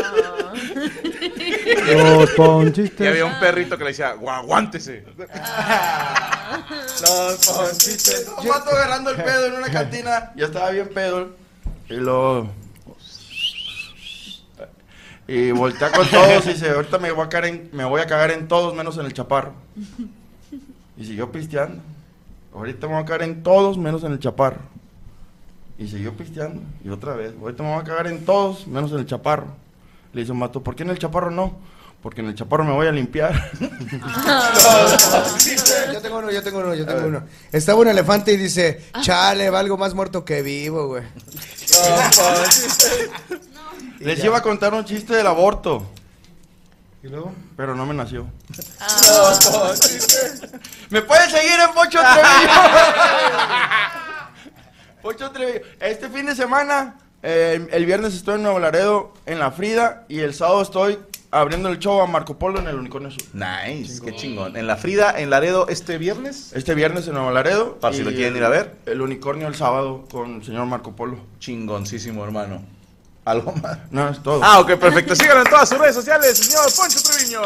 [LAUGHS]
Los ponchistes.
Y había un perrito que le decía, aguántese. Ah. [LAUGHS]
Los ponchites. Un vato agarrando el pedo en una cantina. Ya estaba bien pedo. Y luego. Y voltea con todos y dice, ahorita me voy a cagar en, me voy a cagar en todos menos en el chaparro. Y siguió pisteando. Ahorita me voy a cagar en todos menos en el chaparro. Y siguió pisteando. Y otra vez, ahorita me voy a cagar en todos menos en el chaparro. Le dice un vato, ¿por qué en el chaparro no? Porque en el chaparro me voy a limpiar.
Yo tengo uno, yo tengo uno, yo tengo uno. Estaba un elefante y dice, chale, valgo más muerto que vivo, güey.
Les iba a contar un chiste del aborto.
¿Y luego?
Pero no me nació.
Ah.
¿Me puedes seguir en Pocho
[LAUGHS]
Treviño? Pocho Treviño. Este fin de semana, eh, el viernes estoy en Nuevo Laredo, en La Frida, y el sábado estoy abriendo el show a Marco Polo en el Unicornio Sur.
Nice, qué chingón. En la Frida, en Laredo, este viernes.
Este viernes en Nuevo Laredo.
Para si
y
lo quieren ir a ver.
El Unicornio el sábado con el señor Marco Polo.
Chingoncísimo, hermano. ¿Algo más?
No, es todo.
Ah, ok, perfecto. Síganlo en todas sus redes sociales, señor Poncho Treviño.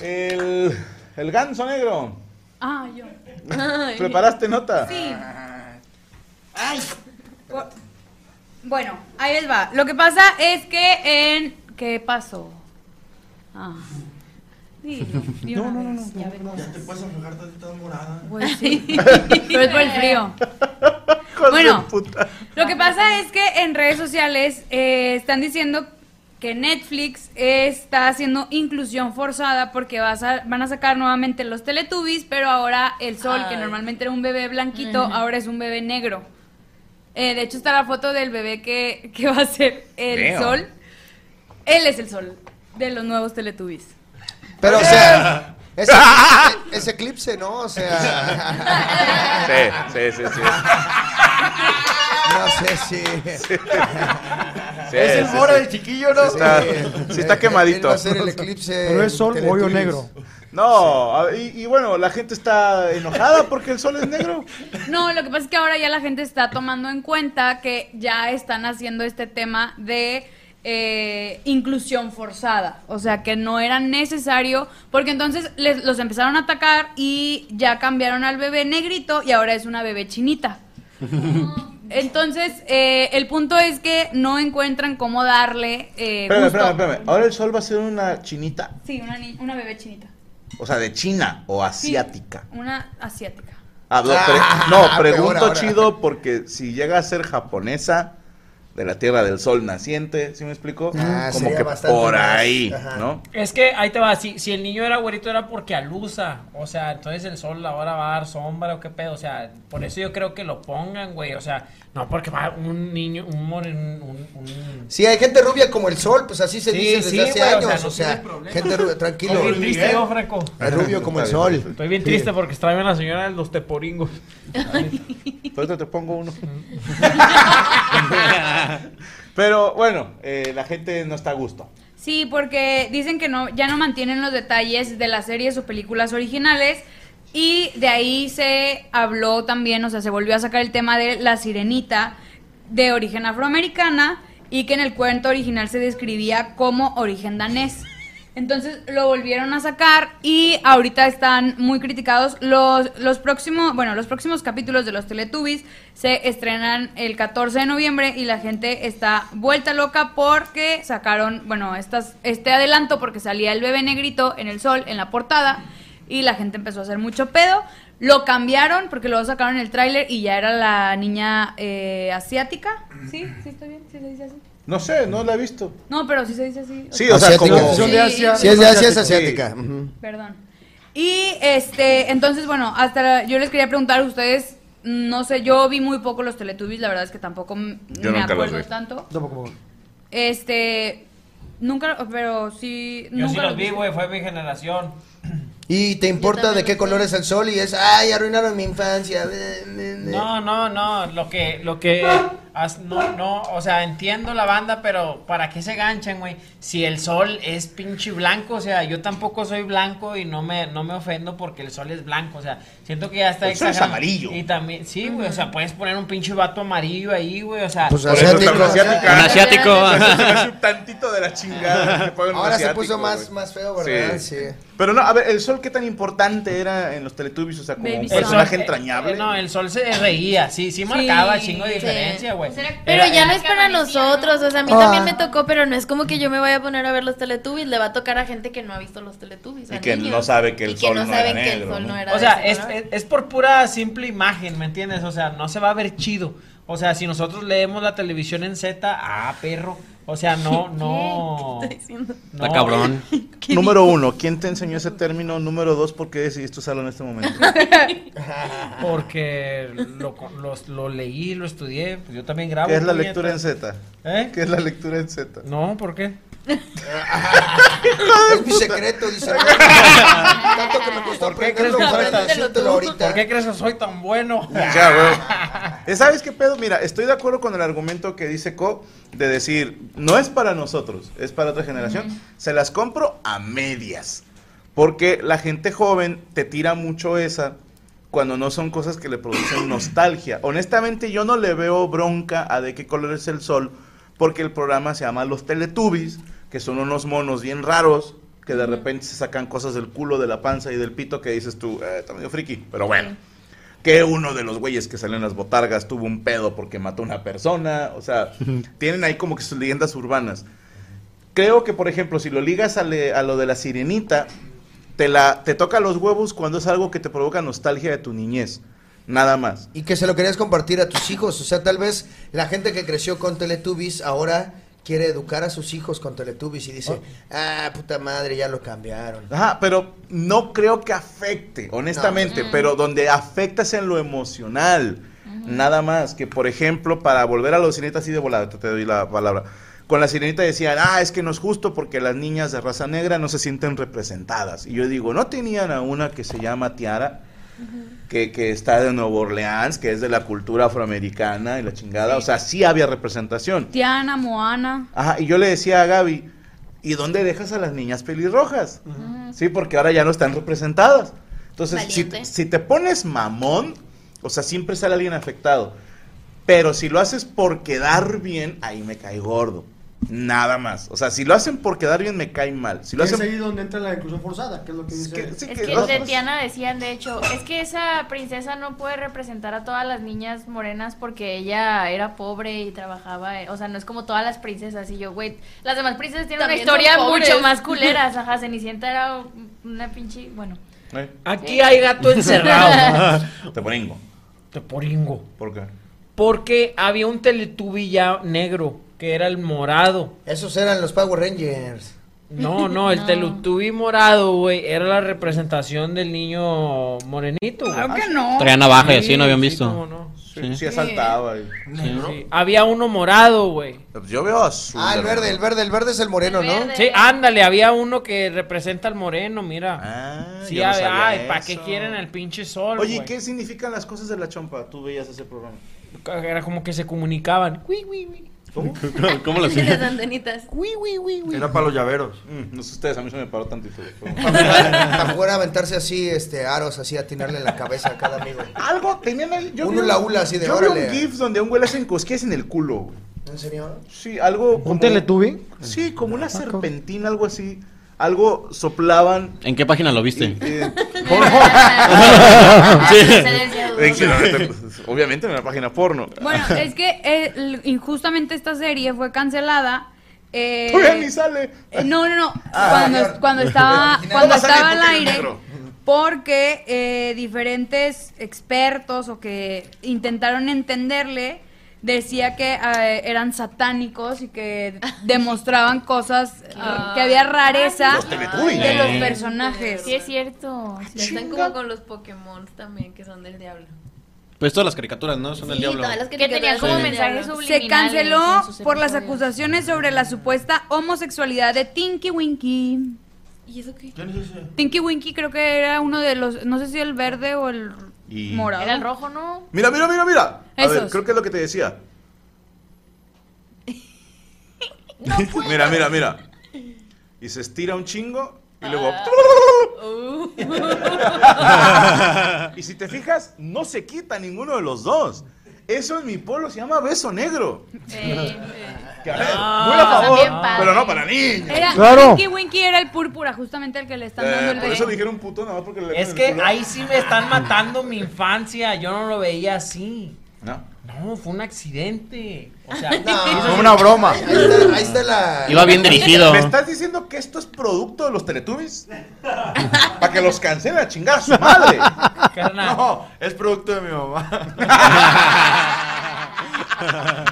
El, el ganso negro.
Ah, yo.
[LAUGHS] ¿Preparaste nota?
Sí. Ay. Bueno, ahí les va. Lo que pasa es que en. ¿Qué pasó? Ah. Dilo, di
No,
una
no, no,
vez, ya vemos.
Ya te puedes aflojar tantita morada.
Güey, sí. [LAUGHS]
[LAUGHS]
Pero es por el frío. Bueno, Lo que pasa es que en redes sociales eh, están diciendo que Netflix está haciendo inclusión forzada porque vas a- van a sacar nuevamente los Teletubbies, pero ahora el sol, que normalmente era un bebé blanquito, ahora es un bebé negro. Eh, de hecho, está la foto del bebé que, que va a ser el
Veo.
sol. Él es el sol de los nuevos Teletubbies.
Pero, o sea, es, eclipse- es eclipse, ¿no? O sea.
Sí, sí, sí. sí.
No sé si.
Sí, Es el sí, mora sí. del chiquillo, ¿no?
Sí está, sí está quemadito.
Eh, Él va a ser el eclipse.
Pero es sol,
Teletubbies.
hoyo negro. No, a- y, y bueno, la gente está enojada porque el sol es negro.
No, lo que pasa es que ahora ya la gente está tomando en cuenta que ya están haciendo este tema de eh, inclusión forzada. O sea, que no era necesario, porque entonces les- los empezaron a atacar y ya cambiaron al bebé negrito y ahora es una bebé chinita. Entonces, eh, el punto es que no encuentran cómo darle eh,
Espérame,
gusto.
espérame, espérame. Ahora el sol va a ser una chinita,
Sí, una, ni- una bebé chinita.
o sea, de China o asiática.
Una asiática.
Ah, no, pre-
Ah,
no,
peor
pregunto
ahora.
chido porque si llega a ser japonesa de la tierra del sol naciente, ¿sí me explico?
Ah,
Como
sería
que
bastante
por
más,
ahí,
ajá.
¿no?
Es que ahí te va, si, si el niño era güerito era porque alusa, o sea, entonces el sol ahora va a dar sombra o qué pedo, o sea, por eso yo creo que lo pongan, güey, o sea, no porque va un niño, un moren, un, un-
Sí, hay gente rubia como el sol, pues así se
Sí,
dice desde
sí,
hace
güey, o sea,
años.
no
O sea,
tiene problema.
gente rubia, tranquilo.
Estoy bien triste yo, Freco.
Es rubio como el sol.
Estoy bien
Sí.
triste porque traen a la señora de los teporingos.
Ahorita te pongo uno. [LAUGHS] Pero bueno, eh, la gente no está a gusto.
Sí, porque dicen que no, ya no mantienen los detalles de las series o películas originales. Y de ahí se habló también, o sea, se volvió a sacar el tema de la sirenita de origen afroamericana y que en el cuento original se describía como origen danés. Entonces lo volvieron a sacar y ahorita están muy criticados. Los, los próximos, bueno, los próximos capítulos de los Teletubbies se estrenan el 14 de noviembre y la gente está vuelta loca porque sacaron, bueno, estas, este adelanto porque salía el bebé negrito en el sol, en la portada, y la gente empezó a hacer mucho pedo. Lo cambiaron porque luego sacaron el tráiler y ya era la niña eh, asiática. ¿Sí? ¿Sí estoy bien? ¿Sí se dice así?
No sé, no la he visto.
No, pero sí se dice así.
Sí, o sea, como...
Asiática. Son de Asia, Si es de Asia, es asiática. Ujú.
Perdón. Y este, entonces, bueno, hasta la- yo les quería preguntar a ustedes, no sé, yo vi muy poco los Teletubbies, la verdad es que tampoco m-
Yo
me
nunca los
acuerdo
vi.
tanto.
Tampoco.
Este, nunca, pero sí.
Yo
nunca
sí los vi, güey, fue mi generación.
Y te importa de qué color es el sol y es, ay, arruinaron mi infancia.
No, no, no, lo que, lo que, as- no, no, o sea, entiendo la banda, pero ¿para qué se ganchan, güey? Si el sol es pinche blanco, o sea, yo tampoco soy blanco y no me, no me ofendo porque el sol es blanco, o sea, siento que ya está
El sol es
exagerando.
amarillo.
Y también, sí, güey, o sea, puedes poner un pinche vato amarillo ahí, güey, o sea.
Pues Por eso asiático. está asiático. Un asiático.
[LAUGHS] Se me
[LAUGHS]
hace un tantito de la chingada. que pongan un
Ahora se
asiático,
puso más,
güey.
más feo, ¿verdad? Sí.
Pero no, a ver, ¿el sol qué tan importante era en los Teletubbies? O sea, como
Baby
un
Sol.
personaje
El sol, eh,
entrañable.
eh, no, el sol se reía, sí, sí marcaba chingo de
sí. Pues
diferencia, güey.
Pero
Era-
ya no es para nosotros, o sea, a mí
Ah.
también me tocó, pero no es como que yo me vaya a poner a ver los Teletubbies, le va a tocar a gente que no ha visto los Teletubbies.
Y
a
que
niños.
no sabe que el
Y
sol
no
no
saben
era
que el
negro,
sol
¿no?
no era
O sea,
de
es,
ese color.
es, es por pura simple imagen, ¿me entiendes? O sea, no se va a ver chido. O sea, si nosotros leemos la televisión en Z, ah, perro. O sea, no, no. No.
Número uno, ¿quién te enseñó ese término? Número dos, ¿por qué decidiste usarlo en este momento?
Porque lo, los- lo leí, lo estudié, pues yo también grabo.
¿Qué es la
puñetas.
lectura en Z?
¿Eh?
¿Qué es la lectura en Z?
No, ¿por qué?
Es mi secreto,
[LAUGHS]
dice. Tanto que me costó
¿Por qué crees
aprenderlo
que soy
para
tan-
decírtelo ahorita.
¿Por qué crees que soy tan bueno?
Ya, güey. Eh, ¿Sabes qué pedo? Mira, estoy de acuerdo con el argumento que dice Co de decir, no es para nosotros, es para otra generación. Se las compro a medias. Porque la gente joven te tira mucho esa cuando no son cosas que le [COUGHS] producen nostalgia. Honestamente, yo no le veo bronca a de qué color es el sol, porque el programa se llama Los Teletubbies, que son unos monos bien raros que de repente se sacan cosas del culo, de la panza y del pito que dices tú, eh, está medio friki, pero bueno que uno de los güeyes que salió en las botargas tuvo un pedo porque mató a una persona. O sea, tienen ahí como que sus leyendas urbanas. Creo que, por ejemplo, si lo ligas a, le- a lo de la sirenita, te, la, te toca los huevos cuando es algo que te provoca nostalgia de tu niñez. Nada más.
Y que se lo querías compartir a tus hijos. O sea, tal vez la gente que creció con Teletubbies ahora quiere educar a sus hijos con Teletubbies y
Oh.
dice, ah, puta madre, ya lo
[LAUGHS]
cambiaron.
Ajá, pero no Mm. creo que afecte, honestamente,
No.
pero donde afecta es en lo emocional. Nada más que, por ejemplo, para volver a los sirenita así de volada, te te doy la palabra. Con la sirenita decían, ah, es que no es justo porque las niñas de raza negra no se sienten representadas. Y yo digo, no tenían a una que se llama Tiara, que, que está de Nueva Orleans, que es de la cultura afroamericana y la chingada. O sea, sí había representación.
Tiana, Moana.
Ajá, y yo le decía a Gaby, ¿y dónde dejas a las niñas pelirrojas?
Ah.
Sí, porque ahora ya no están representadas. Entonces, si,
Valiente.
si te pones mamón, o sea, siempre sale alguien afectado. Pero si lo haces por quedar bien, ahí me cae gordo. Nada más. O sea, si lo hacen por quedar bien, me cae mal. Si lo
es
hacen...
ahí donde entra la inclusión forzada, que es lo que dice.
Es que de Tiana decían, de hecho, es que esa princesa no puede representar a todas las niñas morenas porque ella era pobre y trabajaba, eh, o sea, no es como todas las princesas. Y yo, güey, las demás princesas tienen
También
una historia
son pobres.
mucho
[LAUGHS]
más culeras. Ajá, Cenicienta era una pinche, bueno.
Aquí hay gato encerrado.
[LAUGHS] Te poringo.
Te poringo.
¿Por qué?
Porque había un teletubi ya negro, que era el morado.
Esos eran los Power Rangers.
No, no, el
No.
teletubi morado, güey, era la representación del niño morenito.
Claro que no.
Traía navaja y
Sí,
así, no habían
sí,
visto.
cómo no.
Sí.
Sí, asaltaba. y-
Sí, sí. Había uno morado, güey.
Yo veo azul.
Ah, el verde, el verde, el verde es el moreno, ¿no?
Sí, ándale, había uno que representa al moreno, mira.
yo
Ah,
sí,
no
a-
sabía
ay, ¿para qué
eso.
quieren el pinche sol?
Oye, ¿y
güey?
¿qué significan las cosas de la chompa? Tú veías ese programa.
Era como que se comunicaban.
¿Cómo?
[LAUGHS]
¿Cómo lo
Las antenitas.
Era para los llaveros. Mm, no sé ustedes, a mí se me paró tantito.
Para jugar a aventarse así, este, aros, así, atinarle en la cabeza a cada amigo.
Ah,
Algo tenían ahí. Yo
Uno
vi
la hula así de,
Yo vi un
órale.
GIF donde a un güey le hacen cosquillas en el culo. güey.
¿En serio?
Sí, algo.
¿Un teletubi?
Sí, como una serpentina, algo así.
[LAUGHS]
Algo soplaban.
¿En qué página lo viste?
Obviamente en la página porno.
Bueno, es que eh, l- injustamente esta serie fue cancelada. eh,
Todavía ni sale.
eh, No, no, no.
Ah,
cuando,
señor.
cuando
[LAUGHS]
estaba,
Original.
cuando
No sale
estaba al
porque era
aire,
negro.
porque eh, diferentes expertos o que intentaron entenderle decía que eh, eran satánicos y
[LAUGHS]
que demostraban cosas eh,
Ah.
que había rareza
Los Teletubbies.
de los
Sí.
personajes.
Sí, es
cierto.
Están como con los Pokémon también, que son del diablo.
Pues todas las caricaturas, ¿no? Son del
Sí,
diablo.
todas las
Que tenían como
Sí.
mensajes subliminales.
Se canceló
en sus
por las
episodios.
acusaciones sobre la supuesta homosexualidad de Tinky Winky.
¿Y eso qué?
Tinky Winky creo que era uno de los, no sé si el verde o el
Y-
morado.
Era el rojo, ¿no?
Mira, mira, mira, mira. A ver,
Esos.
creo que es lo que
[LAUGHS]
te decía. mira, mira, mira. Y se estira un chingo y luego.
Ah.
[LAUGHS] y si te fijas, no se quita ninguno de los dos. Eso en mi pueblo se llama beso negro. [LAUGHS] Que, a ver, muy a favor, pero no para niños.
Ah. Era- Tinky Winky era el púrpura, justamente el que le están dando
Eh,
el
por
de-
eso dijeron puto nada más porque le
Es que ahí sí me están matando mi infancia. Yo no lo veía así.
No.
No, fue un accidente.
[LAUGHS]
O sea,
fue una broma.
Ahí está, ahí está la.
¿Me estás diciendo que esto es producto de los Teletubbies? Para que los cancelen a chingar a su madre. No, es producto de mi
[LAUGHS]
mamá.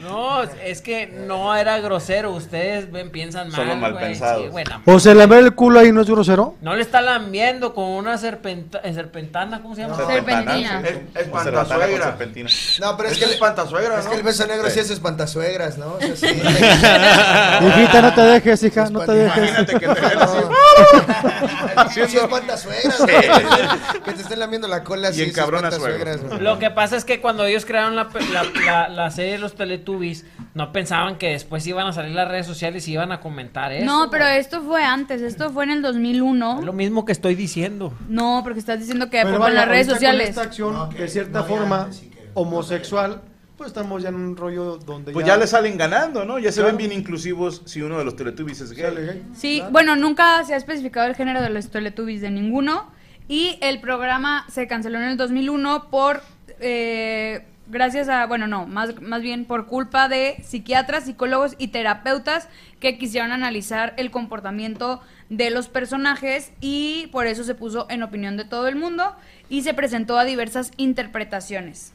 No, es que no era grosero. Ustedes ven, piensan mal.
Son los mal
güey.
pensados.
Sí, güey, la-
O se le ve el culo ahí, ¿no es grosero?
No le está lambiendo con una serpenta- eh, serpentana, ¿cómo se llama?
Serpentina.
Es- es
Cerbatana con
pantasuegra.
serpentina.
No, pero es,
Es
que el
espantasuegra,
Es
¿no?
que el beso negro sí,
Sí.
es espantazuegras, ¿no? O sea, sí.
[LAUGHS]
[LAUGHS]
Hijita, no te dejes, hija, no te dejes.
Imagínate que te vean así. [LAUGHS] Así es espantazuegras, güey. [LAUGHS] Que te estén lamiendo la cola así.
en cabrona
espantazuegras, güey.
Lo que pasa es que cuando ellos crearon la, pe- la- la- la serie de los Teletubbies, no pensaban que después iban a salir las redes sociales y iban a comentar eso.
No, pero esto fue antes, esto fue en el 2001.
lo mismo que estoy diciendo.
No, porque estás diciendo que
Pero
Eh, por
vaya,
las redes
ahorita con
sociales.
esta acción,
Ah,
de cierta forma, [LAUGHS] homosexual, pues estamos ya en un rollo donde
Pues ya le salen ganando, ¿no? Ya se ven bien inclusivos si uno de los Teletubbies es gay.
Sí, bueno, nunca se ha especificado el género de los Teletubbies de ninguno. Y el programa se canceló en el 2001 por. eh, gracias a. Bueno, no, más, más bien por culpa de psiquiatras, psicólogos y terapeutas que quisieron analizar el comportamiento de los personajes y por eso se puso en opinión de todo el mundo y se presentó a diversas interpretaciones.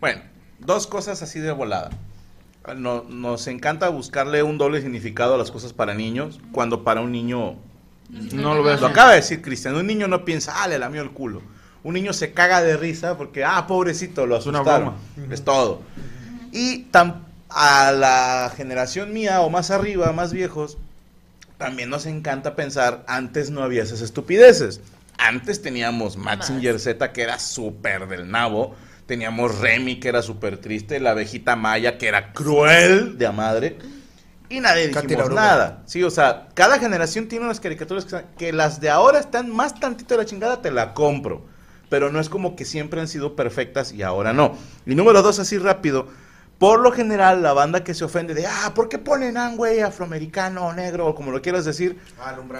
Bueno, dos cosas así de volada. No- nos encanta buscarle un doble significado a las cosas para niños cuando para un niño no lo ves. Lo acaba de decir Cristian, un niño no piensa, ah, le lamió el culo. un niño se caga de risa porque, ah, pobrecito, lo
una
asustaron. Es todo. Y tan, a la generación mía o más arriba, más viejos, también nos encanta pensar, antes no había esas estupideces. Antes teníamos Mazinger Z, que era súper del nabo. Teníamos Remy, que era súper triste. La abejita Maya, que era cruel de a madre. Y nadie
Katy la
dijimos
oruga.
nada. Sí, o sea, cada generación tiene unas caricaturas que, que las de ahora están más tantito de la chingada, te la compro. Pero no es como que siempre han sido perfectas y ahora no. Y número dos, así rápido. Por lo general, la banda que se ofende de, ah, ¿por qué ponen a un güey afroamericano o negro o como lo quieras decir?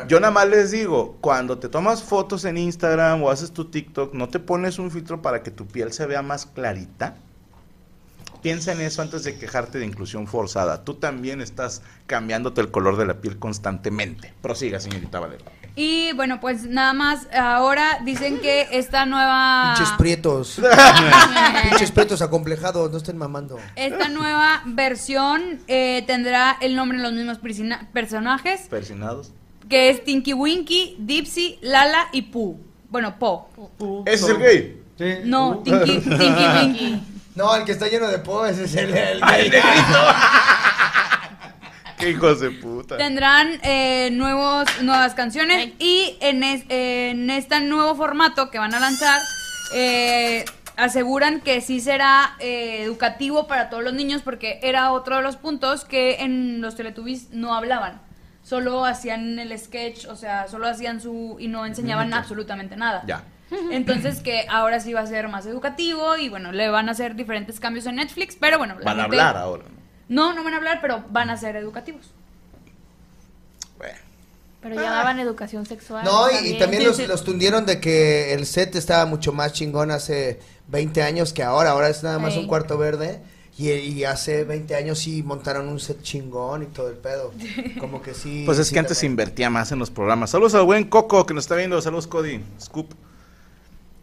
Yo nada más les digo, cuando te tomas fotos en Instagram o haces tu TikTok, ¿no te pones un filtro para que tu piel se vea más clarita? Piensa en eso antes de quejarte de inclusión forzada. Tú también estás cambiándote el color de la piel constantemente. Prosiga, señorita Valera.
Y bueno, pues nada más, ahora dicen que esta nueva...
Pinches prietos. [LAUGHS] Pinches prietos acomplejados, no estén mamando.
Esta nueva versión eh, tendrá el nombre de los mismos persina- personajes,
Persinados.
que es Tinky Winky, Dipsy, Lala y Pooh. Bueno, Po.
¿Ese es el gay?
No,
[LAUGHS]
Tinky, Tinky Winky.
No, el que está lleno de po, ese es el, el
[LAUGHS] ¡Qué hijos de puta!
Tendrán eh, nuevos, nuevas canciones y en, es- en este nuevo formato que van a lanzar, eh, aseguran que sí será eh, educativo para todos los niños porque era otro de los puntos que en los Teletubbies no hablaban. Solo hacían el sketch, o sea, solo hacían su... y no enseñaban
Ujú.
absolutamente nada.
Ya.
Entonces que ahora sí va a ser más educativo y bueno, le van a hacer diferentes cambios en Netflix, pero bueno. la
Van a
gente-
hablar ahora.
No, no van a hablar, pero van a ser educativos.
Pero ya daban educación sexual.
No, y, y también los, los tundieron de que el set estaba mucho más chingón hace 20 años que ahora. Ahora es nada más
Ey.
un cuarto verde. Y, y hace 20 años sí montaron un set chingón y todo el pedo. Como que sí.
Pues es
sí
que antes se
también.
invertía más en los programas. Saludos al buen Coco que nos está viendo. Saludos, Cody. Scoop.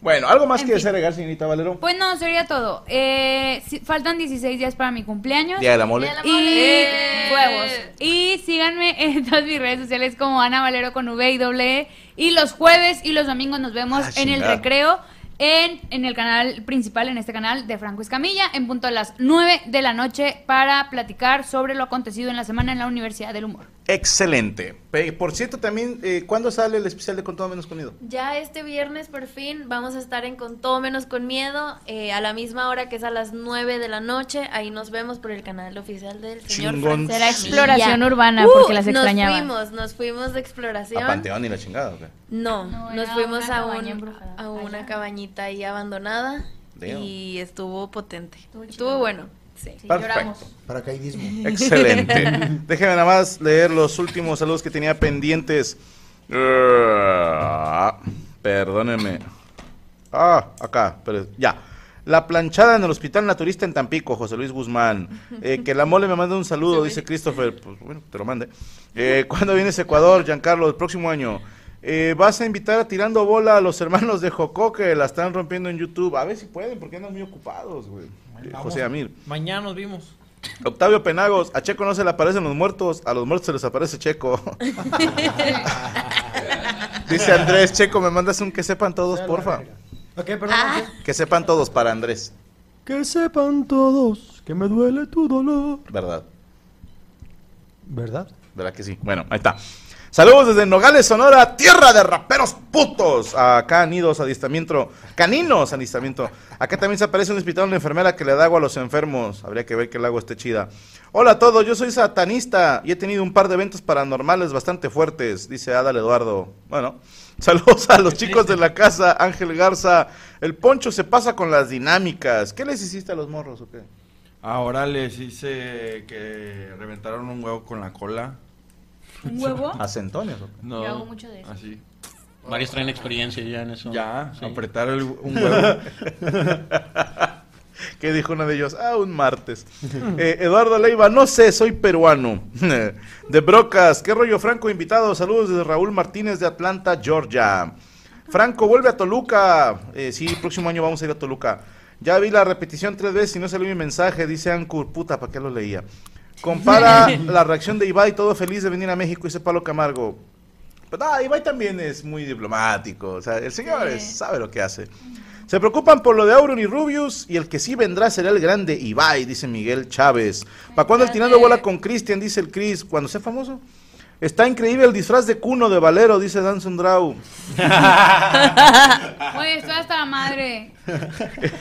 Bueno, ¿algo más
En
que
fin.
agregar, señorita Valero?
Pues no, sería todo. Eh, si- faltan 16 días para mi cumpleaños.
Día de la mole. Día
Y Eh, huevos. Y síganme [LAUGHS] en todas mis redes sociales como Ana Valero con V y doble E. Y los jueves y los domingos nos vemos
Ah,
en el
chingada.
recreo. En, en el canal principal, en este canal de Franco Escamilla, en punto a las 9 de la noche para platicar sobre lo acontecido en la semana en la Universidad del Humor.
Excelente. Pe- Por cierto, también, eh, ¿cuándo sale el especial de Con Todo Menos Comido?
Ya este viernes por fin vamos a estar en Con Todo Menos Con Miedo eh, a la misma hora que es a las 9 de la noche. Ahí nos vemos por el canal oficial del señor
Chingón.
Francisco.
Será exploración urbana,
Uh,
porque las extrañaban.
Nos fuimos, nos fuimos de exploración.
A Panteón y la chingada. ¿o qué?
No,
No,
nos
era
fuimos
una
a,
cabaña
un, a una cabañita ahí abandonada
Damn.
y estuvo potente. Estuvo bueno. Sí,
Perfecto.
lloramos.
[LAUGHS]
Paracaidismo.
Excelente. Déjenme nada más leer los últimos saludos que tenía pendientes. Ah, Perdónenme. Ah, acá, pero ya. La planchada en el Hospital Naturista en Tampico, José Luis Guzmán. Eh, que la mole me manda un saludo, dice Christopher. Pues bueno, te lo mande. Eh, ¿Cuándo vienes a Ecuador, Giancarlo? El próximo año. Eh, ¿Vas a invitar a Tirando Bola a los hermanos de Jocó que la están rompiendo en YouTube? A ver si pueden, porque andan muy ocupados, güey. Eh, José Amir.
Mañana nos vimos.
Octavio Penagos, a Checo no se le aparecen los muertos, a los muertos se les aparece Checo. [LAUGHS] Dice Andrés, Checo, me mandas un que sepan todos, porfa.
[LAUGHS] Ok, perdón.
Que sepan todos para Andrés,
Que sepan todos que me duele tu dolor.
¿verdad?
¿Verdad?
¿Verdad que sí? Bueno, ahí está. Saludos desde Nogales, Sonora, tierra de raperos putos. Acá nidos, adiestramiento, caninos, adiestramiento. Acá también se aparece un hospital, una enfermera que le da agua a los enfermos. Habría que ver que el agua esté chida. Hola a todos, yo soy satanista y he tenido un par de eventos paranormales bastante fuertes, dice Adal Eduardo. Bueno, [LAUGHS] saludos a los chicos de la casa, Ángel Garza. El poncho se pasa con las dinámicas. ¿Qué les hiciste a los morros o qué?
Ahora les hice que reventaron un huevo con la cola.
¿Un huevo?
¿A centones o qué?
No.
Yo hago mucho de
Ah,
eso.
Así.
Varios traen experiencia ya en eso.
Ya,
Sí.
apretar el-
[LAUGHS]
un huevo.
que dijo uno de ellos, ah, un martes. Eh, Eduardo Leiva, no sé, soy peruano. [LAUGHS] de Brocas, qué rollo, Franco, invitado. Saludos desde Raúl Martínez de Atlanta, Georgia. Franco, vuelve a Toluca. Eh, sí, próximo año vamos a ir a Toluca. Ya vi la repetición tres veces y no salió mi mensaje, dice Ankur, puta, ¿para qué lo leía? Compara la reacción de Ibai, todo feliz de venir a México, dice Pablo Camargo. Pero no, Ibai también es muy diplomático. O sea, el señor es- sabe lo que hace. Se preocupan por lo de Auron y Rubius y el que sí vendrá será el grande Ibai, dice Miguel Chávez. ¿Para cuándo el tirando bola con Cristian? Dice el Cris. ¿Cuando sea famoso? Está increíble el disfraz de Cuno de Valero, dice Danson Drau.
Güey, estoy hasta la madre.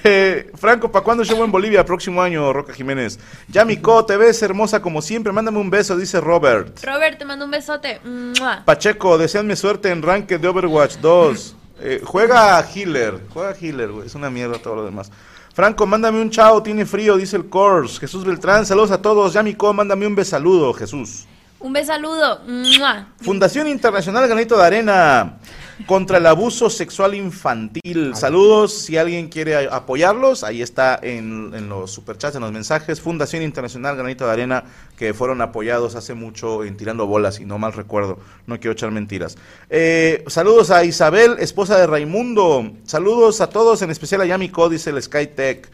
Eh, Franco, ¿para cuándo show en Bolivia? Próximo año, Roca Jiménez. Yamiko, te ves hermosa como siempre. Mándame un beso, dice Robert.
Robert, te mando un besote. Mua.
Pacheco, deseanme suerte en Ranked de Overwatch 2. Eh, juega a Healer. Juega a Healer, güey. Es una mierda todo lo demás. Franco, mándame un chao, tiene frío, dice el Cors. Jesús Beltrán, saludos a todos. Yamiko, mándame un besaludo, Jesús.
Un besaludo. Mua.
Fundación Internacional Granito de Arena contra el abuso sexual infantil. Saludos, si alguien quiere a- apoyarlos, ahí está en, en los superchats, en los mensajes. Fundación Internacional Granito de Arena, que fueron apoyados hace mucho en Tirando Bolas, y no mal recuerdo, no quiero echar mentiras. Eh, saludos a Isabel, esposa de Raimundo. Saludos a todos, en especial a Yamiko, dice el Skytech.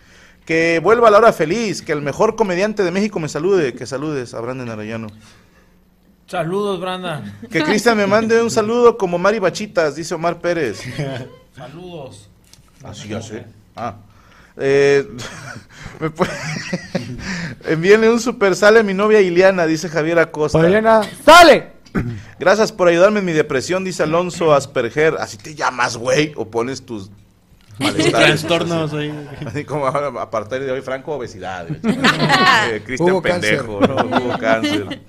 Que vuelva a la hora feliz, que el mejor comediante de México me salude. Que saludes a Brandon Arellano.
Saludos, Branda.
Que Cristian me mande un saludo como Mari Bachitas, dice Omar Pérez.
[LAUGHS] Saludos.
Así ya sé. Ah. Eh, [LAUGHS] me puede- [LAUGHS] Envíenle un super sale a mi novia Iliana, dice Javier Acosta. Iliana,
¡sale!
[CLEARS THROAT] Gracias por ayudarme en mi depresión, dice Alonso Asperger. Así te llamas, güey, o pones tus malestares.
Trastornos
ahí. [LAUGHS] Así como ahora, a partir de hoy, Franco, obesidad. güey. Eh, Cristian
Hubo cáncer.
Pendejo, ¿no? Hubo cáncer.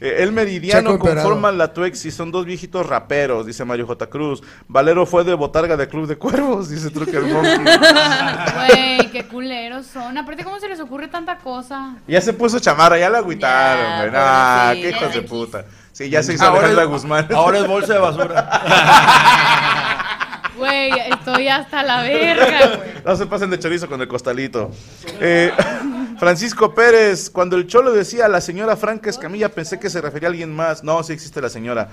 Eh, el Meridiano
Chaco Emperador.
conforman la Tuexi, son dos viejitos raperos, dice Mario J. Cruz. Valero fue de botarga de Club de Cuervos, [LAUGHS] dice Trucker Monkey.
Güey, qué culeros son. Aparte, ¿cómo se les ocurre tanta cosa?
Ya se puso chamarra, ya la agüitaron, güey. Nah,
pobrecito.
qué hijos de puta. Sí, ya se hizo
Mm. Ahora
Alejandra
es-
Guzmán.
ahora
[LAUGHS]
es bolsa de
basura.
Güey, estoy hasta la verga, güey.
No se pasen de chorizo con el costalito. Eh, Francisco Pérez, cuando el cholo decía a la señora Franca Escamilla, pensé que se refería a alguien más. No, sí existe la señora.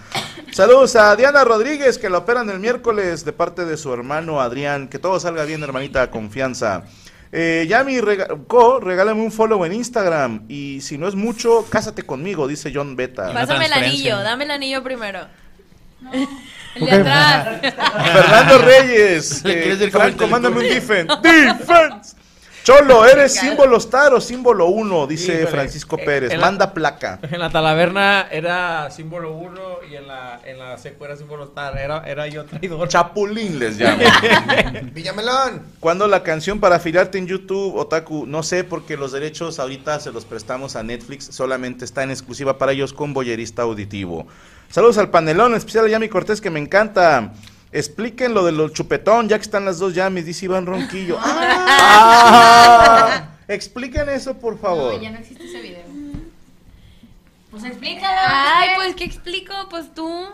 Saludos a Diana Rodríguez, que la operan el miércoles de parte de su hermano Adrián. Que todo salga bien, hermanita, confianza. Eh, Yami rega- Co, regálame un follow en Instagram. Y si no es mucho, cásate conmigo, dice John Beta.
Pásame el anillo, dame el anillo primero. El de
Ok.
atrás.
[LAUGHS]
Fernando Reyes.
¿Le
eh,
quieres decir cómo
Franco,
el
mándame un
teléfono? [LAUGHS]
defense. ¡Defense! Cholo, eres símbolo star o símbolo 1, dice
Híjole.
Francisco
Eh,
Pérez.
el-
Manda placa.
En la talaverna era símbolo uno y en la, en la secu era símbolo star. Era, era yo traidor.
Chapulín
[LAUGHS]
les llamo.
Villamelón.
¿Cuándo la canción para afiliarte en YouTube, Otaku? No sé, porque los derechos ahorita se los prestamos a Netflix. Solamente está en exclusiva para ellos con Boyerista Auditivo. Saludos al panelón, en especial a Yami Cortés, que me encanta. Expliquen lo de los chupetón, ya que están las dos Yamis, dice
[LAUGHS]
Iván Ronquillo. ¡Ah! Expliquen eso, por favor.
ya no existe ese video. Pues explícalo.
Ay,
¿qué?
pues, ¿qué explico? Pues tú.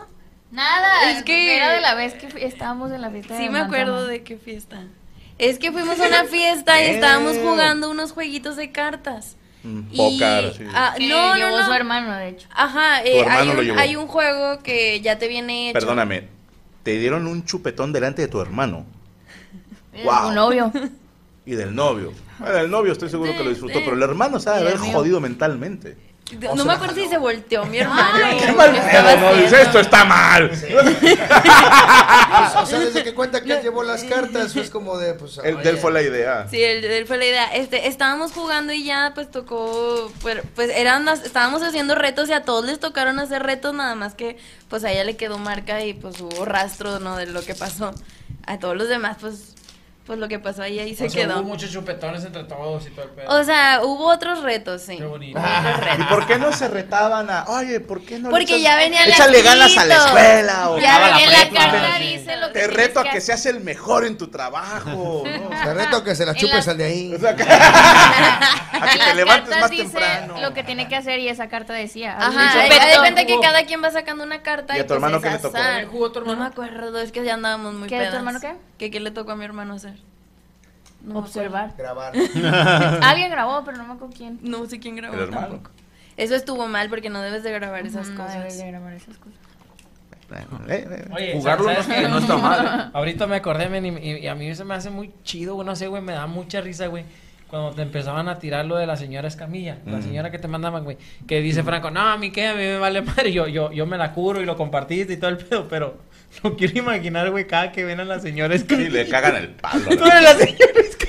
Nada. pues
Es que-
Era de la vez que fui- estábamos en la fiesta.
Sí
de
me
Don
acuerdo
Antonio.
de qué fiesta. Es que fuimos a
[LAUGHS]
una fiesta y
Eh.
estábamos jugando unos jueguitos de cartas.
Mm,
Y-
Pócar, Oh, sí.
ah,
Que
no, no,
llevó
no.
su hermano, de hecho.
Ajá, eh, hay,
hermano lo
un,
llevó.
hay un juego que ya te viene hecho.
Perdóname, te dieron un chupetón delante de tu hermano
Eh,
Guau.
Un novio.
y del novio. Bueno, el novio estoy seguro que lo disfrutó, pero el hermano se ha de haber jodido mentalmente.
[LAUGHS] No me acuerdo si se volteó mi hermano.
¡Qué mal pedo, no! Dice, esto está mal. Ah,
Pues, o sea, desde que cuenta que él llevó las cartas, es como de, pues.
El, del fue la idea.
Sí, él, él fue la idea. Este, estábamos jugando y ya pues tocó, pues, pues eran las- estábamos haciendo retos y a todos les tocaron hacer retos, nada más que pues a ella le quedó marca y pues hubo rastro, ¿no? De lo que pasó. A todos los demás pues, pues lo que pasó ahí, ahí se
O sea,
quedó.
Hubo muchos chupetones entre todos y todo el pedo.
O sea, hubo otros retos, sí.
¿Y por qué no se retaban a, oye, por qué no le
Porque
echas-
ya venía la
Échale ganas a la
escrito.
escuela. O,
Ya venía la
prepa,
carta,
sí.
dice lo que
Te
tienes
reto a
que
que
hacer.
seas el mejor en tu trabajo.
[LAUGHS]
¿no?
Te reto que se la
En
chupes
las-
al de ahí.
A que te levantes
Cartas
más
dice
temprano.
lo que tiene que hacer y esa carta decía.
Ajá,
Chupetón.
ya de cuenta que cada quien va sacando una carta.
¿Y a tu hermano qué le tocó?
¿Qué tu hermano? No me acuerdo, es que ya andábamos muy
¿Qué, a tu
pedas.
hermano qué?
¿Qué, qué le tocó a mi hermano hacer? No me
Observar.
Grabar.
[LAUGHS]
Alguien grabó, pero no me acuerdo quién.
No sé quién grabó.
El hermano.
tampoco. Eso estuvo mal porque no debes de grabar esas cosas. No debes de
grabar esas cosas.
Eh, eh,
Oye,
Jugarlo
¿sabes
no-
qué?
no está mal.
[LAUGHS] Ahorita me acordé, men, y, y- y a mí se me hace muy chido, güey. No sé, güey, me da mucha risa, güey. Cuando te empezaban a tirar lo de la señora Escamilla, la
Ujú.
señora que te mandaban, güey, que dice Franco, no, a mí qué, a mí me vale madre, yo, yo, yo me la curo y lo compartiste y todo el pedo, pero [LAUGHS] no quiero imaginar, güey, cada que ven a la señora Escamilla.
Y le cagan el palo.
Tú eres la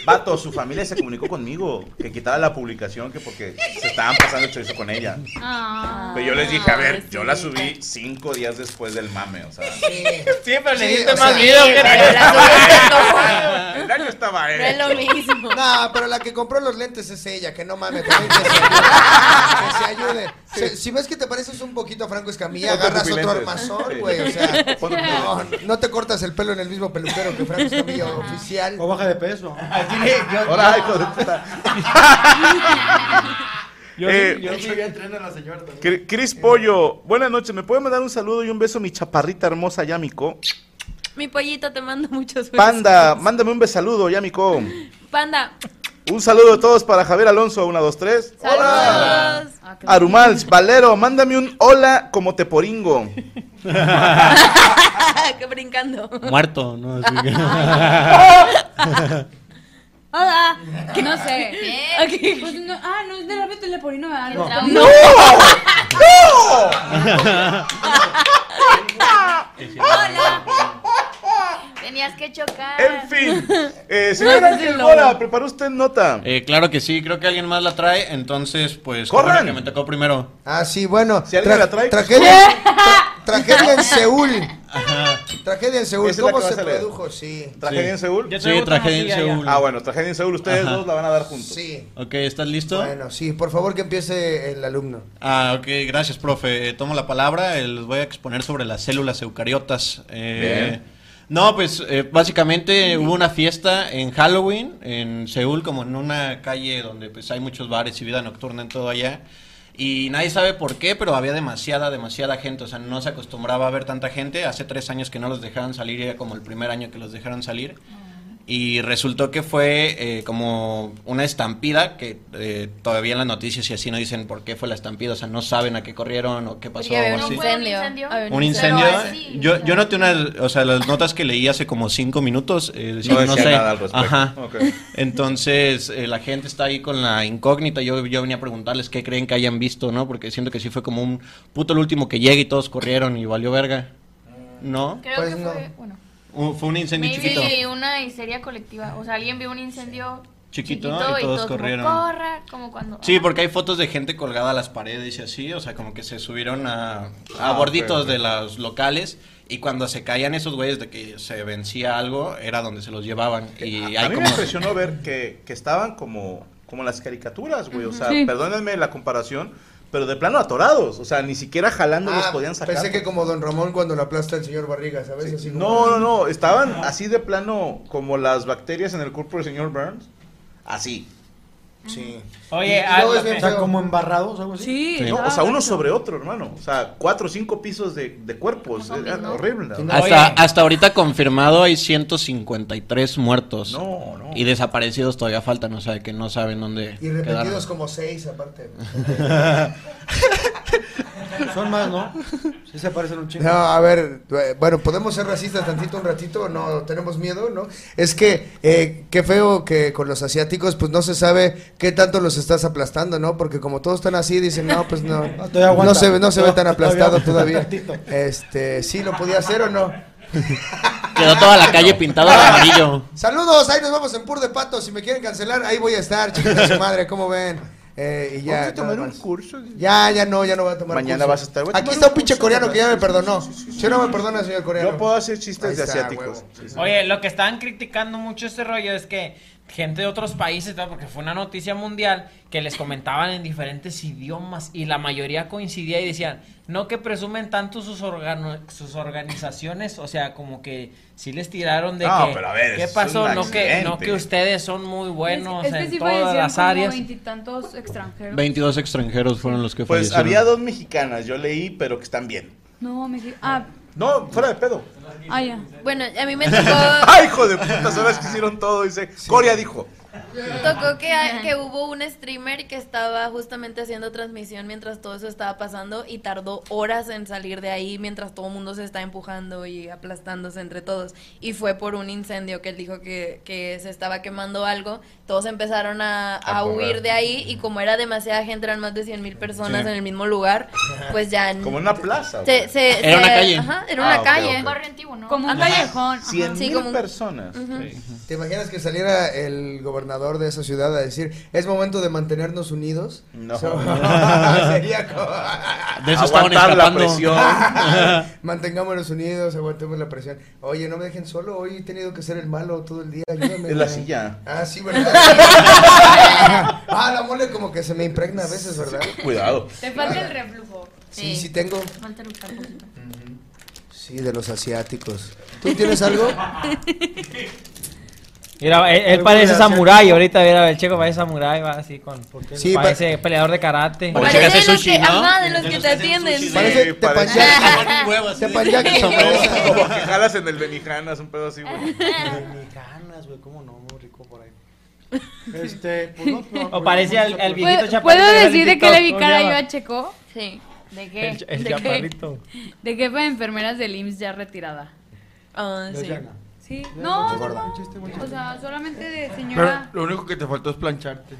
Vato, su familia se comunicó conmigo que quitara la publicación que porque se estaban pasando el chorizo con ella. Pero yo les dije, a ver, yo la subí cinco días después del mame, o sea.
Sí, pero le
Sí,
diste
o
más
sea,
video.
sí,
que-
pero la
El
año estaba
No es lo
mismo. No, pero la que compró los lentes es ella, que no mames. también Que se ayude. Que se ayude. Se- si ves que te pareces un poquito a Franco Escamilla,
Ponte
agarras otro
pupilentes.
armazón,
Sí.
güey. O sea,
Ponte
no,
pupilentes.
no te cortas el pelo en el mismo peluquero que Franco Escamilla oficial. Ah, O
baja de peso.
Ahora, hijo de puta.
Yo
Eh,
sí- yo sí ya entreno a la señora
[LAUGHS]
también.
Cri- Cris Pollo, buenas noches. ¿Me puede mandar un saludo y un beso a mi chaparrita hermosa, Yamiko?
Mi pollito te mando muchos besos.
Panda, mándame un besaludo, Yamiko.
Panda.
Un saludo a todos para Javier Alonso, 1, 2, 3.
Saludos. [LAUGHS]
Arumals, Valero, mándame un hola como
[LAUGHS]
teporingo.
que brincando.
Muerto, ¿no? Así que-
Hola. No sé.
¿Qué?
Pues no- ah, no es de rápido teleporino, ¿verdad?
No.
No.
Ah,
[LAUGHS] Tenías que chocar.
En fin, eh, señor Ángel Mora, ¿preparó usted nota?
Eh, claro que sí, creo que alguien más la trae, entonces pues... qué bueno
¡Corran!
Que me tocó primero.
Ah, sí, bueno. Si
alguien la trae, pues-
tragedia, tra- tragedia en Seúl.
Ajá.
Tragedia en Seúl.
Esa es la
¿Cómo
que
se
vas a leer.
produjo? Sí.
¿Tragedia
Sí.
en Seúl?
Yo traigo Sí, otra tragedia en noticia ya. Seúl.
Ah, bueno, tragedia en Seúl, ustedes
Ajá.
dos la van a dar juntos.
Sí.
Ok, ¿estás listo?
Bueno, sí, por favor que empiece el alumno.
Ah, ok, gracias, profe. Eh, Tomo la palabra. eh, les voy a exponer sobre las células eucariotas. Eh,
Bien.
No, pues eh, básicamente hubo una fiesta en Halloween en Seúl, como en una calle donde pues hay muchos bares y vida nocturna en todo allá. Y nadie sabe por qué, pero había demasiada, demasiada gente. O sea, no se acostumbraba a ver tanta gente. Hace tres años que no los dejaban salir, era como el primer año que los dejaron salir. Y resultó que fue eh, como una estampida, que eh, todavía en las noticias y así no dicen por qué fue la estampida, o sea, no saben a qué corrieron o qué pasó.
Porque había
o
un
así.
incendio. Había
Un incendio.
Pero así-
yo, yo noté una, o sea, las notas que leí hace como cinco minutos. eh, decían,
No
no,
decía
sé.
nada al respecto.
Ajá.
Ok.
Entonces, eh, la gente está ahí con la incógnita. Yo, yo venía a preguntarles qué creen que hayan visto, ¿no? Porque siento que sí fue como un puto el último que llega y todos corrieron y valió verga. Pues ¿No?
Creo que fue, bueno,
Un- fue un incendio chiquito.
maybe una histeria colectiva. O sea, alguien vio un incendio
Chiquito,
chiquito,
y todos corrieron.
Como, Corra, como cuando.
Sí, porque hay fotos de gente colgada a las paredes y así, o sea, como que se subieron a, a
Ah, ok,
borditos
ok.
de los locales y cuando se caían esos güeyes de que se vencía algo, era donde se los llevaban.
Eh,
Y
A
hay
mí
como...
me impresionó ver que, que estaban como, como las caricaturas, güey. O sea,
Sí.
perdónenme la comparación, pero de plano atorados. O sea, ni siquiera jalando los
Ah,
podían sacar. pues.
Pensé que como Don Ramón cuando lo aplasta el señor Barriga, ¿sabes? Así como-
No, no, no. Estaban así de plano como las bacterias en el cuerpo del señor Burns. Así.
Sí.
Oye, ah, lo que- o sea, como embarrados, algo así.
Sí, no, o sea, uno sobre otro, hermano. O sea, cuatro o cinco pisos de, de cuerpos. Era horrible. la verdad.
Hasta, hasta ahorita confirmado hay 153 muertos.
No, no.
Y desaparecidos todavía faltan, o sea, que no saben dónde
Y repetidos
quedaron.
como seis, aparte.
Son más, ¿no? Sí se parecen un chingo.
No, a ver, eh, bueno, ¿podemos ser racistas tantito un ratito? No, tenemos miedo, ¿no? Es que, eh, qué feo que con los asiáticos, pues no se sabe qué tanto los estás aplastando, ¿no? Porque como todos están así, dicen, no, pues no,
todavía
no,
aguanta.
se, ve- no se ve tan
Todavía-
aplastado
todavía
[LAUGHS]
todavía.
aguanta
Este, ¿sí lo podía hacer o no?
[LAUGHS] Quedó toda la calle pintada de amarillo.
[LAUGHS] Saludos, ahí nos vamos en Pur de Pato, si me quieren cancelar, ahí voy a estar, chicos de su madre, ¿cómo ven? Eh, y ya,
Vamos a tomar
nada
un
más.
curso.
Ya, ya no, ya no voy a tomar
Mañana
curso.
vas a estar, voy a
Aquí
tomar
está
un
un pinche
curso,
coreano que ya me
¿verdad?
perdonó. Yo no me perdona, señor coreano.
Yo puedo hacer chistes
Ahí
de
está,
asiáticos.
huevo.
Oye, lo que estaban criticando mucho ese rollo es que gente de otros países, ¿no? porque fue una noticia mundial, que les comentaban en diferentes idiomas y la mayoría coincidía y decían, no que presumen tanto sus organo- sus organizaciones, o sea, como que sí les tiraron de
No,
que
pero a ver,
qué
es
pasó,
un
no que no
accidente.
que ustedes son muy buenos
Es que
en
sí
todas
fallecieron
las
como
áreas.
veintitantos extranjeros.
22 extranjeros fueron los que
Pues
fallecieron.
había dos mexicanas, yo leí, pero que están bien.
No, me... Ah,
No, fuera de pedo.
ah, Bueno, a mí me tocó
¡Ay, hijo de puta! Sabes que hicieron todo, dice. Coria dijo.
Tocó que, que hubo un streamer que estaba justamente haciendo transmisión mientras todo eso estaba pasando y tardó horas en salir de ahí mientras todo el mundo se está empujando y aplastándose entre todos. Y fue por un incendio que él dijo que, que se estaba quemando algo. Todos empezaron a, a
A correr.
huir de ahí y como era demasiada gente, eran más de 100 mil personas
Sí.
en el mismo lugar, pues [LAUGHS] ya...
Como en una plaza.
Se-
güey.
se- Era se- una calle. ajá, era una
Ah, ok,
calle.
ok.
Barrio
antiguo, ¿no?
Como un
Ajá.
callejón, ajá.
Cien
Sí,
mil
como un-
personas.
Ujú.
¿Te imaginas que saliera el gobernador de esa ciudad a decir, es momento de mantenernos unidos?
No.
So- [LAUGHS]
[LAUGHS]
sería como...
De eso estaban Aguantar la escapando. presión.
[LAUGHS] Mantengámonos unidos, aguantemos la presión. Oye, no me dejen solo, hoy he tenido que ser el malo todo el día, ayúdame.
Es la
güey.
silla.
Ah, sí, ¿verdad? [LAUGHS] ah, la mole como que se me impregna a veces, ¿verdad?
Cuidado.
Te falta el reflujo.
Sí, sí tengo.
Falta el reflujo.
Sí, de los asiáticos. ¿Tú tienes algo?
Mira, él, él
Algo
parece
de
samurái. Ahorita, mira, el checo parece samurái, va así con.
Sí,
parece peleador de karate.
Parece de los que, ajá, de los que te atienden. sí.
Parece
[LAUGHS]
Ajá.
Tepanyaki.
Como que jalas en el Benijanas, un pedo así,
[LAUGHS]
güey.
Benijanas, güey, cómo no, muy rico por ahí. Este, pues no, no,
O parece al- al viejito
¿Puedo- ¿Puedo
chaparrito que era en
decir de qué
TikTok?
le vi cara yo
¿Cómo se
a Checo?
Sí.
¿De
qué? El- el
¿De
chaparrito.
qué? ¿De qué fue enfermeras del IMSS ya retirada?
Ah,
sí.
Lesbiana.
Sí.
Lesbiana,
No, no,
gorda. Buen chiste, buen
o
chiste.
sea, solamente de
Pero
señora.
lo único que te faltó es plancharte.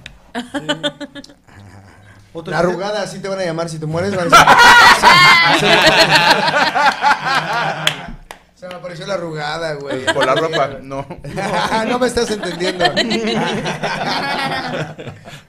La [LAUGHS] arrugada, así te van a llamar. Si te mueres, van
[LAUGHS]
a decir- [LAUGHS] Se me apareció la arrugada, güey. Ah,
Con la ropa, no.
no me estás entendiendo.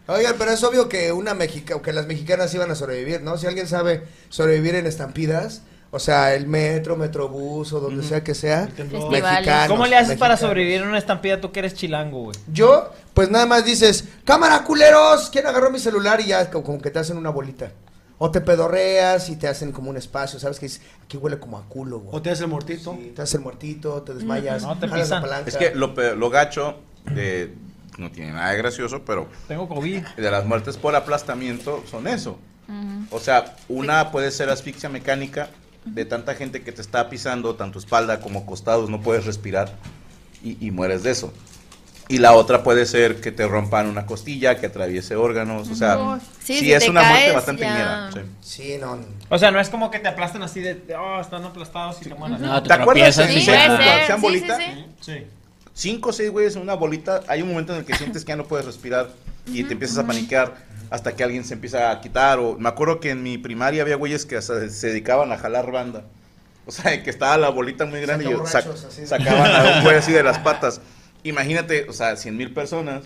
Oigan, pero es obvio que una mexica, que las mexicanas iban a sobrevivir, ¿no? Si alguien sabe sobrevivir en estampidas, o sea, el metro, metrobús o donde sea que sea, mexicanos.
¿Cómo le haces para
mexicanos.
sobrevivir en una estampida tú que eres chilango, güey?
Yo, pues nada más dices, cámara culeros, ¿quién agarró mi celular? Y ya co- como que te hacen una bolita. O te pedorreas y te hacen como un espacio, ¿sabes? Que dices, aquí huele como a culo, güey. O te hace el muertito. te hace el muertito, te desmayas,
No, te
jalas la
pisan.
palanca.
Es que lo, pe- lo gacho, eh, no tiene nada de gracioso, pero
Tengo COVID.
de las muertes por aplastamiento son eso. O sea, una puede ser asfixia mecánica de tanta gente que te está pisando, tanto espalda como costados, no puedes respirar y, y mueres de eso. Y la otra puede ser que te rompan una costilla, que atraviese órganos, o sea, sí,
si
es
te
una muerte
caes,
bastante
ya.
ñera, sí.
Sí, no, no.
O sea, no es como que te aplastan así de, de, oh, están aplastados y te mueran.
No, te ¿Te acuerdas tropiezas de y Cinco se- Puede ser, sean sí, bolitas? sí,
Sí.
Cinco o seis güeyes en una bolita, hay un momento en el que sientes que ya no puedes respirar y te empiezas a paniquear hasta que alguien se empieza a quitar. O me acuerdo que en mi primaria había güeyes que hasta se dedicaban a jalar banda. O sea, que estaba la bolita muy grande y yo- sac-
Sacaborrachos, así de-
sacaban a un güey así de
[LAUGHS]
las patas. Imagínate, o sea, cien mil personas,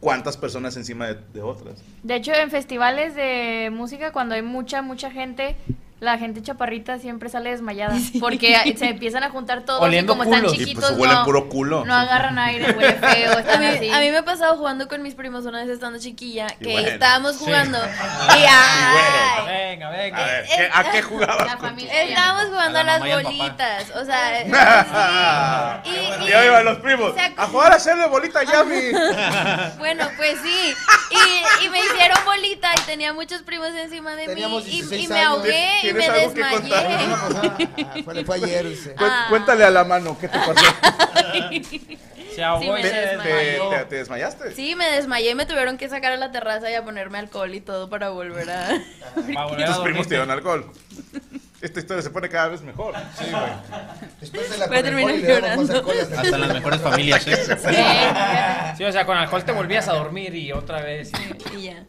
¿cuántas personas encima de, de otras?
De hecho, en festivales de música, cuando hay mucha, mucha gente, la gente chaparrita siempre sale
[LAUGHS]
desmayada. Porque se empiezan a juntar todos
Oliendo
y como están
culos. Y, pues,
chiquitos,
huelen
no,
puro culo.
no agarran aire, huele feo,
A
están
mí,
así.
a mí me ha pasado jugando con mis primos una vez estando chiquilla, que
bueno.
estábamos
Sí. [LAUGHS]
jugando.
Y
Y ah, ay,
Venga, venga.
A ver, ¿qué- [LAUGHS] Ah, ¿a qué jugabas?
estábamos jugando a,
A la
las
mamá y al papá.
bolitas. O sea,
[LAUGHS] y, ya iban los primos. A jugar a hacerle bolita a
[LAUGHS]
Yami.
Bueno, pues sí. Y, y me hicieron bolita y tenía muchos primos encima de
Teníamos
mí. Y,
16
y me
años.
ahogué y
¿Tienes
me
algo que [LAUGHS]
desmayé.
Ah, Fue, fue ayer, dice.
Cu-
Ah.
Cuéntale a la mano, ¿qué te pasó?
Se ahogó
Sí, me
Te- te-
desmayó.
te- te
[LAUGHS]
desmayaste?
Sí, me desmayé, me tuvieron que sacar a la terraza y a ponerme alcohol y todo para volver a... [LAUGHS]
Y tus primos te dieron alcohol. Esta historia se pone cada vez mejor. Sí, güey.
Después de
Voy a terminar llorando.
Hasta las mejores
[LAUGHS]
familias, ¿eh?
Sí, o sea, con alcohol te volvías a dormir y otra vez.
Y ya,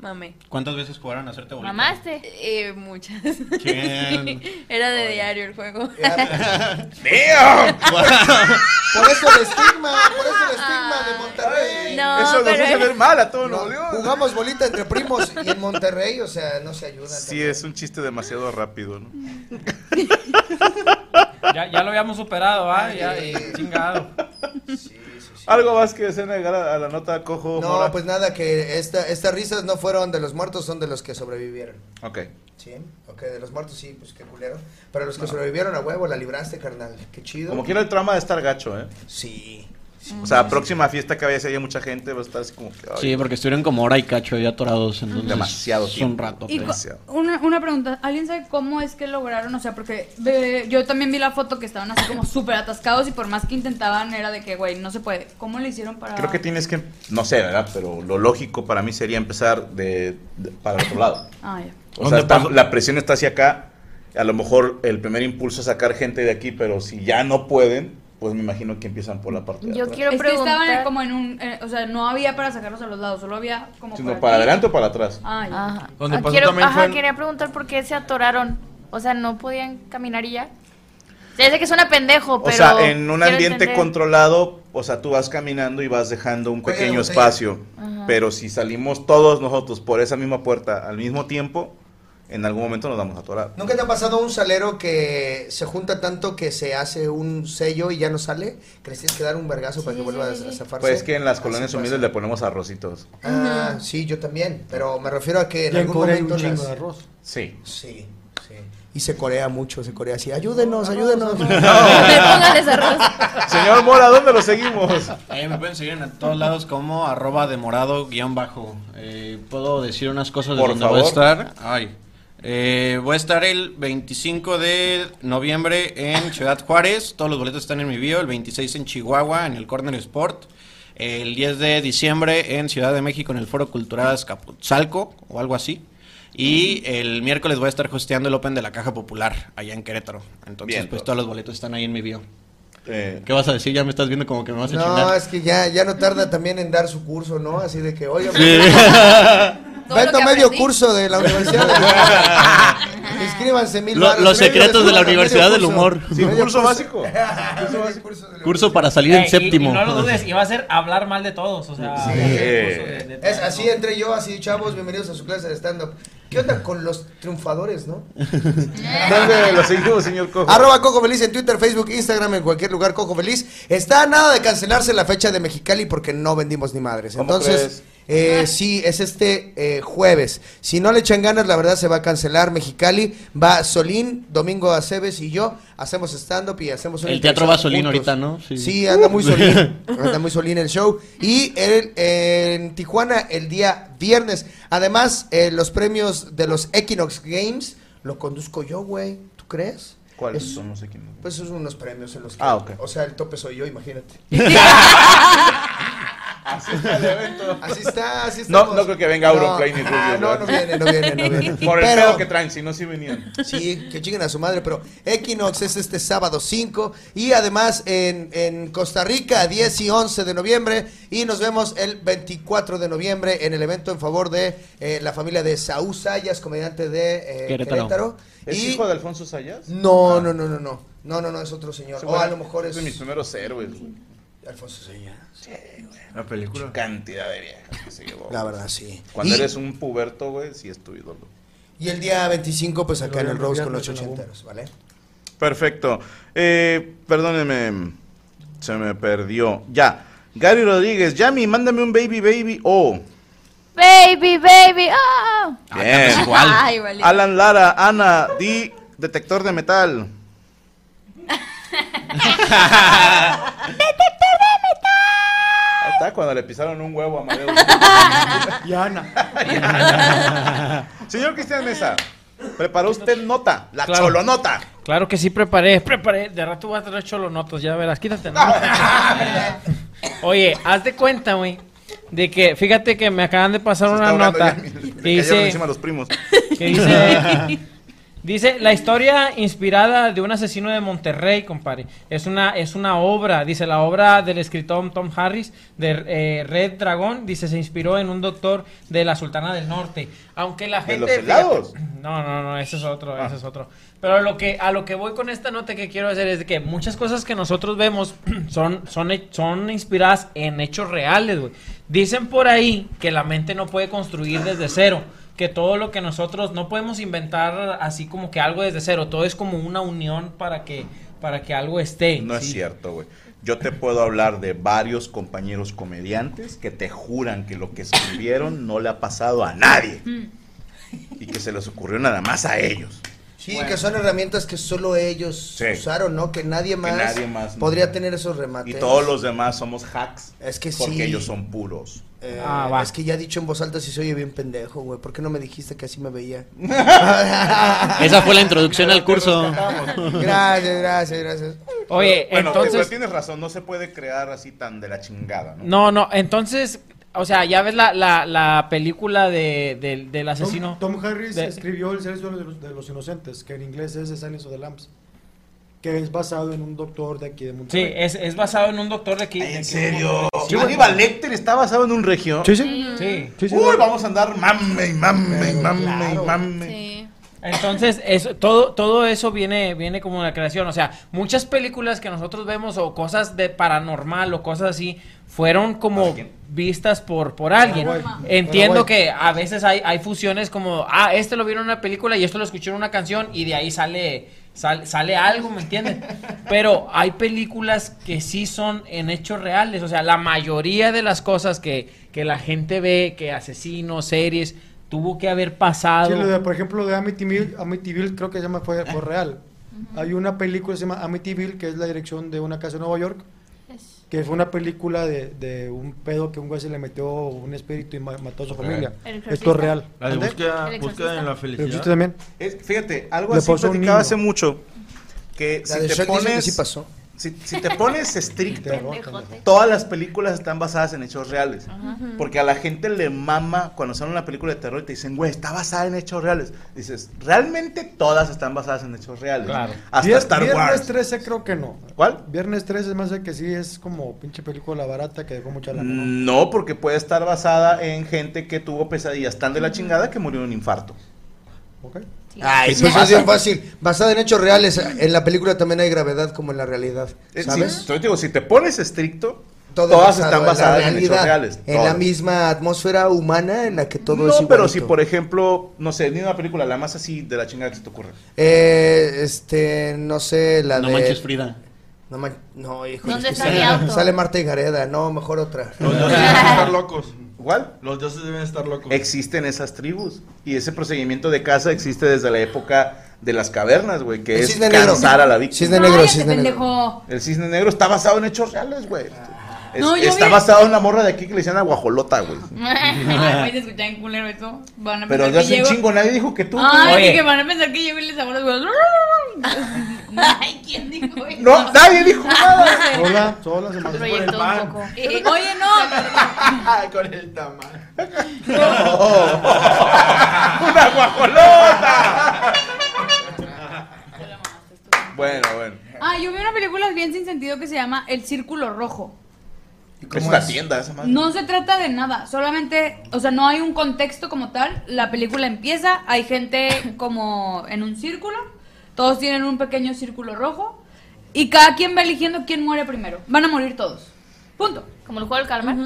mamé.
¿Cuántas veces jugaron a hacerte bolita?
¿Mamaste? Eh, muchas.
¿Quién?
Sí, [LAUGHS] Era de diario el
[LAUGHS]
juego. [LAUGHS]
¡Damn!
[LAUGHS] Por eso el estigma, por eso el estigma de Monterrey.
No, Eso nos pero- hace ver
mal a todos
los Jugamos bolita entre primos y en Monterrey, o sea, no se ayudan.
Sí, es un chiste demasiado rápido, ¿no?
Ya, ya lo habíamos superado, ¿ah? Ya, y chingado.
[LAUGHS] Algo más que deseen agregar a a la nota cojo.
No,
Mora?
pues nada, que esta, estas risas no fueron de los muertos, son de los que sobrevivieron.
Ok.
Sí, ok, de los muertos sí, pues qué culero. Pero los que sobrevivieron a huevo, la libraste, carnal. Qué chido.
Como quiera el trama de estar gacho, ¿eh?
Sí.
O sea, próxima fiesta que vaya, si haya mucha gente, va a estar así como que. ay,
Sí, porque estuvieron como hora y cacho ya atorados. Entonces,
Demasiado
es un
tiempo.
rato.
Y cu- [LAUGHS]
pues.
una, una pregunta, ¿alguien sabe cómo es que lograron? O sea, porque eh, yo también vi la foto que estaban así como súper atascados y por más que intentaban era de que, güey, no se puede. ¿Cómo le hicieron para...?
Creo que tienes que, no sé, ¿verdad? Pero lo lógico para mí sería empezar de, de- para el otro lado.
Ah, ya.
O sea,
¿Dónde
está-
pasó?
la presión está hacia acá. A lo mejor el primer impulso es sacar gente de aquí, pero si ya no pueden, pues me imagino que empiezan por la parte de
Yo
atrás.
quiero es que estaban como en un... eh, o sea, no había para sacarlos a los lados, solo había como...
Sino
por
para
aquí.
adelante o para atrás.
Ah, ya.
Ajá.
Donde
Ah,
pasó
quiero-
también
ajá,
fue en-
quería preguntar por qué se atoraron. O sea, no podían caminar y ya. Ya sé que suena pendejo,
O
pero.
sea, en un
quiero
ambiente
entender.
controlado, o sea, tú vas caminando y vas dejando un
Cuello de
pequeño
botella.
espacio.
Ajá.
Pero si salimos todos nosotros por esa misma puerta al mismo tiempo, en algún momento nos vamos a atorar.
¿Nunca te ha pasado un salero que se junta tanto que se hace un sello y ya no sale? ¿Que les tienes que dar un vergazo para que vuelva a- a zafarse?
Pues que en las
Así
colonias
pasa.
humildes le ponemos arrocitos.
Ah, sí, yo también. Pero me refiero a que en
Y en
algún
Corea hay
momento.
un chingo
las-
de arroz. Sí.
Sí, sí. Y se corea mucho, se corea así. Ayúdenos, ayúdenos.
Póngales arroz.
Señor Mora, ¿dónde lo seguimos?
Ahí me pueden seguir en todos lados como arroba de morado guión bajo. Eh, Puedo decir unas cosas de
Por
dónde voy a
favor.
estar. Ay. Eh, voy a estar el 25 de noviembre en Ciudad Juárez. Todos los boletos están en mi bio. El 26 en Chihuahua, en el Corner Sport. El 10 de diciembre en Ciudad de México, en el Foro Cultural Azcapotzalco o algo así. Y el miércoles voy a estar hosteando el Open de la Caja Popular allá en Querétaro. Entonces,
Bien. Eh.
pues todos los boletos están ahí en mi bio. ¿Qué vas a decir? Ya me estás viendo como que me vas a
No,
chingar.
es que ya, ya no tarda también en dar su curso, ¿no? Así de que, oiga,
Sí.
pues,
[LAUGHS] Todo lo
vendo
que
medio
aprendí.
curso de la
[LAUGHS]
universidad. del- Inscríbanse mil
Lo-
varos,
los
medio
secretos de la
curso,
Universidad
medio
del Humor. Sí, un
Medio
curso básico.
[LAUGHS] Curso básico.
Curso para salir en
Eh, y-
séptimo.
Y, no lo dudes, y va a ser hablar mal de todos. O sea,
Sí.
de- de-
Es así entre yo, así, chavos, bienvenidos a su clase de stand-up. ¿Qué onda con los
[LAUGHS]
triunfadores, no?
¿Dónde lo seguimos, señor Cojo?
Arroba Coco Feliz en Twitter, Facebook, Instagram, en cualquier lugar Coco Feliz. Está a nada de cancelarse la fecha de Mexicali porque no vendimos ni madres.
¿Cómo
Entonces, eh, sí, es este eh, jueves. Si no le echan ganas, la verdad se va a cancelar Mexicali. Va Solín, Domingo Aceves y yo. Hacemos stand-up y hacemos una
El teatro va solín
interacción juntos.
ahorita, ¿no?
Sí. anda
[LAUGHS]
muy solín. Anda muy solín el show. Y el- en Tijuana el día viernes. Además, eh, los premios de los Equinox Games lo conduzco yo, güey. ¿Tú crees?
¿Cuáles
Es-
son los equipos?
Pues son unos premios en los que.
Ah, ok.
O sea, el tope soy
[LAUGHS]
yo, imagínate.
Así está el evento.
Así está, así
No,
Ah, estamos.
no creo que venga Auron Klein ni
ah,
Rubio,
No,
¿verdad?
no viene, no viene, no viene.
[LAUGHS] Por el
Pero-
pedo que traen, si no, sí venían.
Sí, que chinguen a su madre, pero Equinox es este sábado 5 y además en, en Costa Rica 10 y 11 de noviembre y nos vemos el 24 de noviembre en el evento en favor de eh, la familia de Saúl Sayas, comediante de eh, Querétaro.
¿Es
Y-
hijo de Alfonso Sayas? Ah.
No, no, no, no, no, no, no, no, es otro señor.
Ese
O
güey
a lo mejor es
de mis primeros héroes, güey.
Alfonso Sayas. Sí, güey.
La película. Cantidad de viejas que se llevó.
La verdad, sí.
Cuando
Y-
eres un puberto, güey, sí es tu ídolo.
Y el día 25, pues acá en
Pero
el
ya
Rose
no
con los
se la
ochenteros, ¿vale?
Perfecto. Eh, perdónenme, se me perdió. Ya. Gary Rodríguez, Yami, mándame un baby baby. Oh.
Baby, baby.
oh,
[LAUGHS]
ah.
Bien.
igual. Ah, igualito.
Alan Lara, Ana, di detector de metal. Ahí está cuando le pisaron un huevo a Amadeo.
Y Ana.
Señor Cristian Mesa, preparó usted nota, la cholonota.
Claro que sí, preparé, preparé. De rato voy a traer cholonotos, ya verás, quítate. ¿no? Oye, haz de cuenta, güey, de que, fíjate que me acaban de pasar una nota.
Le
que
cayeron
dice,
encima los primos.
que dice, dice, la historia inspirada de un asesino de Monterrey, compadre. Es una, es una obra, dice, la obra del escritor Tom Harris de eh, Red Dragón, dice, se inspiró en un doctor de la Sultana del Norte. Aunque la
¿De
gente...
los helados? Ah.
No, no, no, ese es otro, ese es otro. Pero lo que, a lo que voy con esta nota que quiero hacer es de que muchas cosas que nosotros vemos [CLEARS THROAT] son, son, he- son inspiradas en hechos reales, güey. Dicen por ahí que la mente no puede construir desde cero. Que todo lo que nosotros no podemos inventar así como que algo desde cero. Todo es como una unión para que, para que algo esté.
No es cierto, güey. Yo te puedo hablar de varios compañeros comediantes que te juran que lo que
Mm.
escribieron no le ha pasado a nadie. Y que se les ocurrió nada más a ellos.
Sí, Bueno. que son herramientas que solo ellos
Sí.
usaron, ¿no? Que nadie más,
nadie más, no.
podría tener esos remates.
Y todos los demás somos hacks.
Es que
Porque
sí.
ellos son puros.
Eh,
Ah, va.
Es que ya dicho en voz alta si se oye bien pendejo, güey. ¿Por qué no me dijiste que así me veía?
Esa fue la introducción al curso.
Gracias, gracias, gracias.
Oye,
Bueno,
entonces-
pero tienes razón, no se puede crear así tan de la chingada, ¿no?
No, no, entonces, o sea, ya ves la, la, la película de, del- del asesino.
Tom, Tom Harris
De-
escribió El silencio de los, de los inocentes, que en inglés es The Silence of the Lambs, que es basado en un doctor de aquí de
Sí,
Monterrey.
es, es basado en un doctor de aquí. Ah, ¿En serio?
Aníbal Lecter está basado en un región.
Sí,
sí.
Uy, vamos a andar mame y mame y mame y mame.
Entonces, eso, todo, todo eso viene, viene como una creación. O sea, muchas películas que nosotros vemos o cosas de paranormal o cosas así fueron como vistas por, por alguien.
Paraguay.
Entiendo
Paraguay.
que a veces hay, hay fusiones como, ah, este lo vieron en una película y esto lo escuché en una canción y de ahí sale, sal- sale algo, ¿me
[LAUGHS]
entiendes? Pero hay películas que sí son en hechos reales. O sea, la mayoría de las cosas que, que la gente ve, que asesinos, series, tuvo que haber pasado.
Sí, lo de, por ejemplo, de Amityville, Amityville creo que se llama fue, fue real. Hay una película que se llama Amityville, que es la dirección de una casa en Nueva York, que fue una película de, de un pedo que un güey se le metió un espíritu y ma- mató a su familia.
El
Esto es
exorcista.
real.
La de
¿Ande?
búsqueda- El búsqueda en exorcista. la felicidad.
El exorcista pues, también.
Es- fíjate, algo
Le
así
pasó a un
platicaba
niño.
hace mucho. Que
La
si
de
te
Shrek dicen que
pones.
sí
pasó.
Si, si te
[LAUGHS]
pones estricto,
Pendejote.
todas las películas están basadas en hechos reales.
Ajá.
Porque a la gente le mama cuando sale una película de terror y te dicen, güey, está basada en hechos reales. Dices, realmente todas están basadas en hechos reales. Hasta
Vier-
Star
Viernes
Wars.
13 creo que no.
¿Cuál?
Viernes 13 es más de que sí es como pinche película barata que dejó mucha lana. ¿no?
No, porque puede estar basada en gente que tuvo pesadillas tan de la chingada que murió de un infarto.
Ay,
Sí,
pues
pasa.
es bien fácil. Basada en hechos reales, en la película también hay gravedad como en la realidad.
Eh, sí,
¿Sabes?
yo te digo, si te pones estricto,
Todo
todas
basado
están
la
basadas en, hechos
realidad,
reales.
En la
todas.
misma atmósfera humana en la que todo
no,
es
pero
igualito.
si por ejemplo, no sé, ni una película, la más así de la chingada que se te ocurre.
Eh, este, no sé, la
No
de...
manches,
Frida.
No, man- no hijo.
¿Dónde
es que
está mi
este sale,
auto?
sale Marta y Gareda, no, mejor otra.
estar locos. ¿Cuál? Los dioses deben estar locos. [LAUGHS] Existen esas tribus. Y ese procedimiento de caza existe desde la época de las cavernas, güey, que
El
Pues es
cisne negro.
cansar a la víctima.
Cisne negro, Cállate,
Ese este pendejo.
El cisne negro está basado en hechos reales, güey.
Ah.
Es-
No, yo
está
vi-
basado en la morra de aquí que le decían aguajolota, güey.
[LAUGHS] Ay, güey, se escucha en culero eso. Van a
Pero
pensar
de
que
hace un
llego-
chingo nadie dijo que tú.
Ay,
güey.
que van a pensar que llevo y les hago los huevos. [LAUGHS] Ay, ¿quién dijo eso?
No, nadie
[LAUGHS]
dijo nada.
Sola, sola se mató por el
Proyectó
pan.
Eh, Oye, no.
[LAUGHS] Con el tamal. ¡Una [LAUGHS] guajolota! bueno, bueno.
Ah, yo vi una película bien sin sentido que se llama El Círculo Rojo.
Es una tienda esa madre.
No se trata de nada, solamente, o sea, no hay un contexto como tal. La película empieza, hay gente como en un círculo, todos tienen un pequeño círculo rojo y cada quien va eligiendo quién muere primero. Van a morir todos. Punto.
Como el juego del calamar.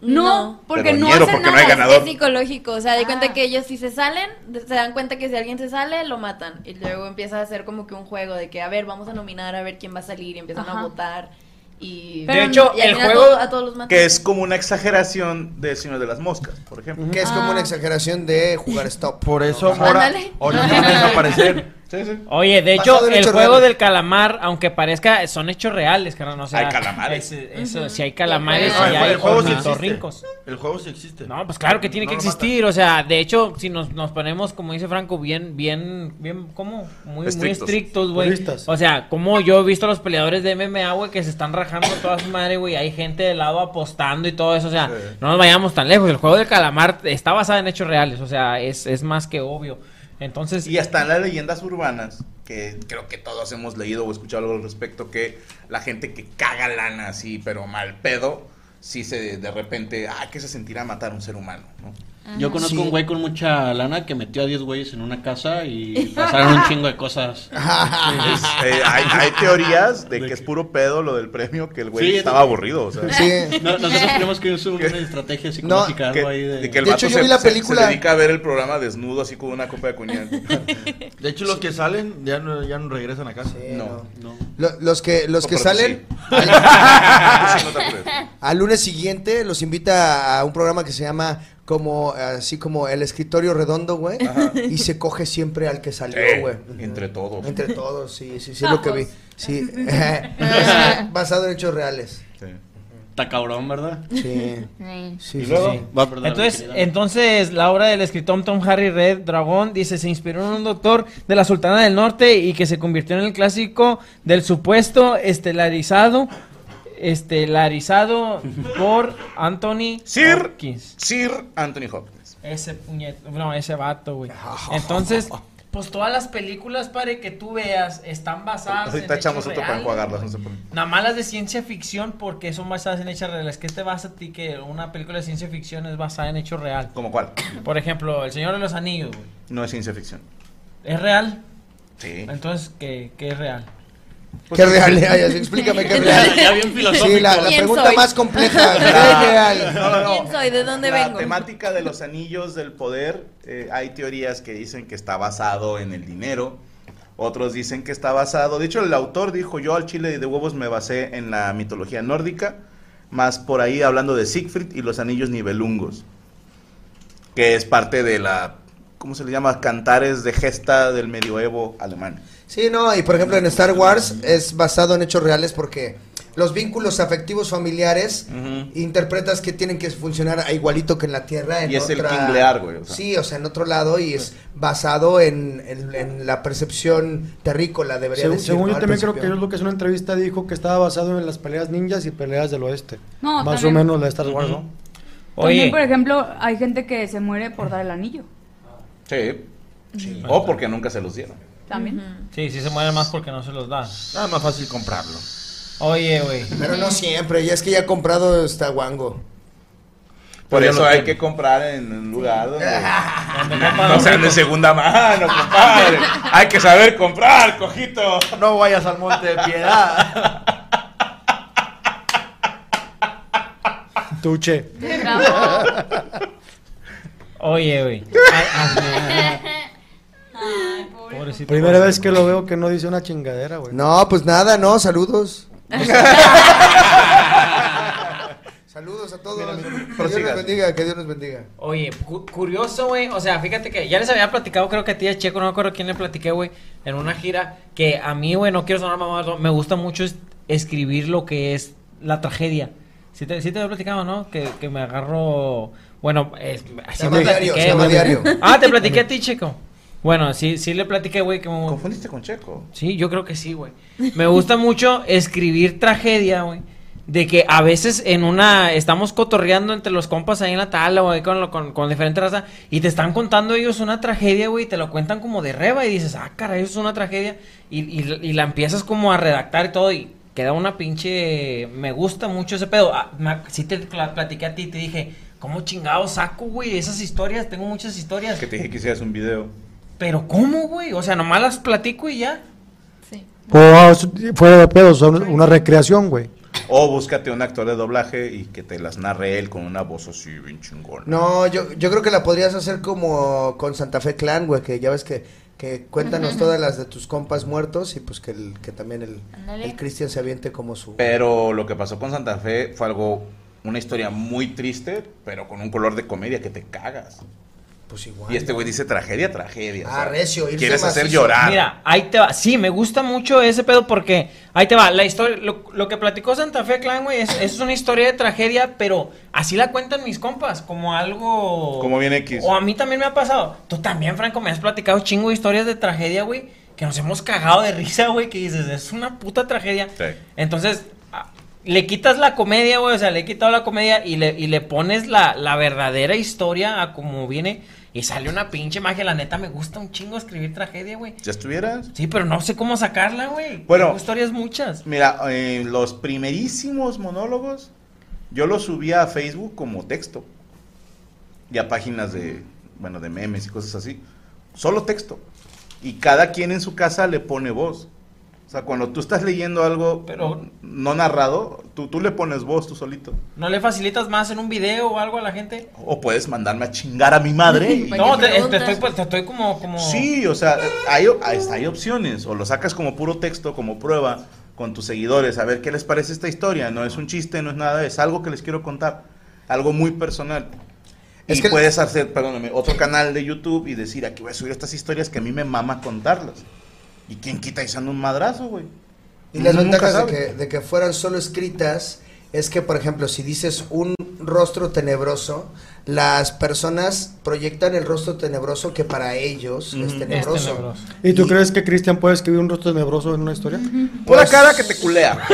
No, porque
Pero
no
ñero,
hacen
porque no
nada.
hay ganador.
Es psicológico, o sea, de cuenta que ellos si se salen, de- se dan cuenta que si alguien se sale, lo matan. Y luego empieza a hacer como que un juego de que, a ver, vamos a nominar, a ver quién va a salir, y empiezan
Ajá.
a votar. Y,
De hecho,
y al
el
final
juego
a todos- a todos los matan. [LAUGHS]
Que es como una exageración del Señor de las Moscas, por ejemplo.
Que es
Ah.
como una exageración de jugar stop.
Por
eso
Mora-
Ándale.
ahorita va a desaparecer.
Oye, de
Basado
hecho,
en
el
hechos
juego
reales.
del calamar, aunque parezca, son hechos reales, carnal. O sea,
Hay calamares.
es- eso, Si hay
No,
calamares, si
Ah, el
hay
juego sí
ornitorrincos.
El juego sí existe.
No, pues claro que tiene
No
que
lo
existir. O sea, de hecho, si nos, nos ponemos, como dice Franco, bien, bien, bien, ¿cómo? Muy muy
Estrictos.
estrictos, güey.
Puristas.
O sea, como yo he visto a los peleadores de MMA, güey, que se están rajando toda su madre, güey. Hay gente de lado apostando y todo eso. O sea, no nos vayamos tan lejos. El juego del calamar está basado en hechos reales. O sea, es, es más que obvio. Entonces.
Y hasta en las leyendas urbanas, que creo que todos hemos leído o escuchado algo al respecto, que la gente que caga lana así, pero mal pedo, sí se de repente, ah, que se sentirá matar a un ser humano,
[LAUGHS]
¿no?
[LAUGHS] Yo conozco
Sí.
un güey con mucha lana que metió a 10 güeyes en una casa y pasaron un chingo de
[LAUGHS]
cosas.
Es,
[LAUGHS]
eh, hay, hay teorías de que es puro pedo lo del premio, que el güey
Sí,
estaba aburrido. O sea.
No, nosotros creemos que es una estrategia
[LAUGHS]
psicológica,
No,
algo
que-
ahí de...
de que el vato se, se- se dedica a ver el programa desnudo así con una copa de [LAUGHS] coñac.
De hecho, los que salen ya no, ya no regresan a casa.
no.
Lo- los que, los
No,
que
pero tú
salen
sí.
[LAUGHS]
al, [LAUGHS]
Sí, no te apures.
al lunes siguiente los invita a un programa que se llama como, así como el escritorio redondo, güey.
Ajá.
Y se coge siempre al que salió,
Eh,
güey.
entre todos.
Entre todos, sí, sí, sí, es lo que vi.
Todos.
Sí. [LAUGHS] Basado- Basado en hechos reales.
Está cabrón, ¿verdad?
Sí.
Y luego, va, perdón,
entonces,
querida.
entonces, la obra del escritor Tom Harry Red Dragón dice, se inspiró en un doctor de la Sultana del Norte y que se convirtió en el clásico del supuesto estelarizado, estelarizado por Anthony Sir,
Sir Anthony Hopkins.
Ese puñeto, no, ese vato, güey.
[LAUGHS]
Entonces, pues todas las películas, para que tú veas, están basadas
Ahorita
en
echamos
hechos
otro para
reales.
enjuagarlas, no se preocupen.
Nada más las de ciencia ficción porque son basadas en hechos reales. ¿Qué te vas a ti que una película de ciencia ficción es basada en hechos real?
¿Como cuál?
Por ejemplo, El Señor de los Anillos, güey.
No es ciencia ficción.
¿Es real?
Sí.
Entonces, ¿qué, qué es real?
Pues ¿Qué es real? [LAUGHS] Ay, así, explícame
[LAUGHS]
qué es real.
Ya bien filosófico.
Sí, la, la
¿Quién
pregunta
soy? [LAUGHS]
más compleja. ¿Qué
La-
es real?
No, no, no.
¿Quién soy? ¿De dónde
la
vengo?
temática de los anillos del poder, eh, hay teorías que dicen que está basado en el dinero, otros dicen que está basado, de hecho el autor dijo, yo al chile de huevos me basé en la mitología nórdica, más por ahí hablando de Siegfried y los anillos nivelungos, que es parte de la, ¿cómo se le llama? Cantares de gesta del medioevo alemán.
Sí, no, y por ejemplo en Star Wars es basado en hechos reales porque los vínculos afectivos familiares interpretas que tienen que funcionar a igualito que en la Tierra. En
Y es el
otra-
kinglear, güey, o sea.
Sí, o sea, en otro lado y es basado en, en- en la percepción terrícola, debería
Según,
decir.
según
¿no?
yo
Al
también creo que
principio.
es lo que es una entrevista dijo que estaba basado en las peleas ninjas y peleas del oeste.
No,
Más
también.
o menos la de Star Wars, ¿no?
También, por ejemplo, hay gente que se muere por dar el anillo.
Sí. O porque nunca se los dieron.
También.
Sí, sí se mueren más porque no se los dan.
Nada más fácil comprarlo.
Oye, güey.
Pero no siempre, ya es que ya ha comprado está guango.
Por
Pero
eso
lo
hay
tiene.
que comprar en un lugar donde, [LAUGHS]
lo
no sean de segunda mano, compadre. Hay que saber comprar, cojito.
No vayas al monte de piedad.
[LAUGHS]
Tuche.
[LAUGHS]
Oye, güey. Pobrecito.
Primera
[LAUGHS]
vez que lo veo que no dice una chingadera, güey.
No, pues nada, no,
[LAUGHS]
saludos. Saludos a todos. Que Dios nos bendiga, que Dios nos bendiga.
Oye, cu- curioso, güey. O sea, fíjate que ya les había platicado, creo que a ti, a Checo, no me acuerdo quién le platiqué, güey, en una gira, que a mí, güey, no quiero sonar mamado, me gusta mucho es- escribir lo que es la tragedia. Sí te, sí te había platicado, ¿no? Que, que me agarro... Bueno, es, así
llama
me
diario,
platiqué,
se llama
güey.
diario.
Ah, te platiqué a ti, Checo. Bueno, sí, sí le platiqué, güey, que me...
¿Confundiste con Checo?
Sí, yo creo que sí, güey. Me gusta mucho escribir tragedia, güey. De que a veces en una. Estamos cotorreando entre los compas ahí en la tala, güey, con, lo- con, con diferente raza. Y te están contando ellos una tragedia, güey. Y te lo cuentan como de reba. Y dices, ah, caray, eso es una tragedia. Y, y- y la empiezas como a redactar y todo. Y queda una pinche. Me gusta mucho ese pedo. Ah, me ac- sí te pla- platiqué a ti y te dije, ¿cómo chingado saco, güey? Esas historias. Tengo muchas historias.
Que te dije que hicieras un video.
Pero ¿cómo, güey? O sea, nomás las platico y ya.
O fuera de pedo, son una recreación, güey.
O búscate un actor de doblaje y que te las narre él con una voz así bien chingona.
No, yo, yo creo que la podrías hacer como con Santa Fe Clan, güey, que ya ves que, que cuéntanos todas las de tus compas muertos y pues que, el, que también el,
Ándale.
el Cristian se aviente como su...
Pero lo que pasó con Santa Fe fue algo, una historia muy triste, pero con un color de comedia que te cagas.
Pues igual.
Y este güey dice tragedia, tragedia.
Ah,
¿sabes?
recio, irse
Quieres hacer
macizo.
llorar.
Mira, ahí te va. Sí, me gusta mucho ese pedo porque ahí te va. La historia, lo, lo que platicó Santa Fe Clan, güey, es, es una historia de tragedia, pero así la cuentan mis compas, como algo.
Como bien X.
O a mí también me ha pasado. Tú también, Franco, me has platicado chingo de historias de tragedia, güey, que nos hemos cagado de risa, güey, que dices, es una puta tragedia. Entonces, a- le quitas la comedia, güey, o sea, le he quitado la comedia y le, y le pones la, la verdadera historia a como viene y sale una pinche magia. La neta, me gusta un chingo escribir tragedia, güey.
¿Ya estuvieras?
Sí, pero no sé cómo sacarla, güey.
Bueno.
Tengo historias muchas.
Mira, eh, los primerísimos monólogos yo los subía a Facebook como texto y a páginas de, bueno, de memes y cosas así. Solo texto. Y cada quien en su casa le pone voz. O sea, cuando tú estás leyendo algo no narrado, tú, tú le pones voz tú solito.
¿No le facilitas más en un video o algo a la gente?
O puedes mandarme a chingar a mi
[LAUGHS]
madre. y-
No, te, te estoy, pues, te estoy como, como...
Sí, o sea, hay, hay, hay opciones. O lo sacas como puro texto, como prueba, con tus seguidores, a ver qué les parece esta historia. No es un chiste, no es nada, es algo que les quiero contar. Algo muy personal. y puedes hacer, perdóname, otro canal de YouTube y decir, aquí voy a subir estas historias que a mí me mama contarlas. ¿Y quién quita y se anda un madrazo, güey?
Y las
Uno nunca
ventajas de
sabe.
que, de que fueran solo escritas es que, por ejemplo, si dices un rostro tenebroso, las personas proyectan el rostro tenebroso que para ellos es tenebroso.
¿Y tú crees que Cristian puede escribir un rostro tenebroso en una historia?
Pura
cara que te culea. [LAUGHS]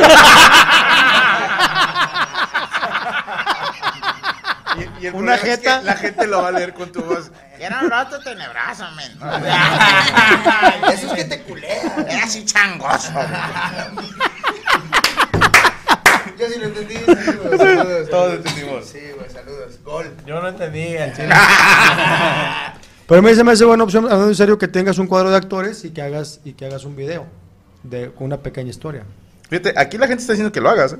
Y el
Una
problema es que
jeta.
la gente lo va a leer con tu voz.
[LAUGHS] Era un rato tenebrazo,
[LAUGHS]
men.
Eso es que te culea.
Era así changoso.
Yo sí lo entendí. saludos, saludos.
Todos entendimos.
Sí, güey, saludos. Gol.
Yo no
[LAUGHS]
entendí al chile.
Pero a mí se me hace buena opción, hablando en serio, que tengas un cuadro de actores y que hagas, y que hagas un video de con una pequeña historia.
Fíjate, aquí la gente está diciendo que lo hagas, ¿eh?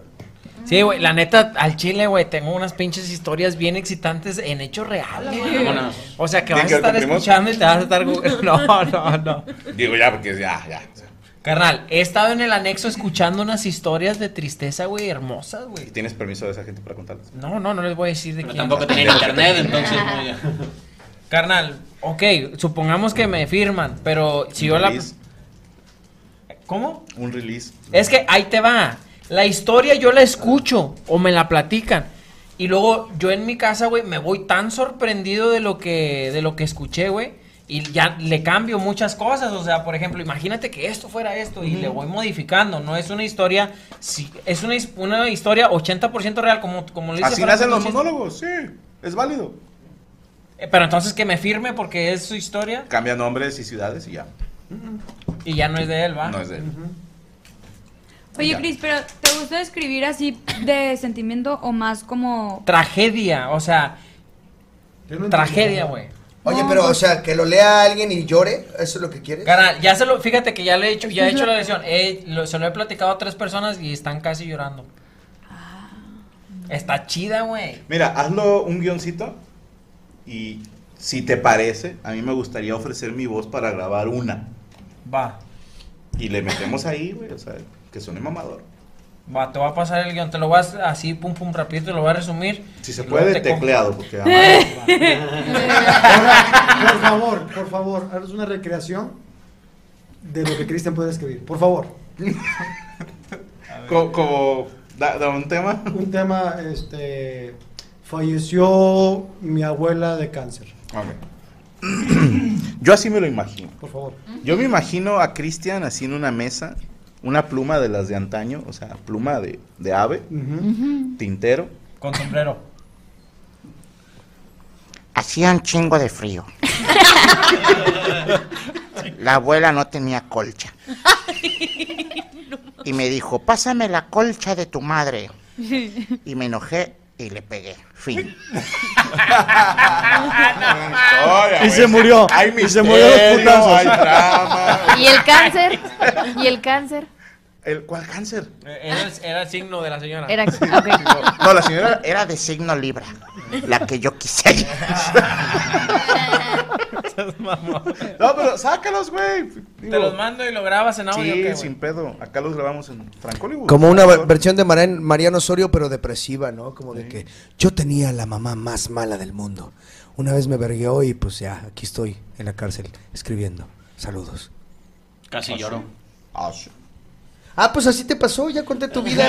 Sí, güey, la neta, al chile, güey, tengo unas pinches historias bien excitantes en hechos reales, güey.
Vámonos.
O sea, que
¿Tiene
vas
que
a
ver
estar
con primos?
escuchando y te vas a estar... gu- [LAUGHS] No, no, no.
Digo ya, porque ya, ya.
Carnal, he estado en el anexo escuchando unas historias de tristeza, güey, hermosas, güey.
¿Y tienes permiso de esa gente para contarlas?
No, no, no les voy a decir de quién.
tampoco tenía internet, entonces, no, ya.
[LAUGHS] Carnal, ok, supongamos que me firman, pero si yo la...
Release.
¿Cómo?
Un release.
Es que ahí te va. La historia yo la escucho o me la platican. Y luego yo en mi casa, güey, me voy tan sorprendido de lo que, de lo que escuché, güey. Y ya le cambio muchas cosas. O sea, por ejemplo, imagínate que esto fuera esto y
Ujú.
le voy modificando. No es una historia, sí, es una, his- una historia 80% real, como, como lo dice
Así
Franco
nacen los
Muchis.
monólogos, sí. Es válido.
Eh, Pero entonces que me firme porque es su historia
Cambia nombres y ciudades y ya.
y ya no es de él, ¿va?
No es de él.
Oye,
Ya.
Cris, pero ¿te gusta escribir así de sentimiento o más como...
Tragedia, o sea, tragedia, güey. pues
Oye, pero, o sea, que lo lea alguien y llore, ¿eso es lo que quieres?
Carnal, ya se lo, fíjate que ya le he hecho, ya he
Es
hecho
la-
la lesión. Eh, lo- se lo he platicado a tres personas y están casi llorando. Está chida, güey.
Mira, hazlo un guioncito y si te parece, a mí me gustaría ofrecer mi voz para grabar una.
Va,
Y le metemos ahí, güey, o sea, que suene mamador.
va, te voy a pasar el guión, te lo vas así, pum, pum, rapidito, te lo voy a resumir.
Si se
y luego
puede, [LAUGHS]
te compro.
tecleado,
[LAUGHS]
porque a
[LAUGHS] Ahora, por favor, por favor, haz una recreación de lo que Cristian puede escribir. Por favor.
Co- como, da, da un tema.
Un tema, este, falleció mi abuela de cáncer.
[CLEARS THROAT] Yo así me lo imagino.
Por favor.
Yo me imagino a Cristian así en una mesa, una pluma de las de antaño, o sea, pluma de, de ave, tintero.
Con sombrero.
Hacía un chingo de
[LAUGHS]
frío. La abuela no tenía colcha. Y me dijo, pásame la colcha de tu madre. Y me enojé y le pegué. Fin.
ah.
Y se murió. y se murió de putazos.
¿Y el cáncer? ¿Y el cáncer?
¿El, ¿Cuál cáncer?
Eh, Era el, era el signo de la señora. [LAUGHS]
Era- ok.
[LAUGHS] No, la señora era de signo Libra, la que yo quise.
No, pero sácalos, güey.
Te los mando y lo grabas en audio.
Sí,
¿qué, güey?
sin pedo. Acá los grabamos en Franco Hollywood.
Como una ver- versión de Marian- Mariano Osorio, pero depresiva, ¿no? Como de que yo tenía la mamá más mala del mundo. Una vez me vergueó y pues ya, aquí estoy en la cárcel escribiendo. Saludos.
Casi lloro.
Ah, pues así te pasó,
[LAUGHS]
ya [LAUGHS] conté tu vida.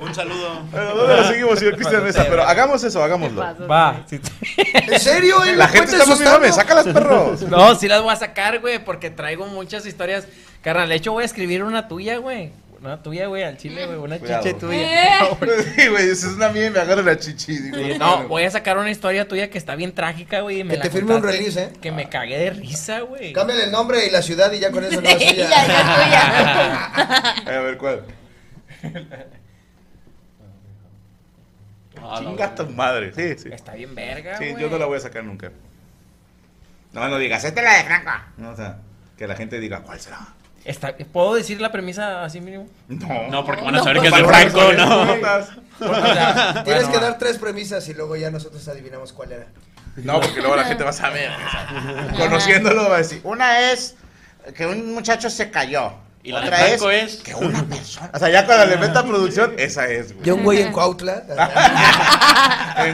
Un saludo.
Bueno, ¿dónde lo seguimos, señor Cristian Mesa? Pero hagamos eso, hagámoslo.
Va.
¿En serio?
[LAUGHS] La gente está muy mame, sácalas,
[LAUGHS]
perros.
No, sí las voy a sacar, güey, porque traigo muchas historias. Carnal, de hecho voy a escribir una tuya, güey. Una tuya, güey, al chile, güey. Una
Cuidado.
chiche tuya.
Eh. [LAUGHS] Sí, güey, eso es una mía, me agarro la chichi. digo,
Sí,
bueno.
no, voy a sacar una historia tuya que está bien trágica, güey. y me
Que
la
te firme un
contaste,
release, ¿eh?
Que me cagué de risa, güey.
Cámbiale el nombre y la ciudad y ya con eso
[LAUGHS]
no es tuya.
Ya, ya es
[LAUGHS]
Eh, [LAUGHS] A ver, ¿cuál? Chinga tu madre. Sí, sí.
Está bien verga,
Sí,
güey.
yo no la voy a sacar nunca. No, no digas, esta es la de Franco. No, o sea, que la gente diga, ¿cuál será?
Está- ¿Puedo decir la premisa así mínimo?
No. pues,
No, porque van a saber que es de Franco,
[LAUGHS]
¿no?
Tienes que dar tres premisas y luego ya nosotros adivinamos cuál era.
No, porque luego la gente va a [LAUGHS]
[LAUGHS]
saber. o sea, Conociéndolo va a decir.
Una es que un muchacho se cayó
Y la de
Otra
Franco
es
es.
que una persona- O sea, ya cuando le meta producción, esa es, güey.
Yo un güey en Cuautla.
Ah,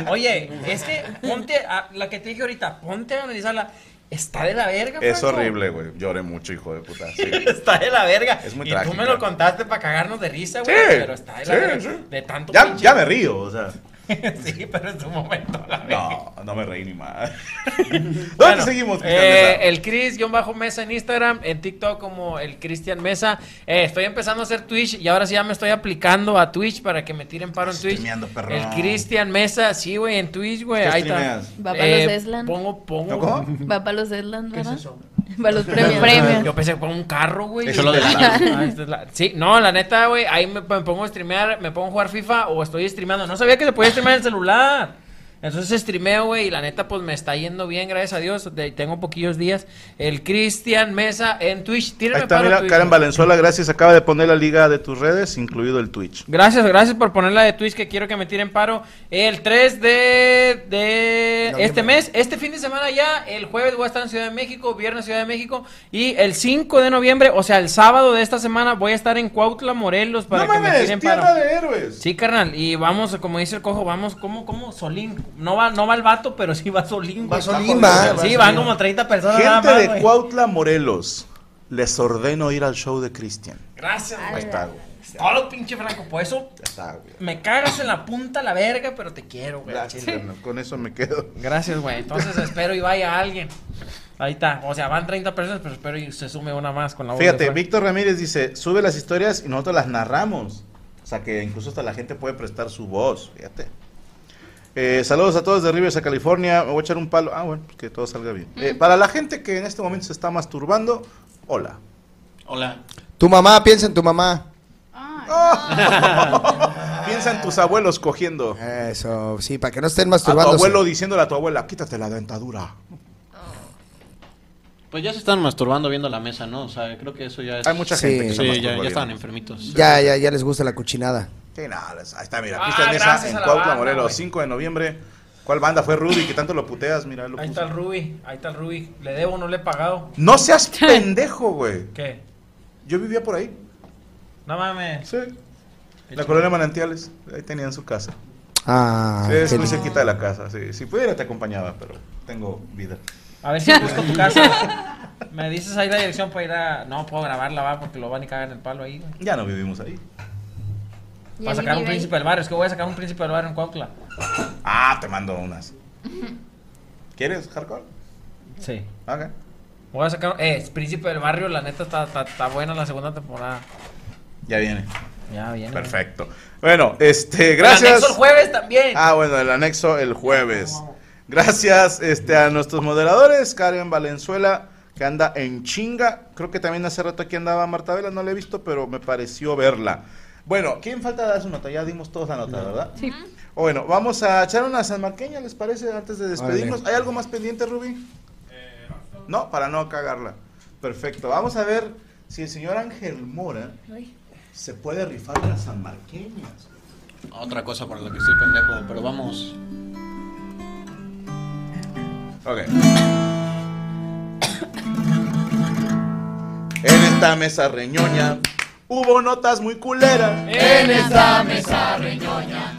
Oye, es que ponte, a- la que te dije ahorita, ponte a analizarla. Está de la verga,
Es
Franco.
horrible, güey. Lloré mucho, hijo de puta. sí.
[LAUGHS] Está de la verga.
Es muy
y
trágico.
tú me lo contaste para cagarnos de risa, güey.
Sí,
pero está de la
sí,
verga.
sí.
De tanto
Ya,
pinche-
ya me río, o sea.
[LAUGHS] sí, pero en su momento la
No, no me reí ni
[LAUGHS]
más. ¿Dónde
Bueno,
seguimos?
eh,
Cristian Mesa?
el Chris, guión bajo Mesa en Instagram, en TikTok como el Cristian Mesa. Eh, estoy empezando a hacer Twitch y ahora sí ya me estoy aplicando a Twitch para que me tiren paro en Twitch.
perrón.
El Cristian Mesa, sí, güey, en Twitch, güey.
¿Qué
Ahí está. Eh,
streameas?
Va para los Eslan.
Pongo, pongo.
Va para los Eslan,
¿Qué es
¿verdad?
eso?
Para
[LAUGHS]
los premios.
Yo pensé que pongo un carro, güey.
Eso lo de la-
Ah, esta es la- Sí, no, la neta, güey, ahí me, me pongo a streamear, me pongo a jugar FIFA o estoy streameando. No sabía que se podía streamear en el celular. Entonces streameo, güey, y la neta, pues me está yendo bien, gracias a Dios. De- tengo poquillos días. El Cristian Mesa en Twitch.
Ahí
Tírenme
está,
paro,
mira,
Twitch.
Karen Valenzuela, gracias. Acaba de poner la liga de tus redes, incluido el Twitch.
Gracias, gracias por ponerla de Twitch que quiero que me tiren paro. El 3 de, de
Noviembre.
este mes, este fin de semana ya, el jueves voy a estar en Ciudad de México, viernes Ciudad de México y el 5 de noviembre, o sea, el sábado de esta semana voy a estar en Cuautla, Morelos para que me tiren paro.
héroes.
Sí, carnal, y vamos, como dice el cojo, vamos, como, como, Solín. No va, no va el vato, pero sí va Solín. güey.
Solín, va,
Sí,
va Solín.
van como 30 personas nada
Gente
más,
de
güey.
Cuautla, Morelos, les ordeno ir al show de Cristian.
Gracias,
Ahí
güey.
está, güey.
Todo lo pinche franco, por eso
Ya está, güey.
me cagas en la punta la verga, pero te quiero, güey. al
Gracias,
chile.
carnal, Con eso me quedo.
Gracias, güey. Entonces espero y vaya alguien. Ahí está. O sea, van 30 personas, pero espero y se sume una más con la voz de
Fíjate,
Ah, Frank.
Víctor Ramírez dice, sube las historias y nosotros las narramos. O sea que incluso hasta la gente puede prestar su voz, fíjate. Eh, saludos a todos de Rivers a California. Me voy a echar un palo. Ah, bueno, pues que todo salga bien. Eh, para la gente que en este momento se está masturbando, hola.
Hola.
Tu mamá, piensa en tu mamá.
Piensa en tus abuelos cogiendo.
Eso, sí, para que no estén
A tu
masturbándose.
abuelo diciéndole a tu abuela, quítate la dentadura.
Pues ya se están masturbando viendo la mesa, ¿no? O sea, creo que eso ya es.
Hay mucha gente que se
Sí,
masturba
ya, ya
viendo.
estaban enfermitos.
Ya, ya, ya les gusta la cochinada.
Sí, nada, les- ahí está, mira.
Ah,
Aquí está en esa,
gracias
en
a la
Cuautla,
banda,
Morelos,
güey.
5 de noviembre. ¿Cuál banda fue Rudy? Que tanto lo puteas, mira. Lo
Ahí
puso.
está el Ruby. Ahí está el Ruby. Le debo, no le he pagado.
No
[LAUGHS]
seas pendejo, güey.
¿Qué?
Yo vivía por ahí.
No mames.
Sí. La colonia Manantiales, ahí tenían su casa.
Ah,
Sí, es
qué
muy
lindo.
cerquita de la casa, sí. Si pudiera te acompañaba, pero tengo vida.
A ver si busco tu casa. Me dices ahí la dirección para ir a. No puedo grabarla, va, porque lo van y cagan el palo ahí, güey.
[LAUGHS] Ya no vivimos ahí.
Para sacar un príncipe del barrio. Es que voy a sacar un príncipe del barrio en Cuautla.
Ah, te mando unas. ¿Quieres hardcore?
Sí.
Ok.
Voy a sacar. Eh, es príncipe del barrio, la neta está, está, está buena la segunda temporada.
Ya viene.
Ya viene.
Perfecto. Bueno, este,
El
gracias.
anexo el jueves también.
Ah, bueno, el anexo el jueves. Gracias este, a nuestros moderadores, Karen Valenzuela, que anda en chinga. Creo que también hace rato aquí andaba Marta Vela, no la he visto, pero me pareció verla. Bueno, ¿quién falta dar su nota? Ya dimos todos la nota, ¿verdad?
Sí.
Bueno, vamos a echar una sanmarqueña, ¿les parece? Antes de despedirnos.
Órale.
¿Hay algo más pendiente, Ruby? No, para no cagarla. Perfecto. Vamos a ver si el señor Ángel Mora se puede rifar las sanmarqueñas.
Otra cosa por la que estoy pendejo, pero vamos.
Ok. En esta mesa reñoña hubo notas muy culeras.
En esta mesa reñoña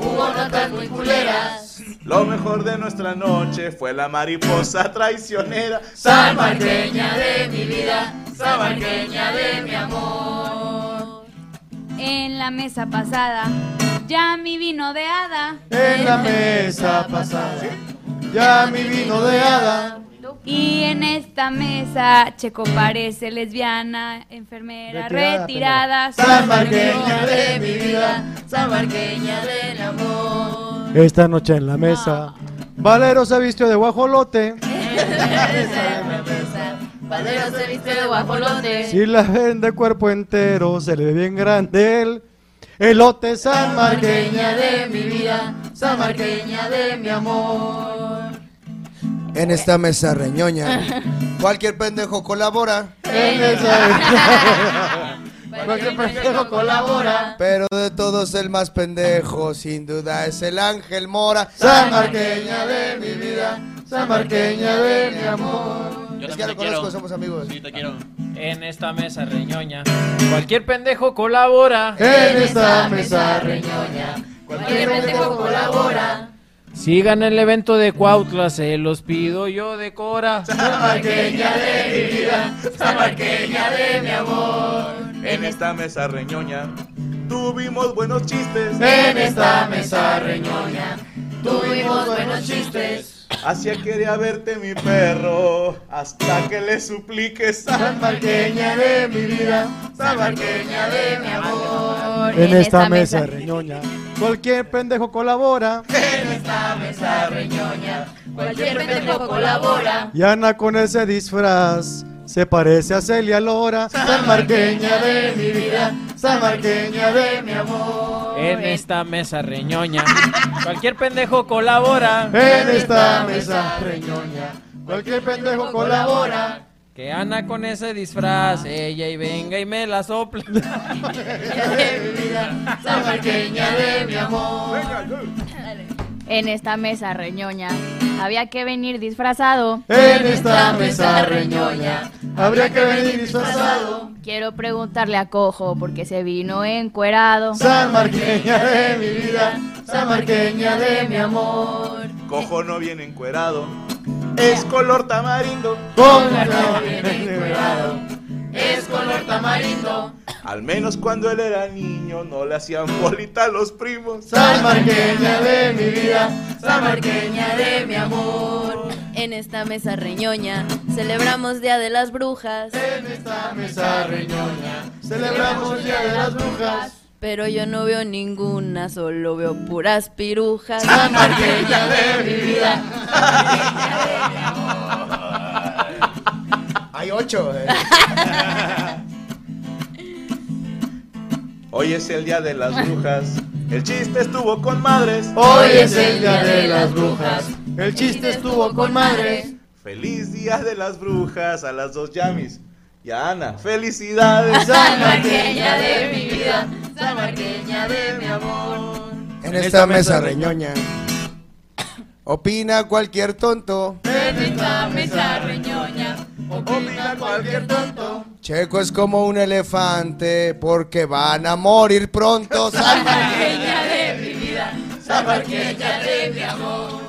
hubo notas muy culeras.
Lo mejor de nuestra noche fue la mariposa traicionera.
San Marqueña de mi vida, San Marqueña de mi amor.
En la mesa pasada, ya mi vino de hada.
En la mesa
pasada,
ya mi vino de hada.
Y en esta mesa, Checo parece lesbiana, enfermera retirada.
Retirada, San Marqueña de mi vida, San Marqueña del [LAUGHS] amor.
Esta noche en la mesa, Valero se vistió de guajolote.
Valero se viste de guajolote.
Si la ven de cuerpo entero, se le ve bien grande el elote San
San Marqueña
Marqueña.
de mi vida, San Marqueña de mi amor.
En esta mesa reñoña. Cualquier pendejo colabora.
En esa- Cualquier pendejo colabora.
Pero de todos el más pendejo, sin duda, es el Ángel Mora.
San Marqueña de mi vida, San Marqueña de mi amor.
Yo
Es que
también
ya
te
lo conozco,
quiero.
somos amigos.
Sí, te quiero.
en esta mesa reñoña. Cualquier pendejo colabora
En esta mesa reñoña, cualquier pendejo colabora.
Sigan el evento de Cuautla, se los pido yo de Cora.
Zamarqueña de mi vida, zamarqueña de mi amor.
En esta mesa reñoña tuvimos buenos chistes.
En esta mesa reñoña tuvimos buenos chistes.
Así quería verte mi perro hasta que le supliques.
Zamarqueña de mi vida, zamarqueña de mi amor.
En esta mesa reñoña. Cualquier pendejo colabora.
En esta mesa reñoña, cualquier pendejo colabora.
Y Ana con ese disfraz se parece a Celia Lora.
Zamarqueña de mi vida, zamarqueña de mi amor.
En esta mesa reñoña. Cualquier pendejo colabora.
En esta mesa reñoña, cualquier pendejo [LAUGHS] colabora.
Que Ana con ese disfraz, ella y venga y me
[LAUGHS]
la sopla.
De mi vida, zamarqueña de mi amor.
En esta mesa reñoña había que venir disfrazado.
En esta mesa reñoña, habría que venir disfrazado.
Quiero preguntarle a Cojo porque se vino encuerado.
Zamarqueña de mi vida, zamarqueña de mi amor.
Cojo no viene encuerado. Es color tamarindo.
Póngalo bien encuerado, es color tamarindo.
Al menos cuando él era niño no le hacían bolita a los primos.
Zamarqueña de mi vida, zamarqueña de mi amor.
En esta mesa reñoña celebramos Día de las Brujas.
En esta mesa reñoña, celebramos Día de las Brujas.
Pero yo no veo ninguna, solo veo puras pirujas.
Zamarqueña de mi vida.
Hay ocho.
[LAUGHS]
eh.
Hoy es el día de las brujas. El chiste estuvo con madres.
Hoy es el día de las brujas.
El chiste
estuvo con madres.
Feliz día de las brujas a las dos yamis. Y a Ana, felicidades.
Zamarqueña de mi vida, zamarqueña de mi amor.
En esta mesa reñoña. Opina cualquier tonto.
En esta mesa reñoña, opina cualquier tonto.
Checo es como un elefante porque van a morir pronto.
Zamarqueña de mi vida, zamarqueña de mi amor.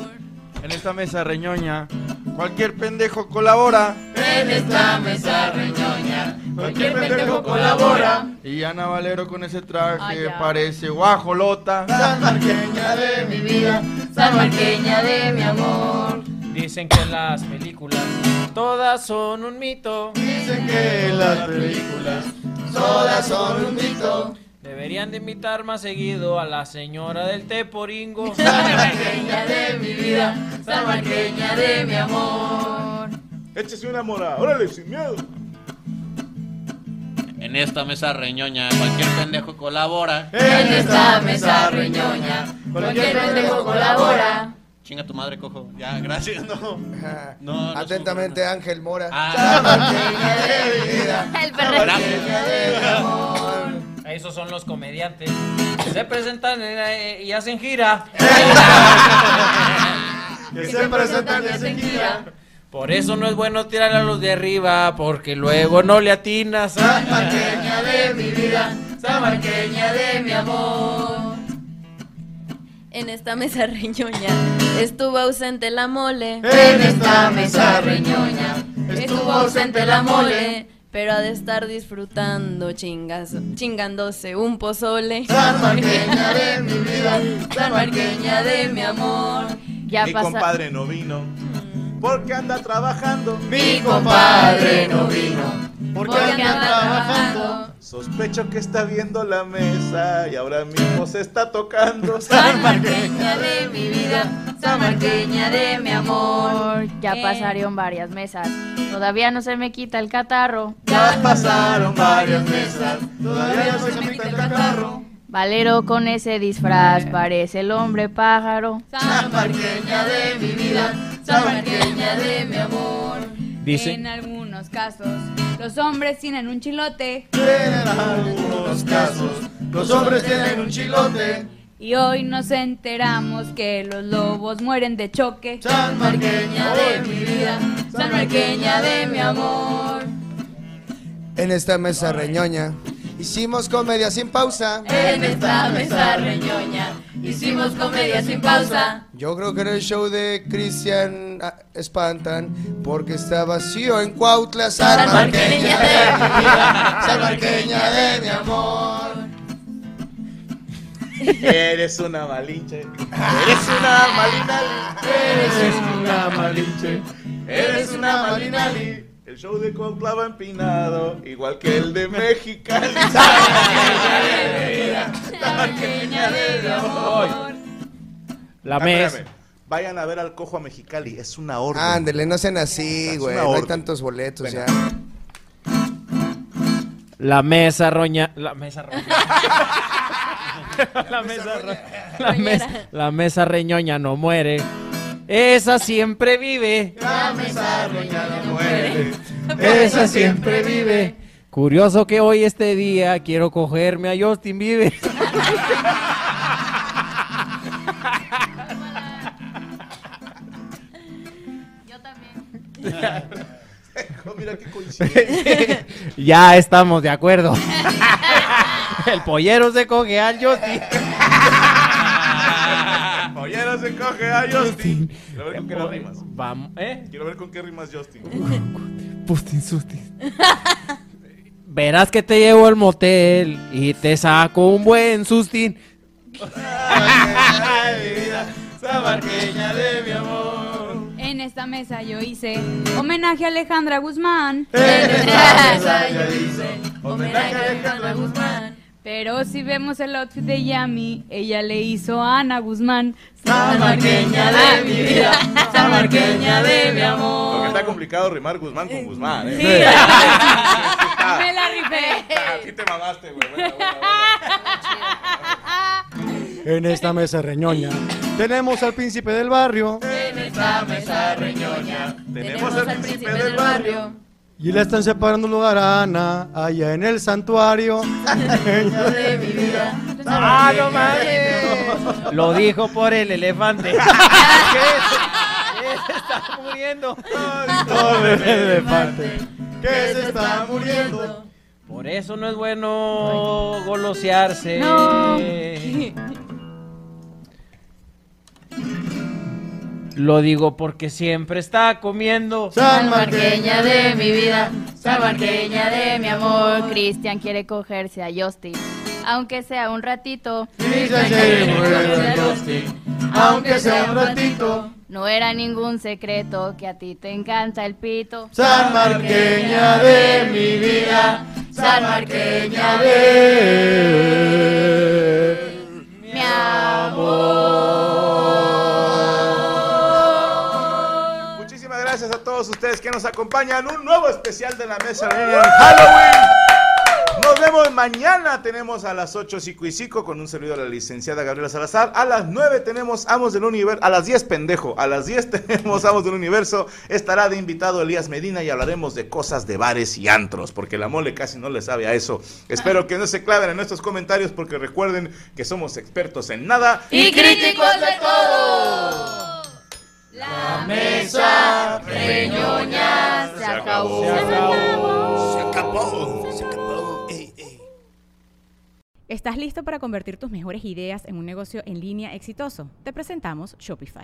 En esta mesa reñoña, cualquier pendejo colabora.
En esta mesa reñoña, cualquier pendejo colabora. Ah,
Y Ana Valero con ese traje parece guajolota.
Zamarqueña de mi vida, zamarqueña de mi amor.
Dicen que las películas todas son un mito.
Dicen que las películas todas son un mito.
Deberían de invitar más seguido a la señora del
[LAUGHS]
Teporingo.
Zamarqueña de mi vida, zamarqueña de mi amor.
Échese una mora, órale, sin miedo.
En esta mesa reñoña, cualquier pendejo colabora.
En esta mesa reñoña, cualquier pendejo colabora.
Chinga tu madre, cojo. Ya, gracias, no. No, no
Atentamente, Ángel Mora.
Ah, Zamarqueña
de mi vida,
El perro.
zamarqueña de mi amor.
Esos son los comediantes. que Se presentan eh, eh, y
[LAUGHS]
hacen gira.
Que se presentan y hacen gira.
Por eso no es bueno tirar a los de arriba, porque luego no
[LAUGHS]
le atinas.
Zamarqueña de mi vida, zamarqueña de mi amor.
En esta mesa [LAUGHS] reñoña estuvo ausente la mole.
En esta mesa reñoña estuvo ausente la mole.
Pero ha de estar disfrutando chingas, chingándose un pozole.
Zamarqueña de mi vida, zamarqueña de mi amor.
Ya
Mi
pasa-
compadre no vino porque anda trabajando.
Mi compadre no vino porque anda trabajando.
Sospecho que está viendo la mesa y ahora mismo se está tocando.
Zamarqueña
de mi vida, zamarqueña de mi amor. Eh. Ya pasaron varias mesas, todavía no se me quita el catarro.
Ya pasaron varias mesas, todavía no se quita el catarro.
Valero con ese disfraz parece el hombre pájaro.
Zamarqueña de mi vida, zamarqueña de mi amor.
Dicen-
En algunos casos, los hombres tienen un chilote.
Algunos casos, los hombres tienen un chilote.
Y hoy nos enteramos que los lobos mueren de choque.
Zamarqueña de mi vida, zamarqueña de mi amor.
En esta mesa reñoña hicimos comedia sin pausa.
En esta mesa reñoña hicimos comedia sin pausa.
Yo creo que era el show de Cristian ah, Espantan porque está vacío en Cuautla, Salmarqueña de mi vida, Salmarqueña de mi amor.
Eres una malinche. Eres una malinali. Eres una malinche. Eres una malinali. El show de Cuautla va empinado, igual que el de
[LAUGHS]
Mexicali.
Salmarqueña de mi amor.
La
Ah,
mes.
espérame. Vayan a ver al cojo a Mexicali, es una orden. [LAUGHS]
Ándele, no sean así, güey.
una
No hay
orden.
tantos boletos ya.
La mesa roña. La mesa roña. [LAUGHS] la mesa roña. La, mes- la mesa reñoña no muere. Esa siempre vive.
La mesa reñoña no muere.
Esa siempre vive. Curioso que hoy este día quiero cogerme a Justin [LAUGHS] Bieber.
Oh, Mira qué
ya estamos de acuerdo. El pollero se coge al Justin.
Pollero se coge a Justin. Quiero ver con qué
Vamos,
rimas.
Vamos, ¿eh?
Quiero ver con qué rimas Justin.
Pustin, sustin. Verás que te llevo al motel y te saco un buen sustin.
Ay, mi vida, sabarqueña de mi amor.
En esta mesa yo hice homenaje a Alejandra Guzmán. [LAUGHS]
Homenaje a Alejandra Guzmán.
Pero si vemos el outfit de Yami, ella le hizo a Ana Guzmán.
Samarqueña de mi
[LAUGHS]
vida, samarqueña de mi amor.
Porque está complicado rimar Guzmán con Guzmán, ¿eh?
[LAUGHS]
[LAUGHS]
Me la rifé.
Ah. A ti te mamaste, güey. Bueno,
En esta mesa reñoña tenemos al príncipe del barrio
En esta mesa reñoña tenemos al príncipe del barrio.
y le están separando un lugar a Ana allá en el
[LAUGHS]
santuario.
Samarqueña de mi vida.
Ah, no
samarqueña
mames.
de mi amor.
Lo dijo por el [LAUGHS] elefante.
Se está muriendo.
Que se está
muriendo.
Por eso no es bueno golosearse.
No.
Lo digo porque siempre está comiendo.
Salmarqueña de mi vida, salmarqueña de mi amor. Cristian quiere cogerse a Justin, aunque sea un ratito.
Aunque sea un ratito.
No era ningún secreto que a ti te encanta el pito.
Salmarqueña de mi vida. Salmarqueña de mi amor.
Muchísimas gracias a todos ustedes que nos acompañan. Un nuevo especial de la mesa Reñoña en Halloween. Nos vemos mañana. Tenemos a las 8 Cico y Cico con un servidor a la licenciada Gabriela Salazar. A las 9 tenemos Amos del Universo. A las 10, pendejo. A las 10 [LAUGHS] tenemos Amos del Universo. Estará de invitado Elías Medina y hablaremos de cosas de bares y antros, porque la mole casi no le sabe a eso. Espero que no se claven en nuestros comentarios, porque recuerden que somos expertos en nada.
Y críticos de todo. La mesa reñoña se acabó. Se acabó. Se acabó. Se acabó.
¿Estás listo para convertir tus mejores ideas en un negocio en línea exitoso? Te presentamos Shopify.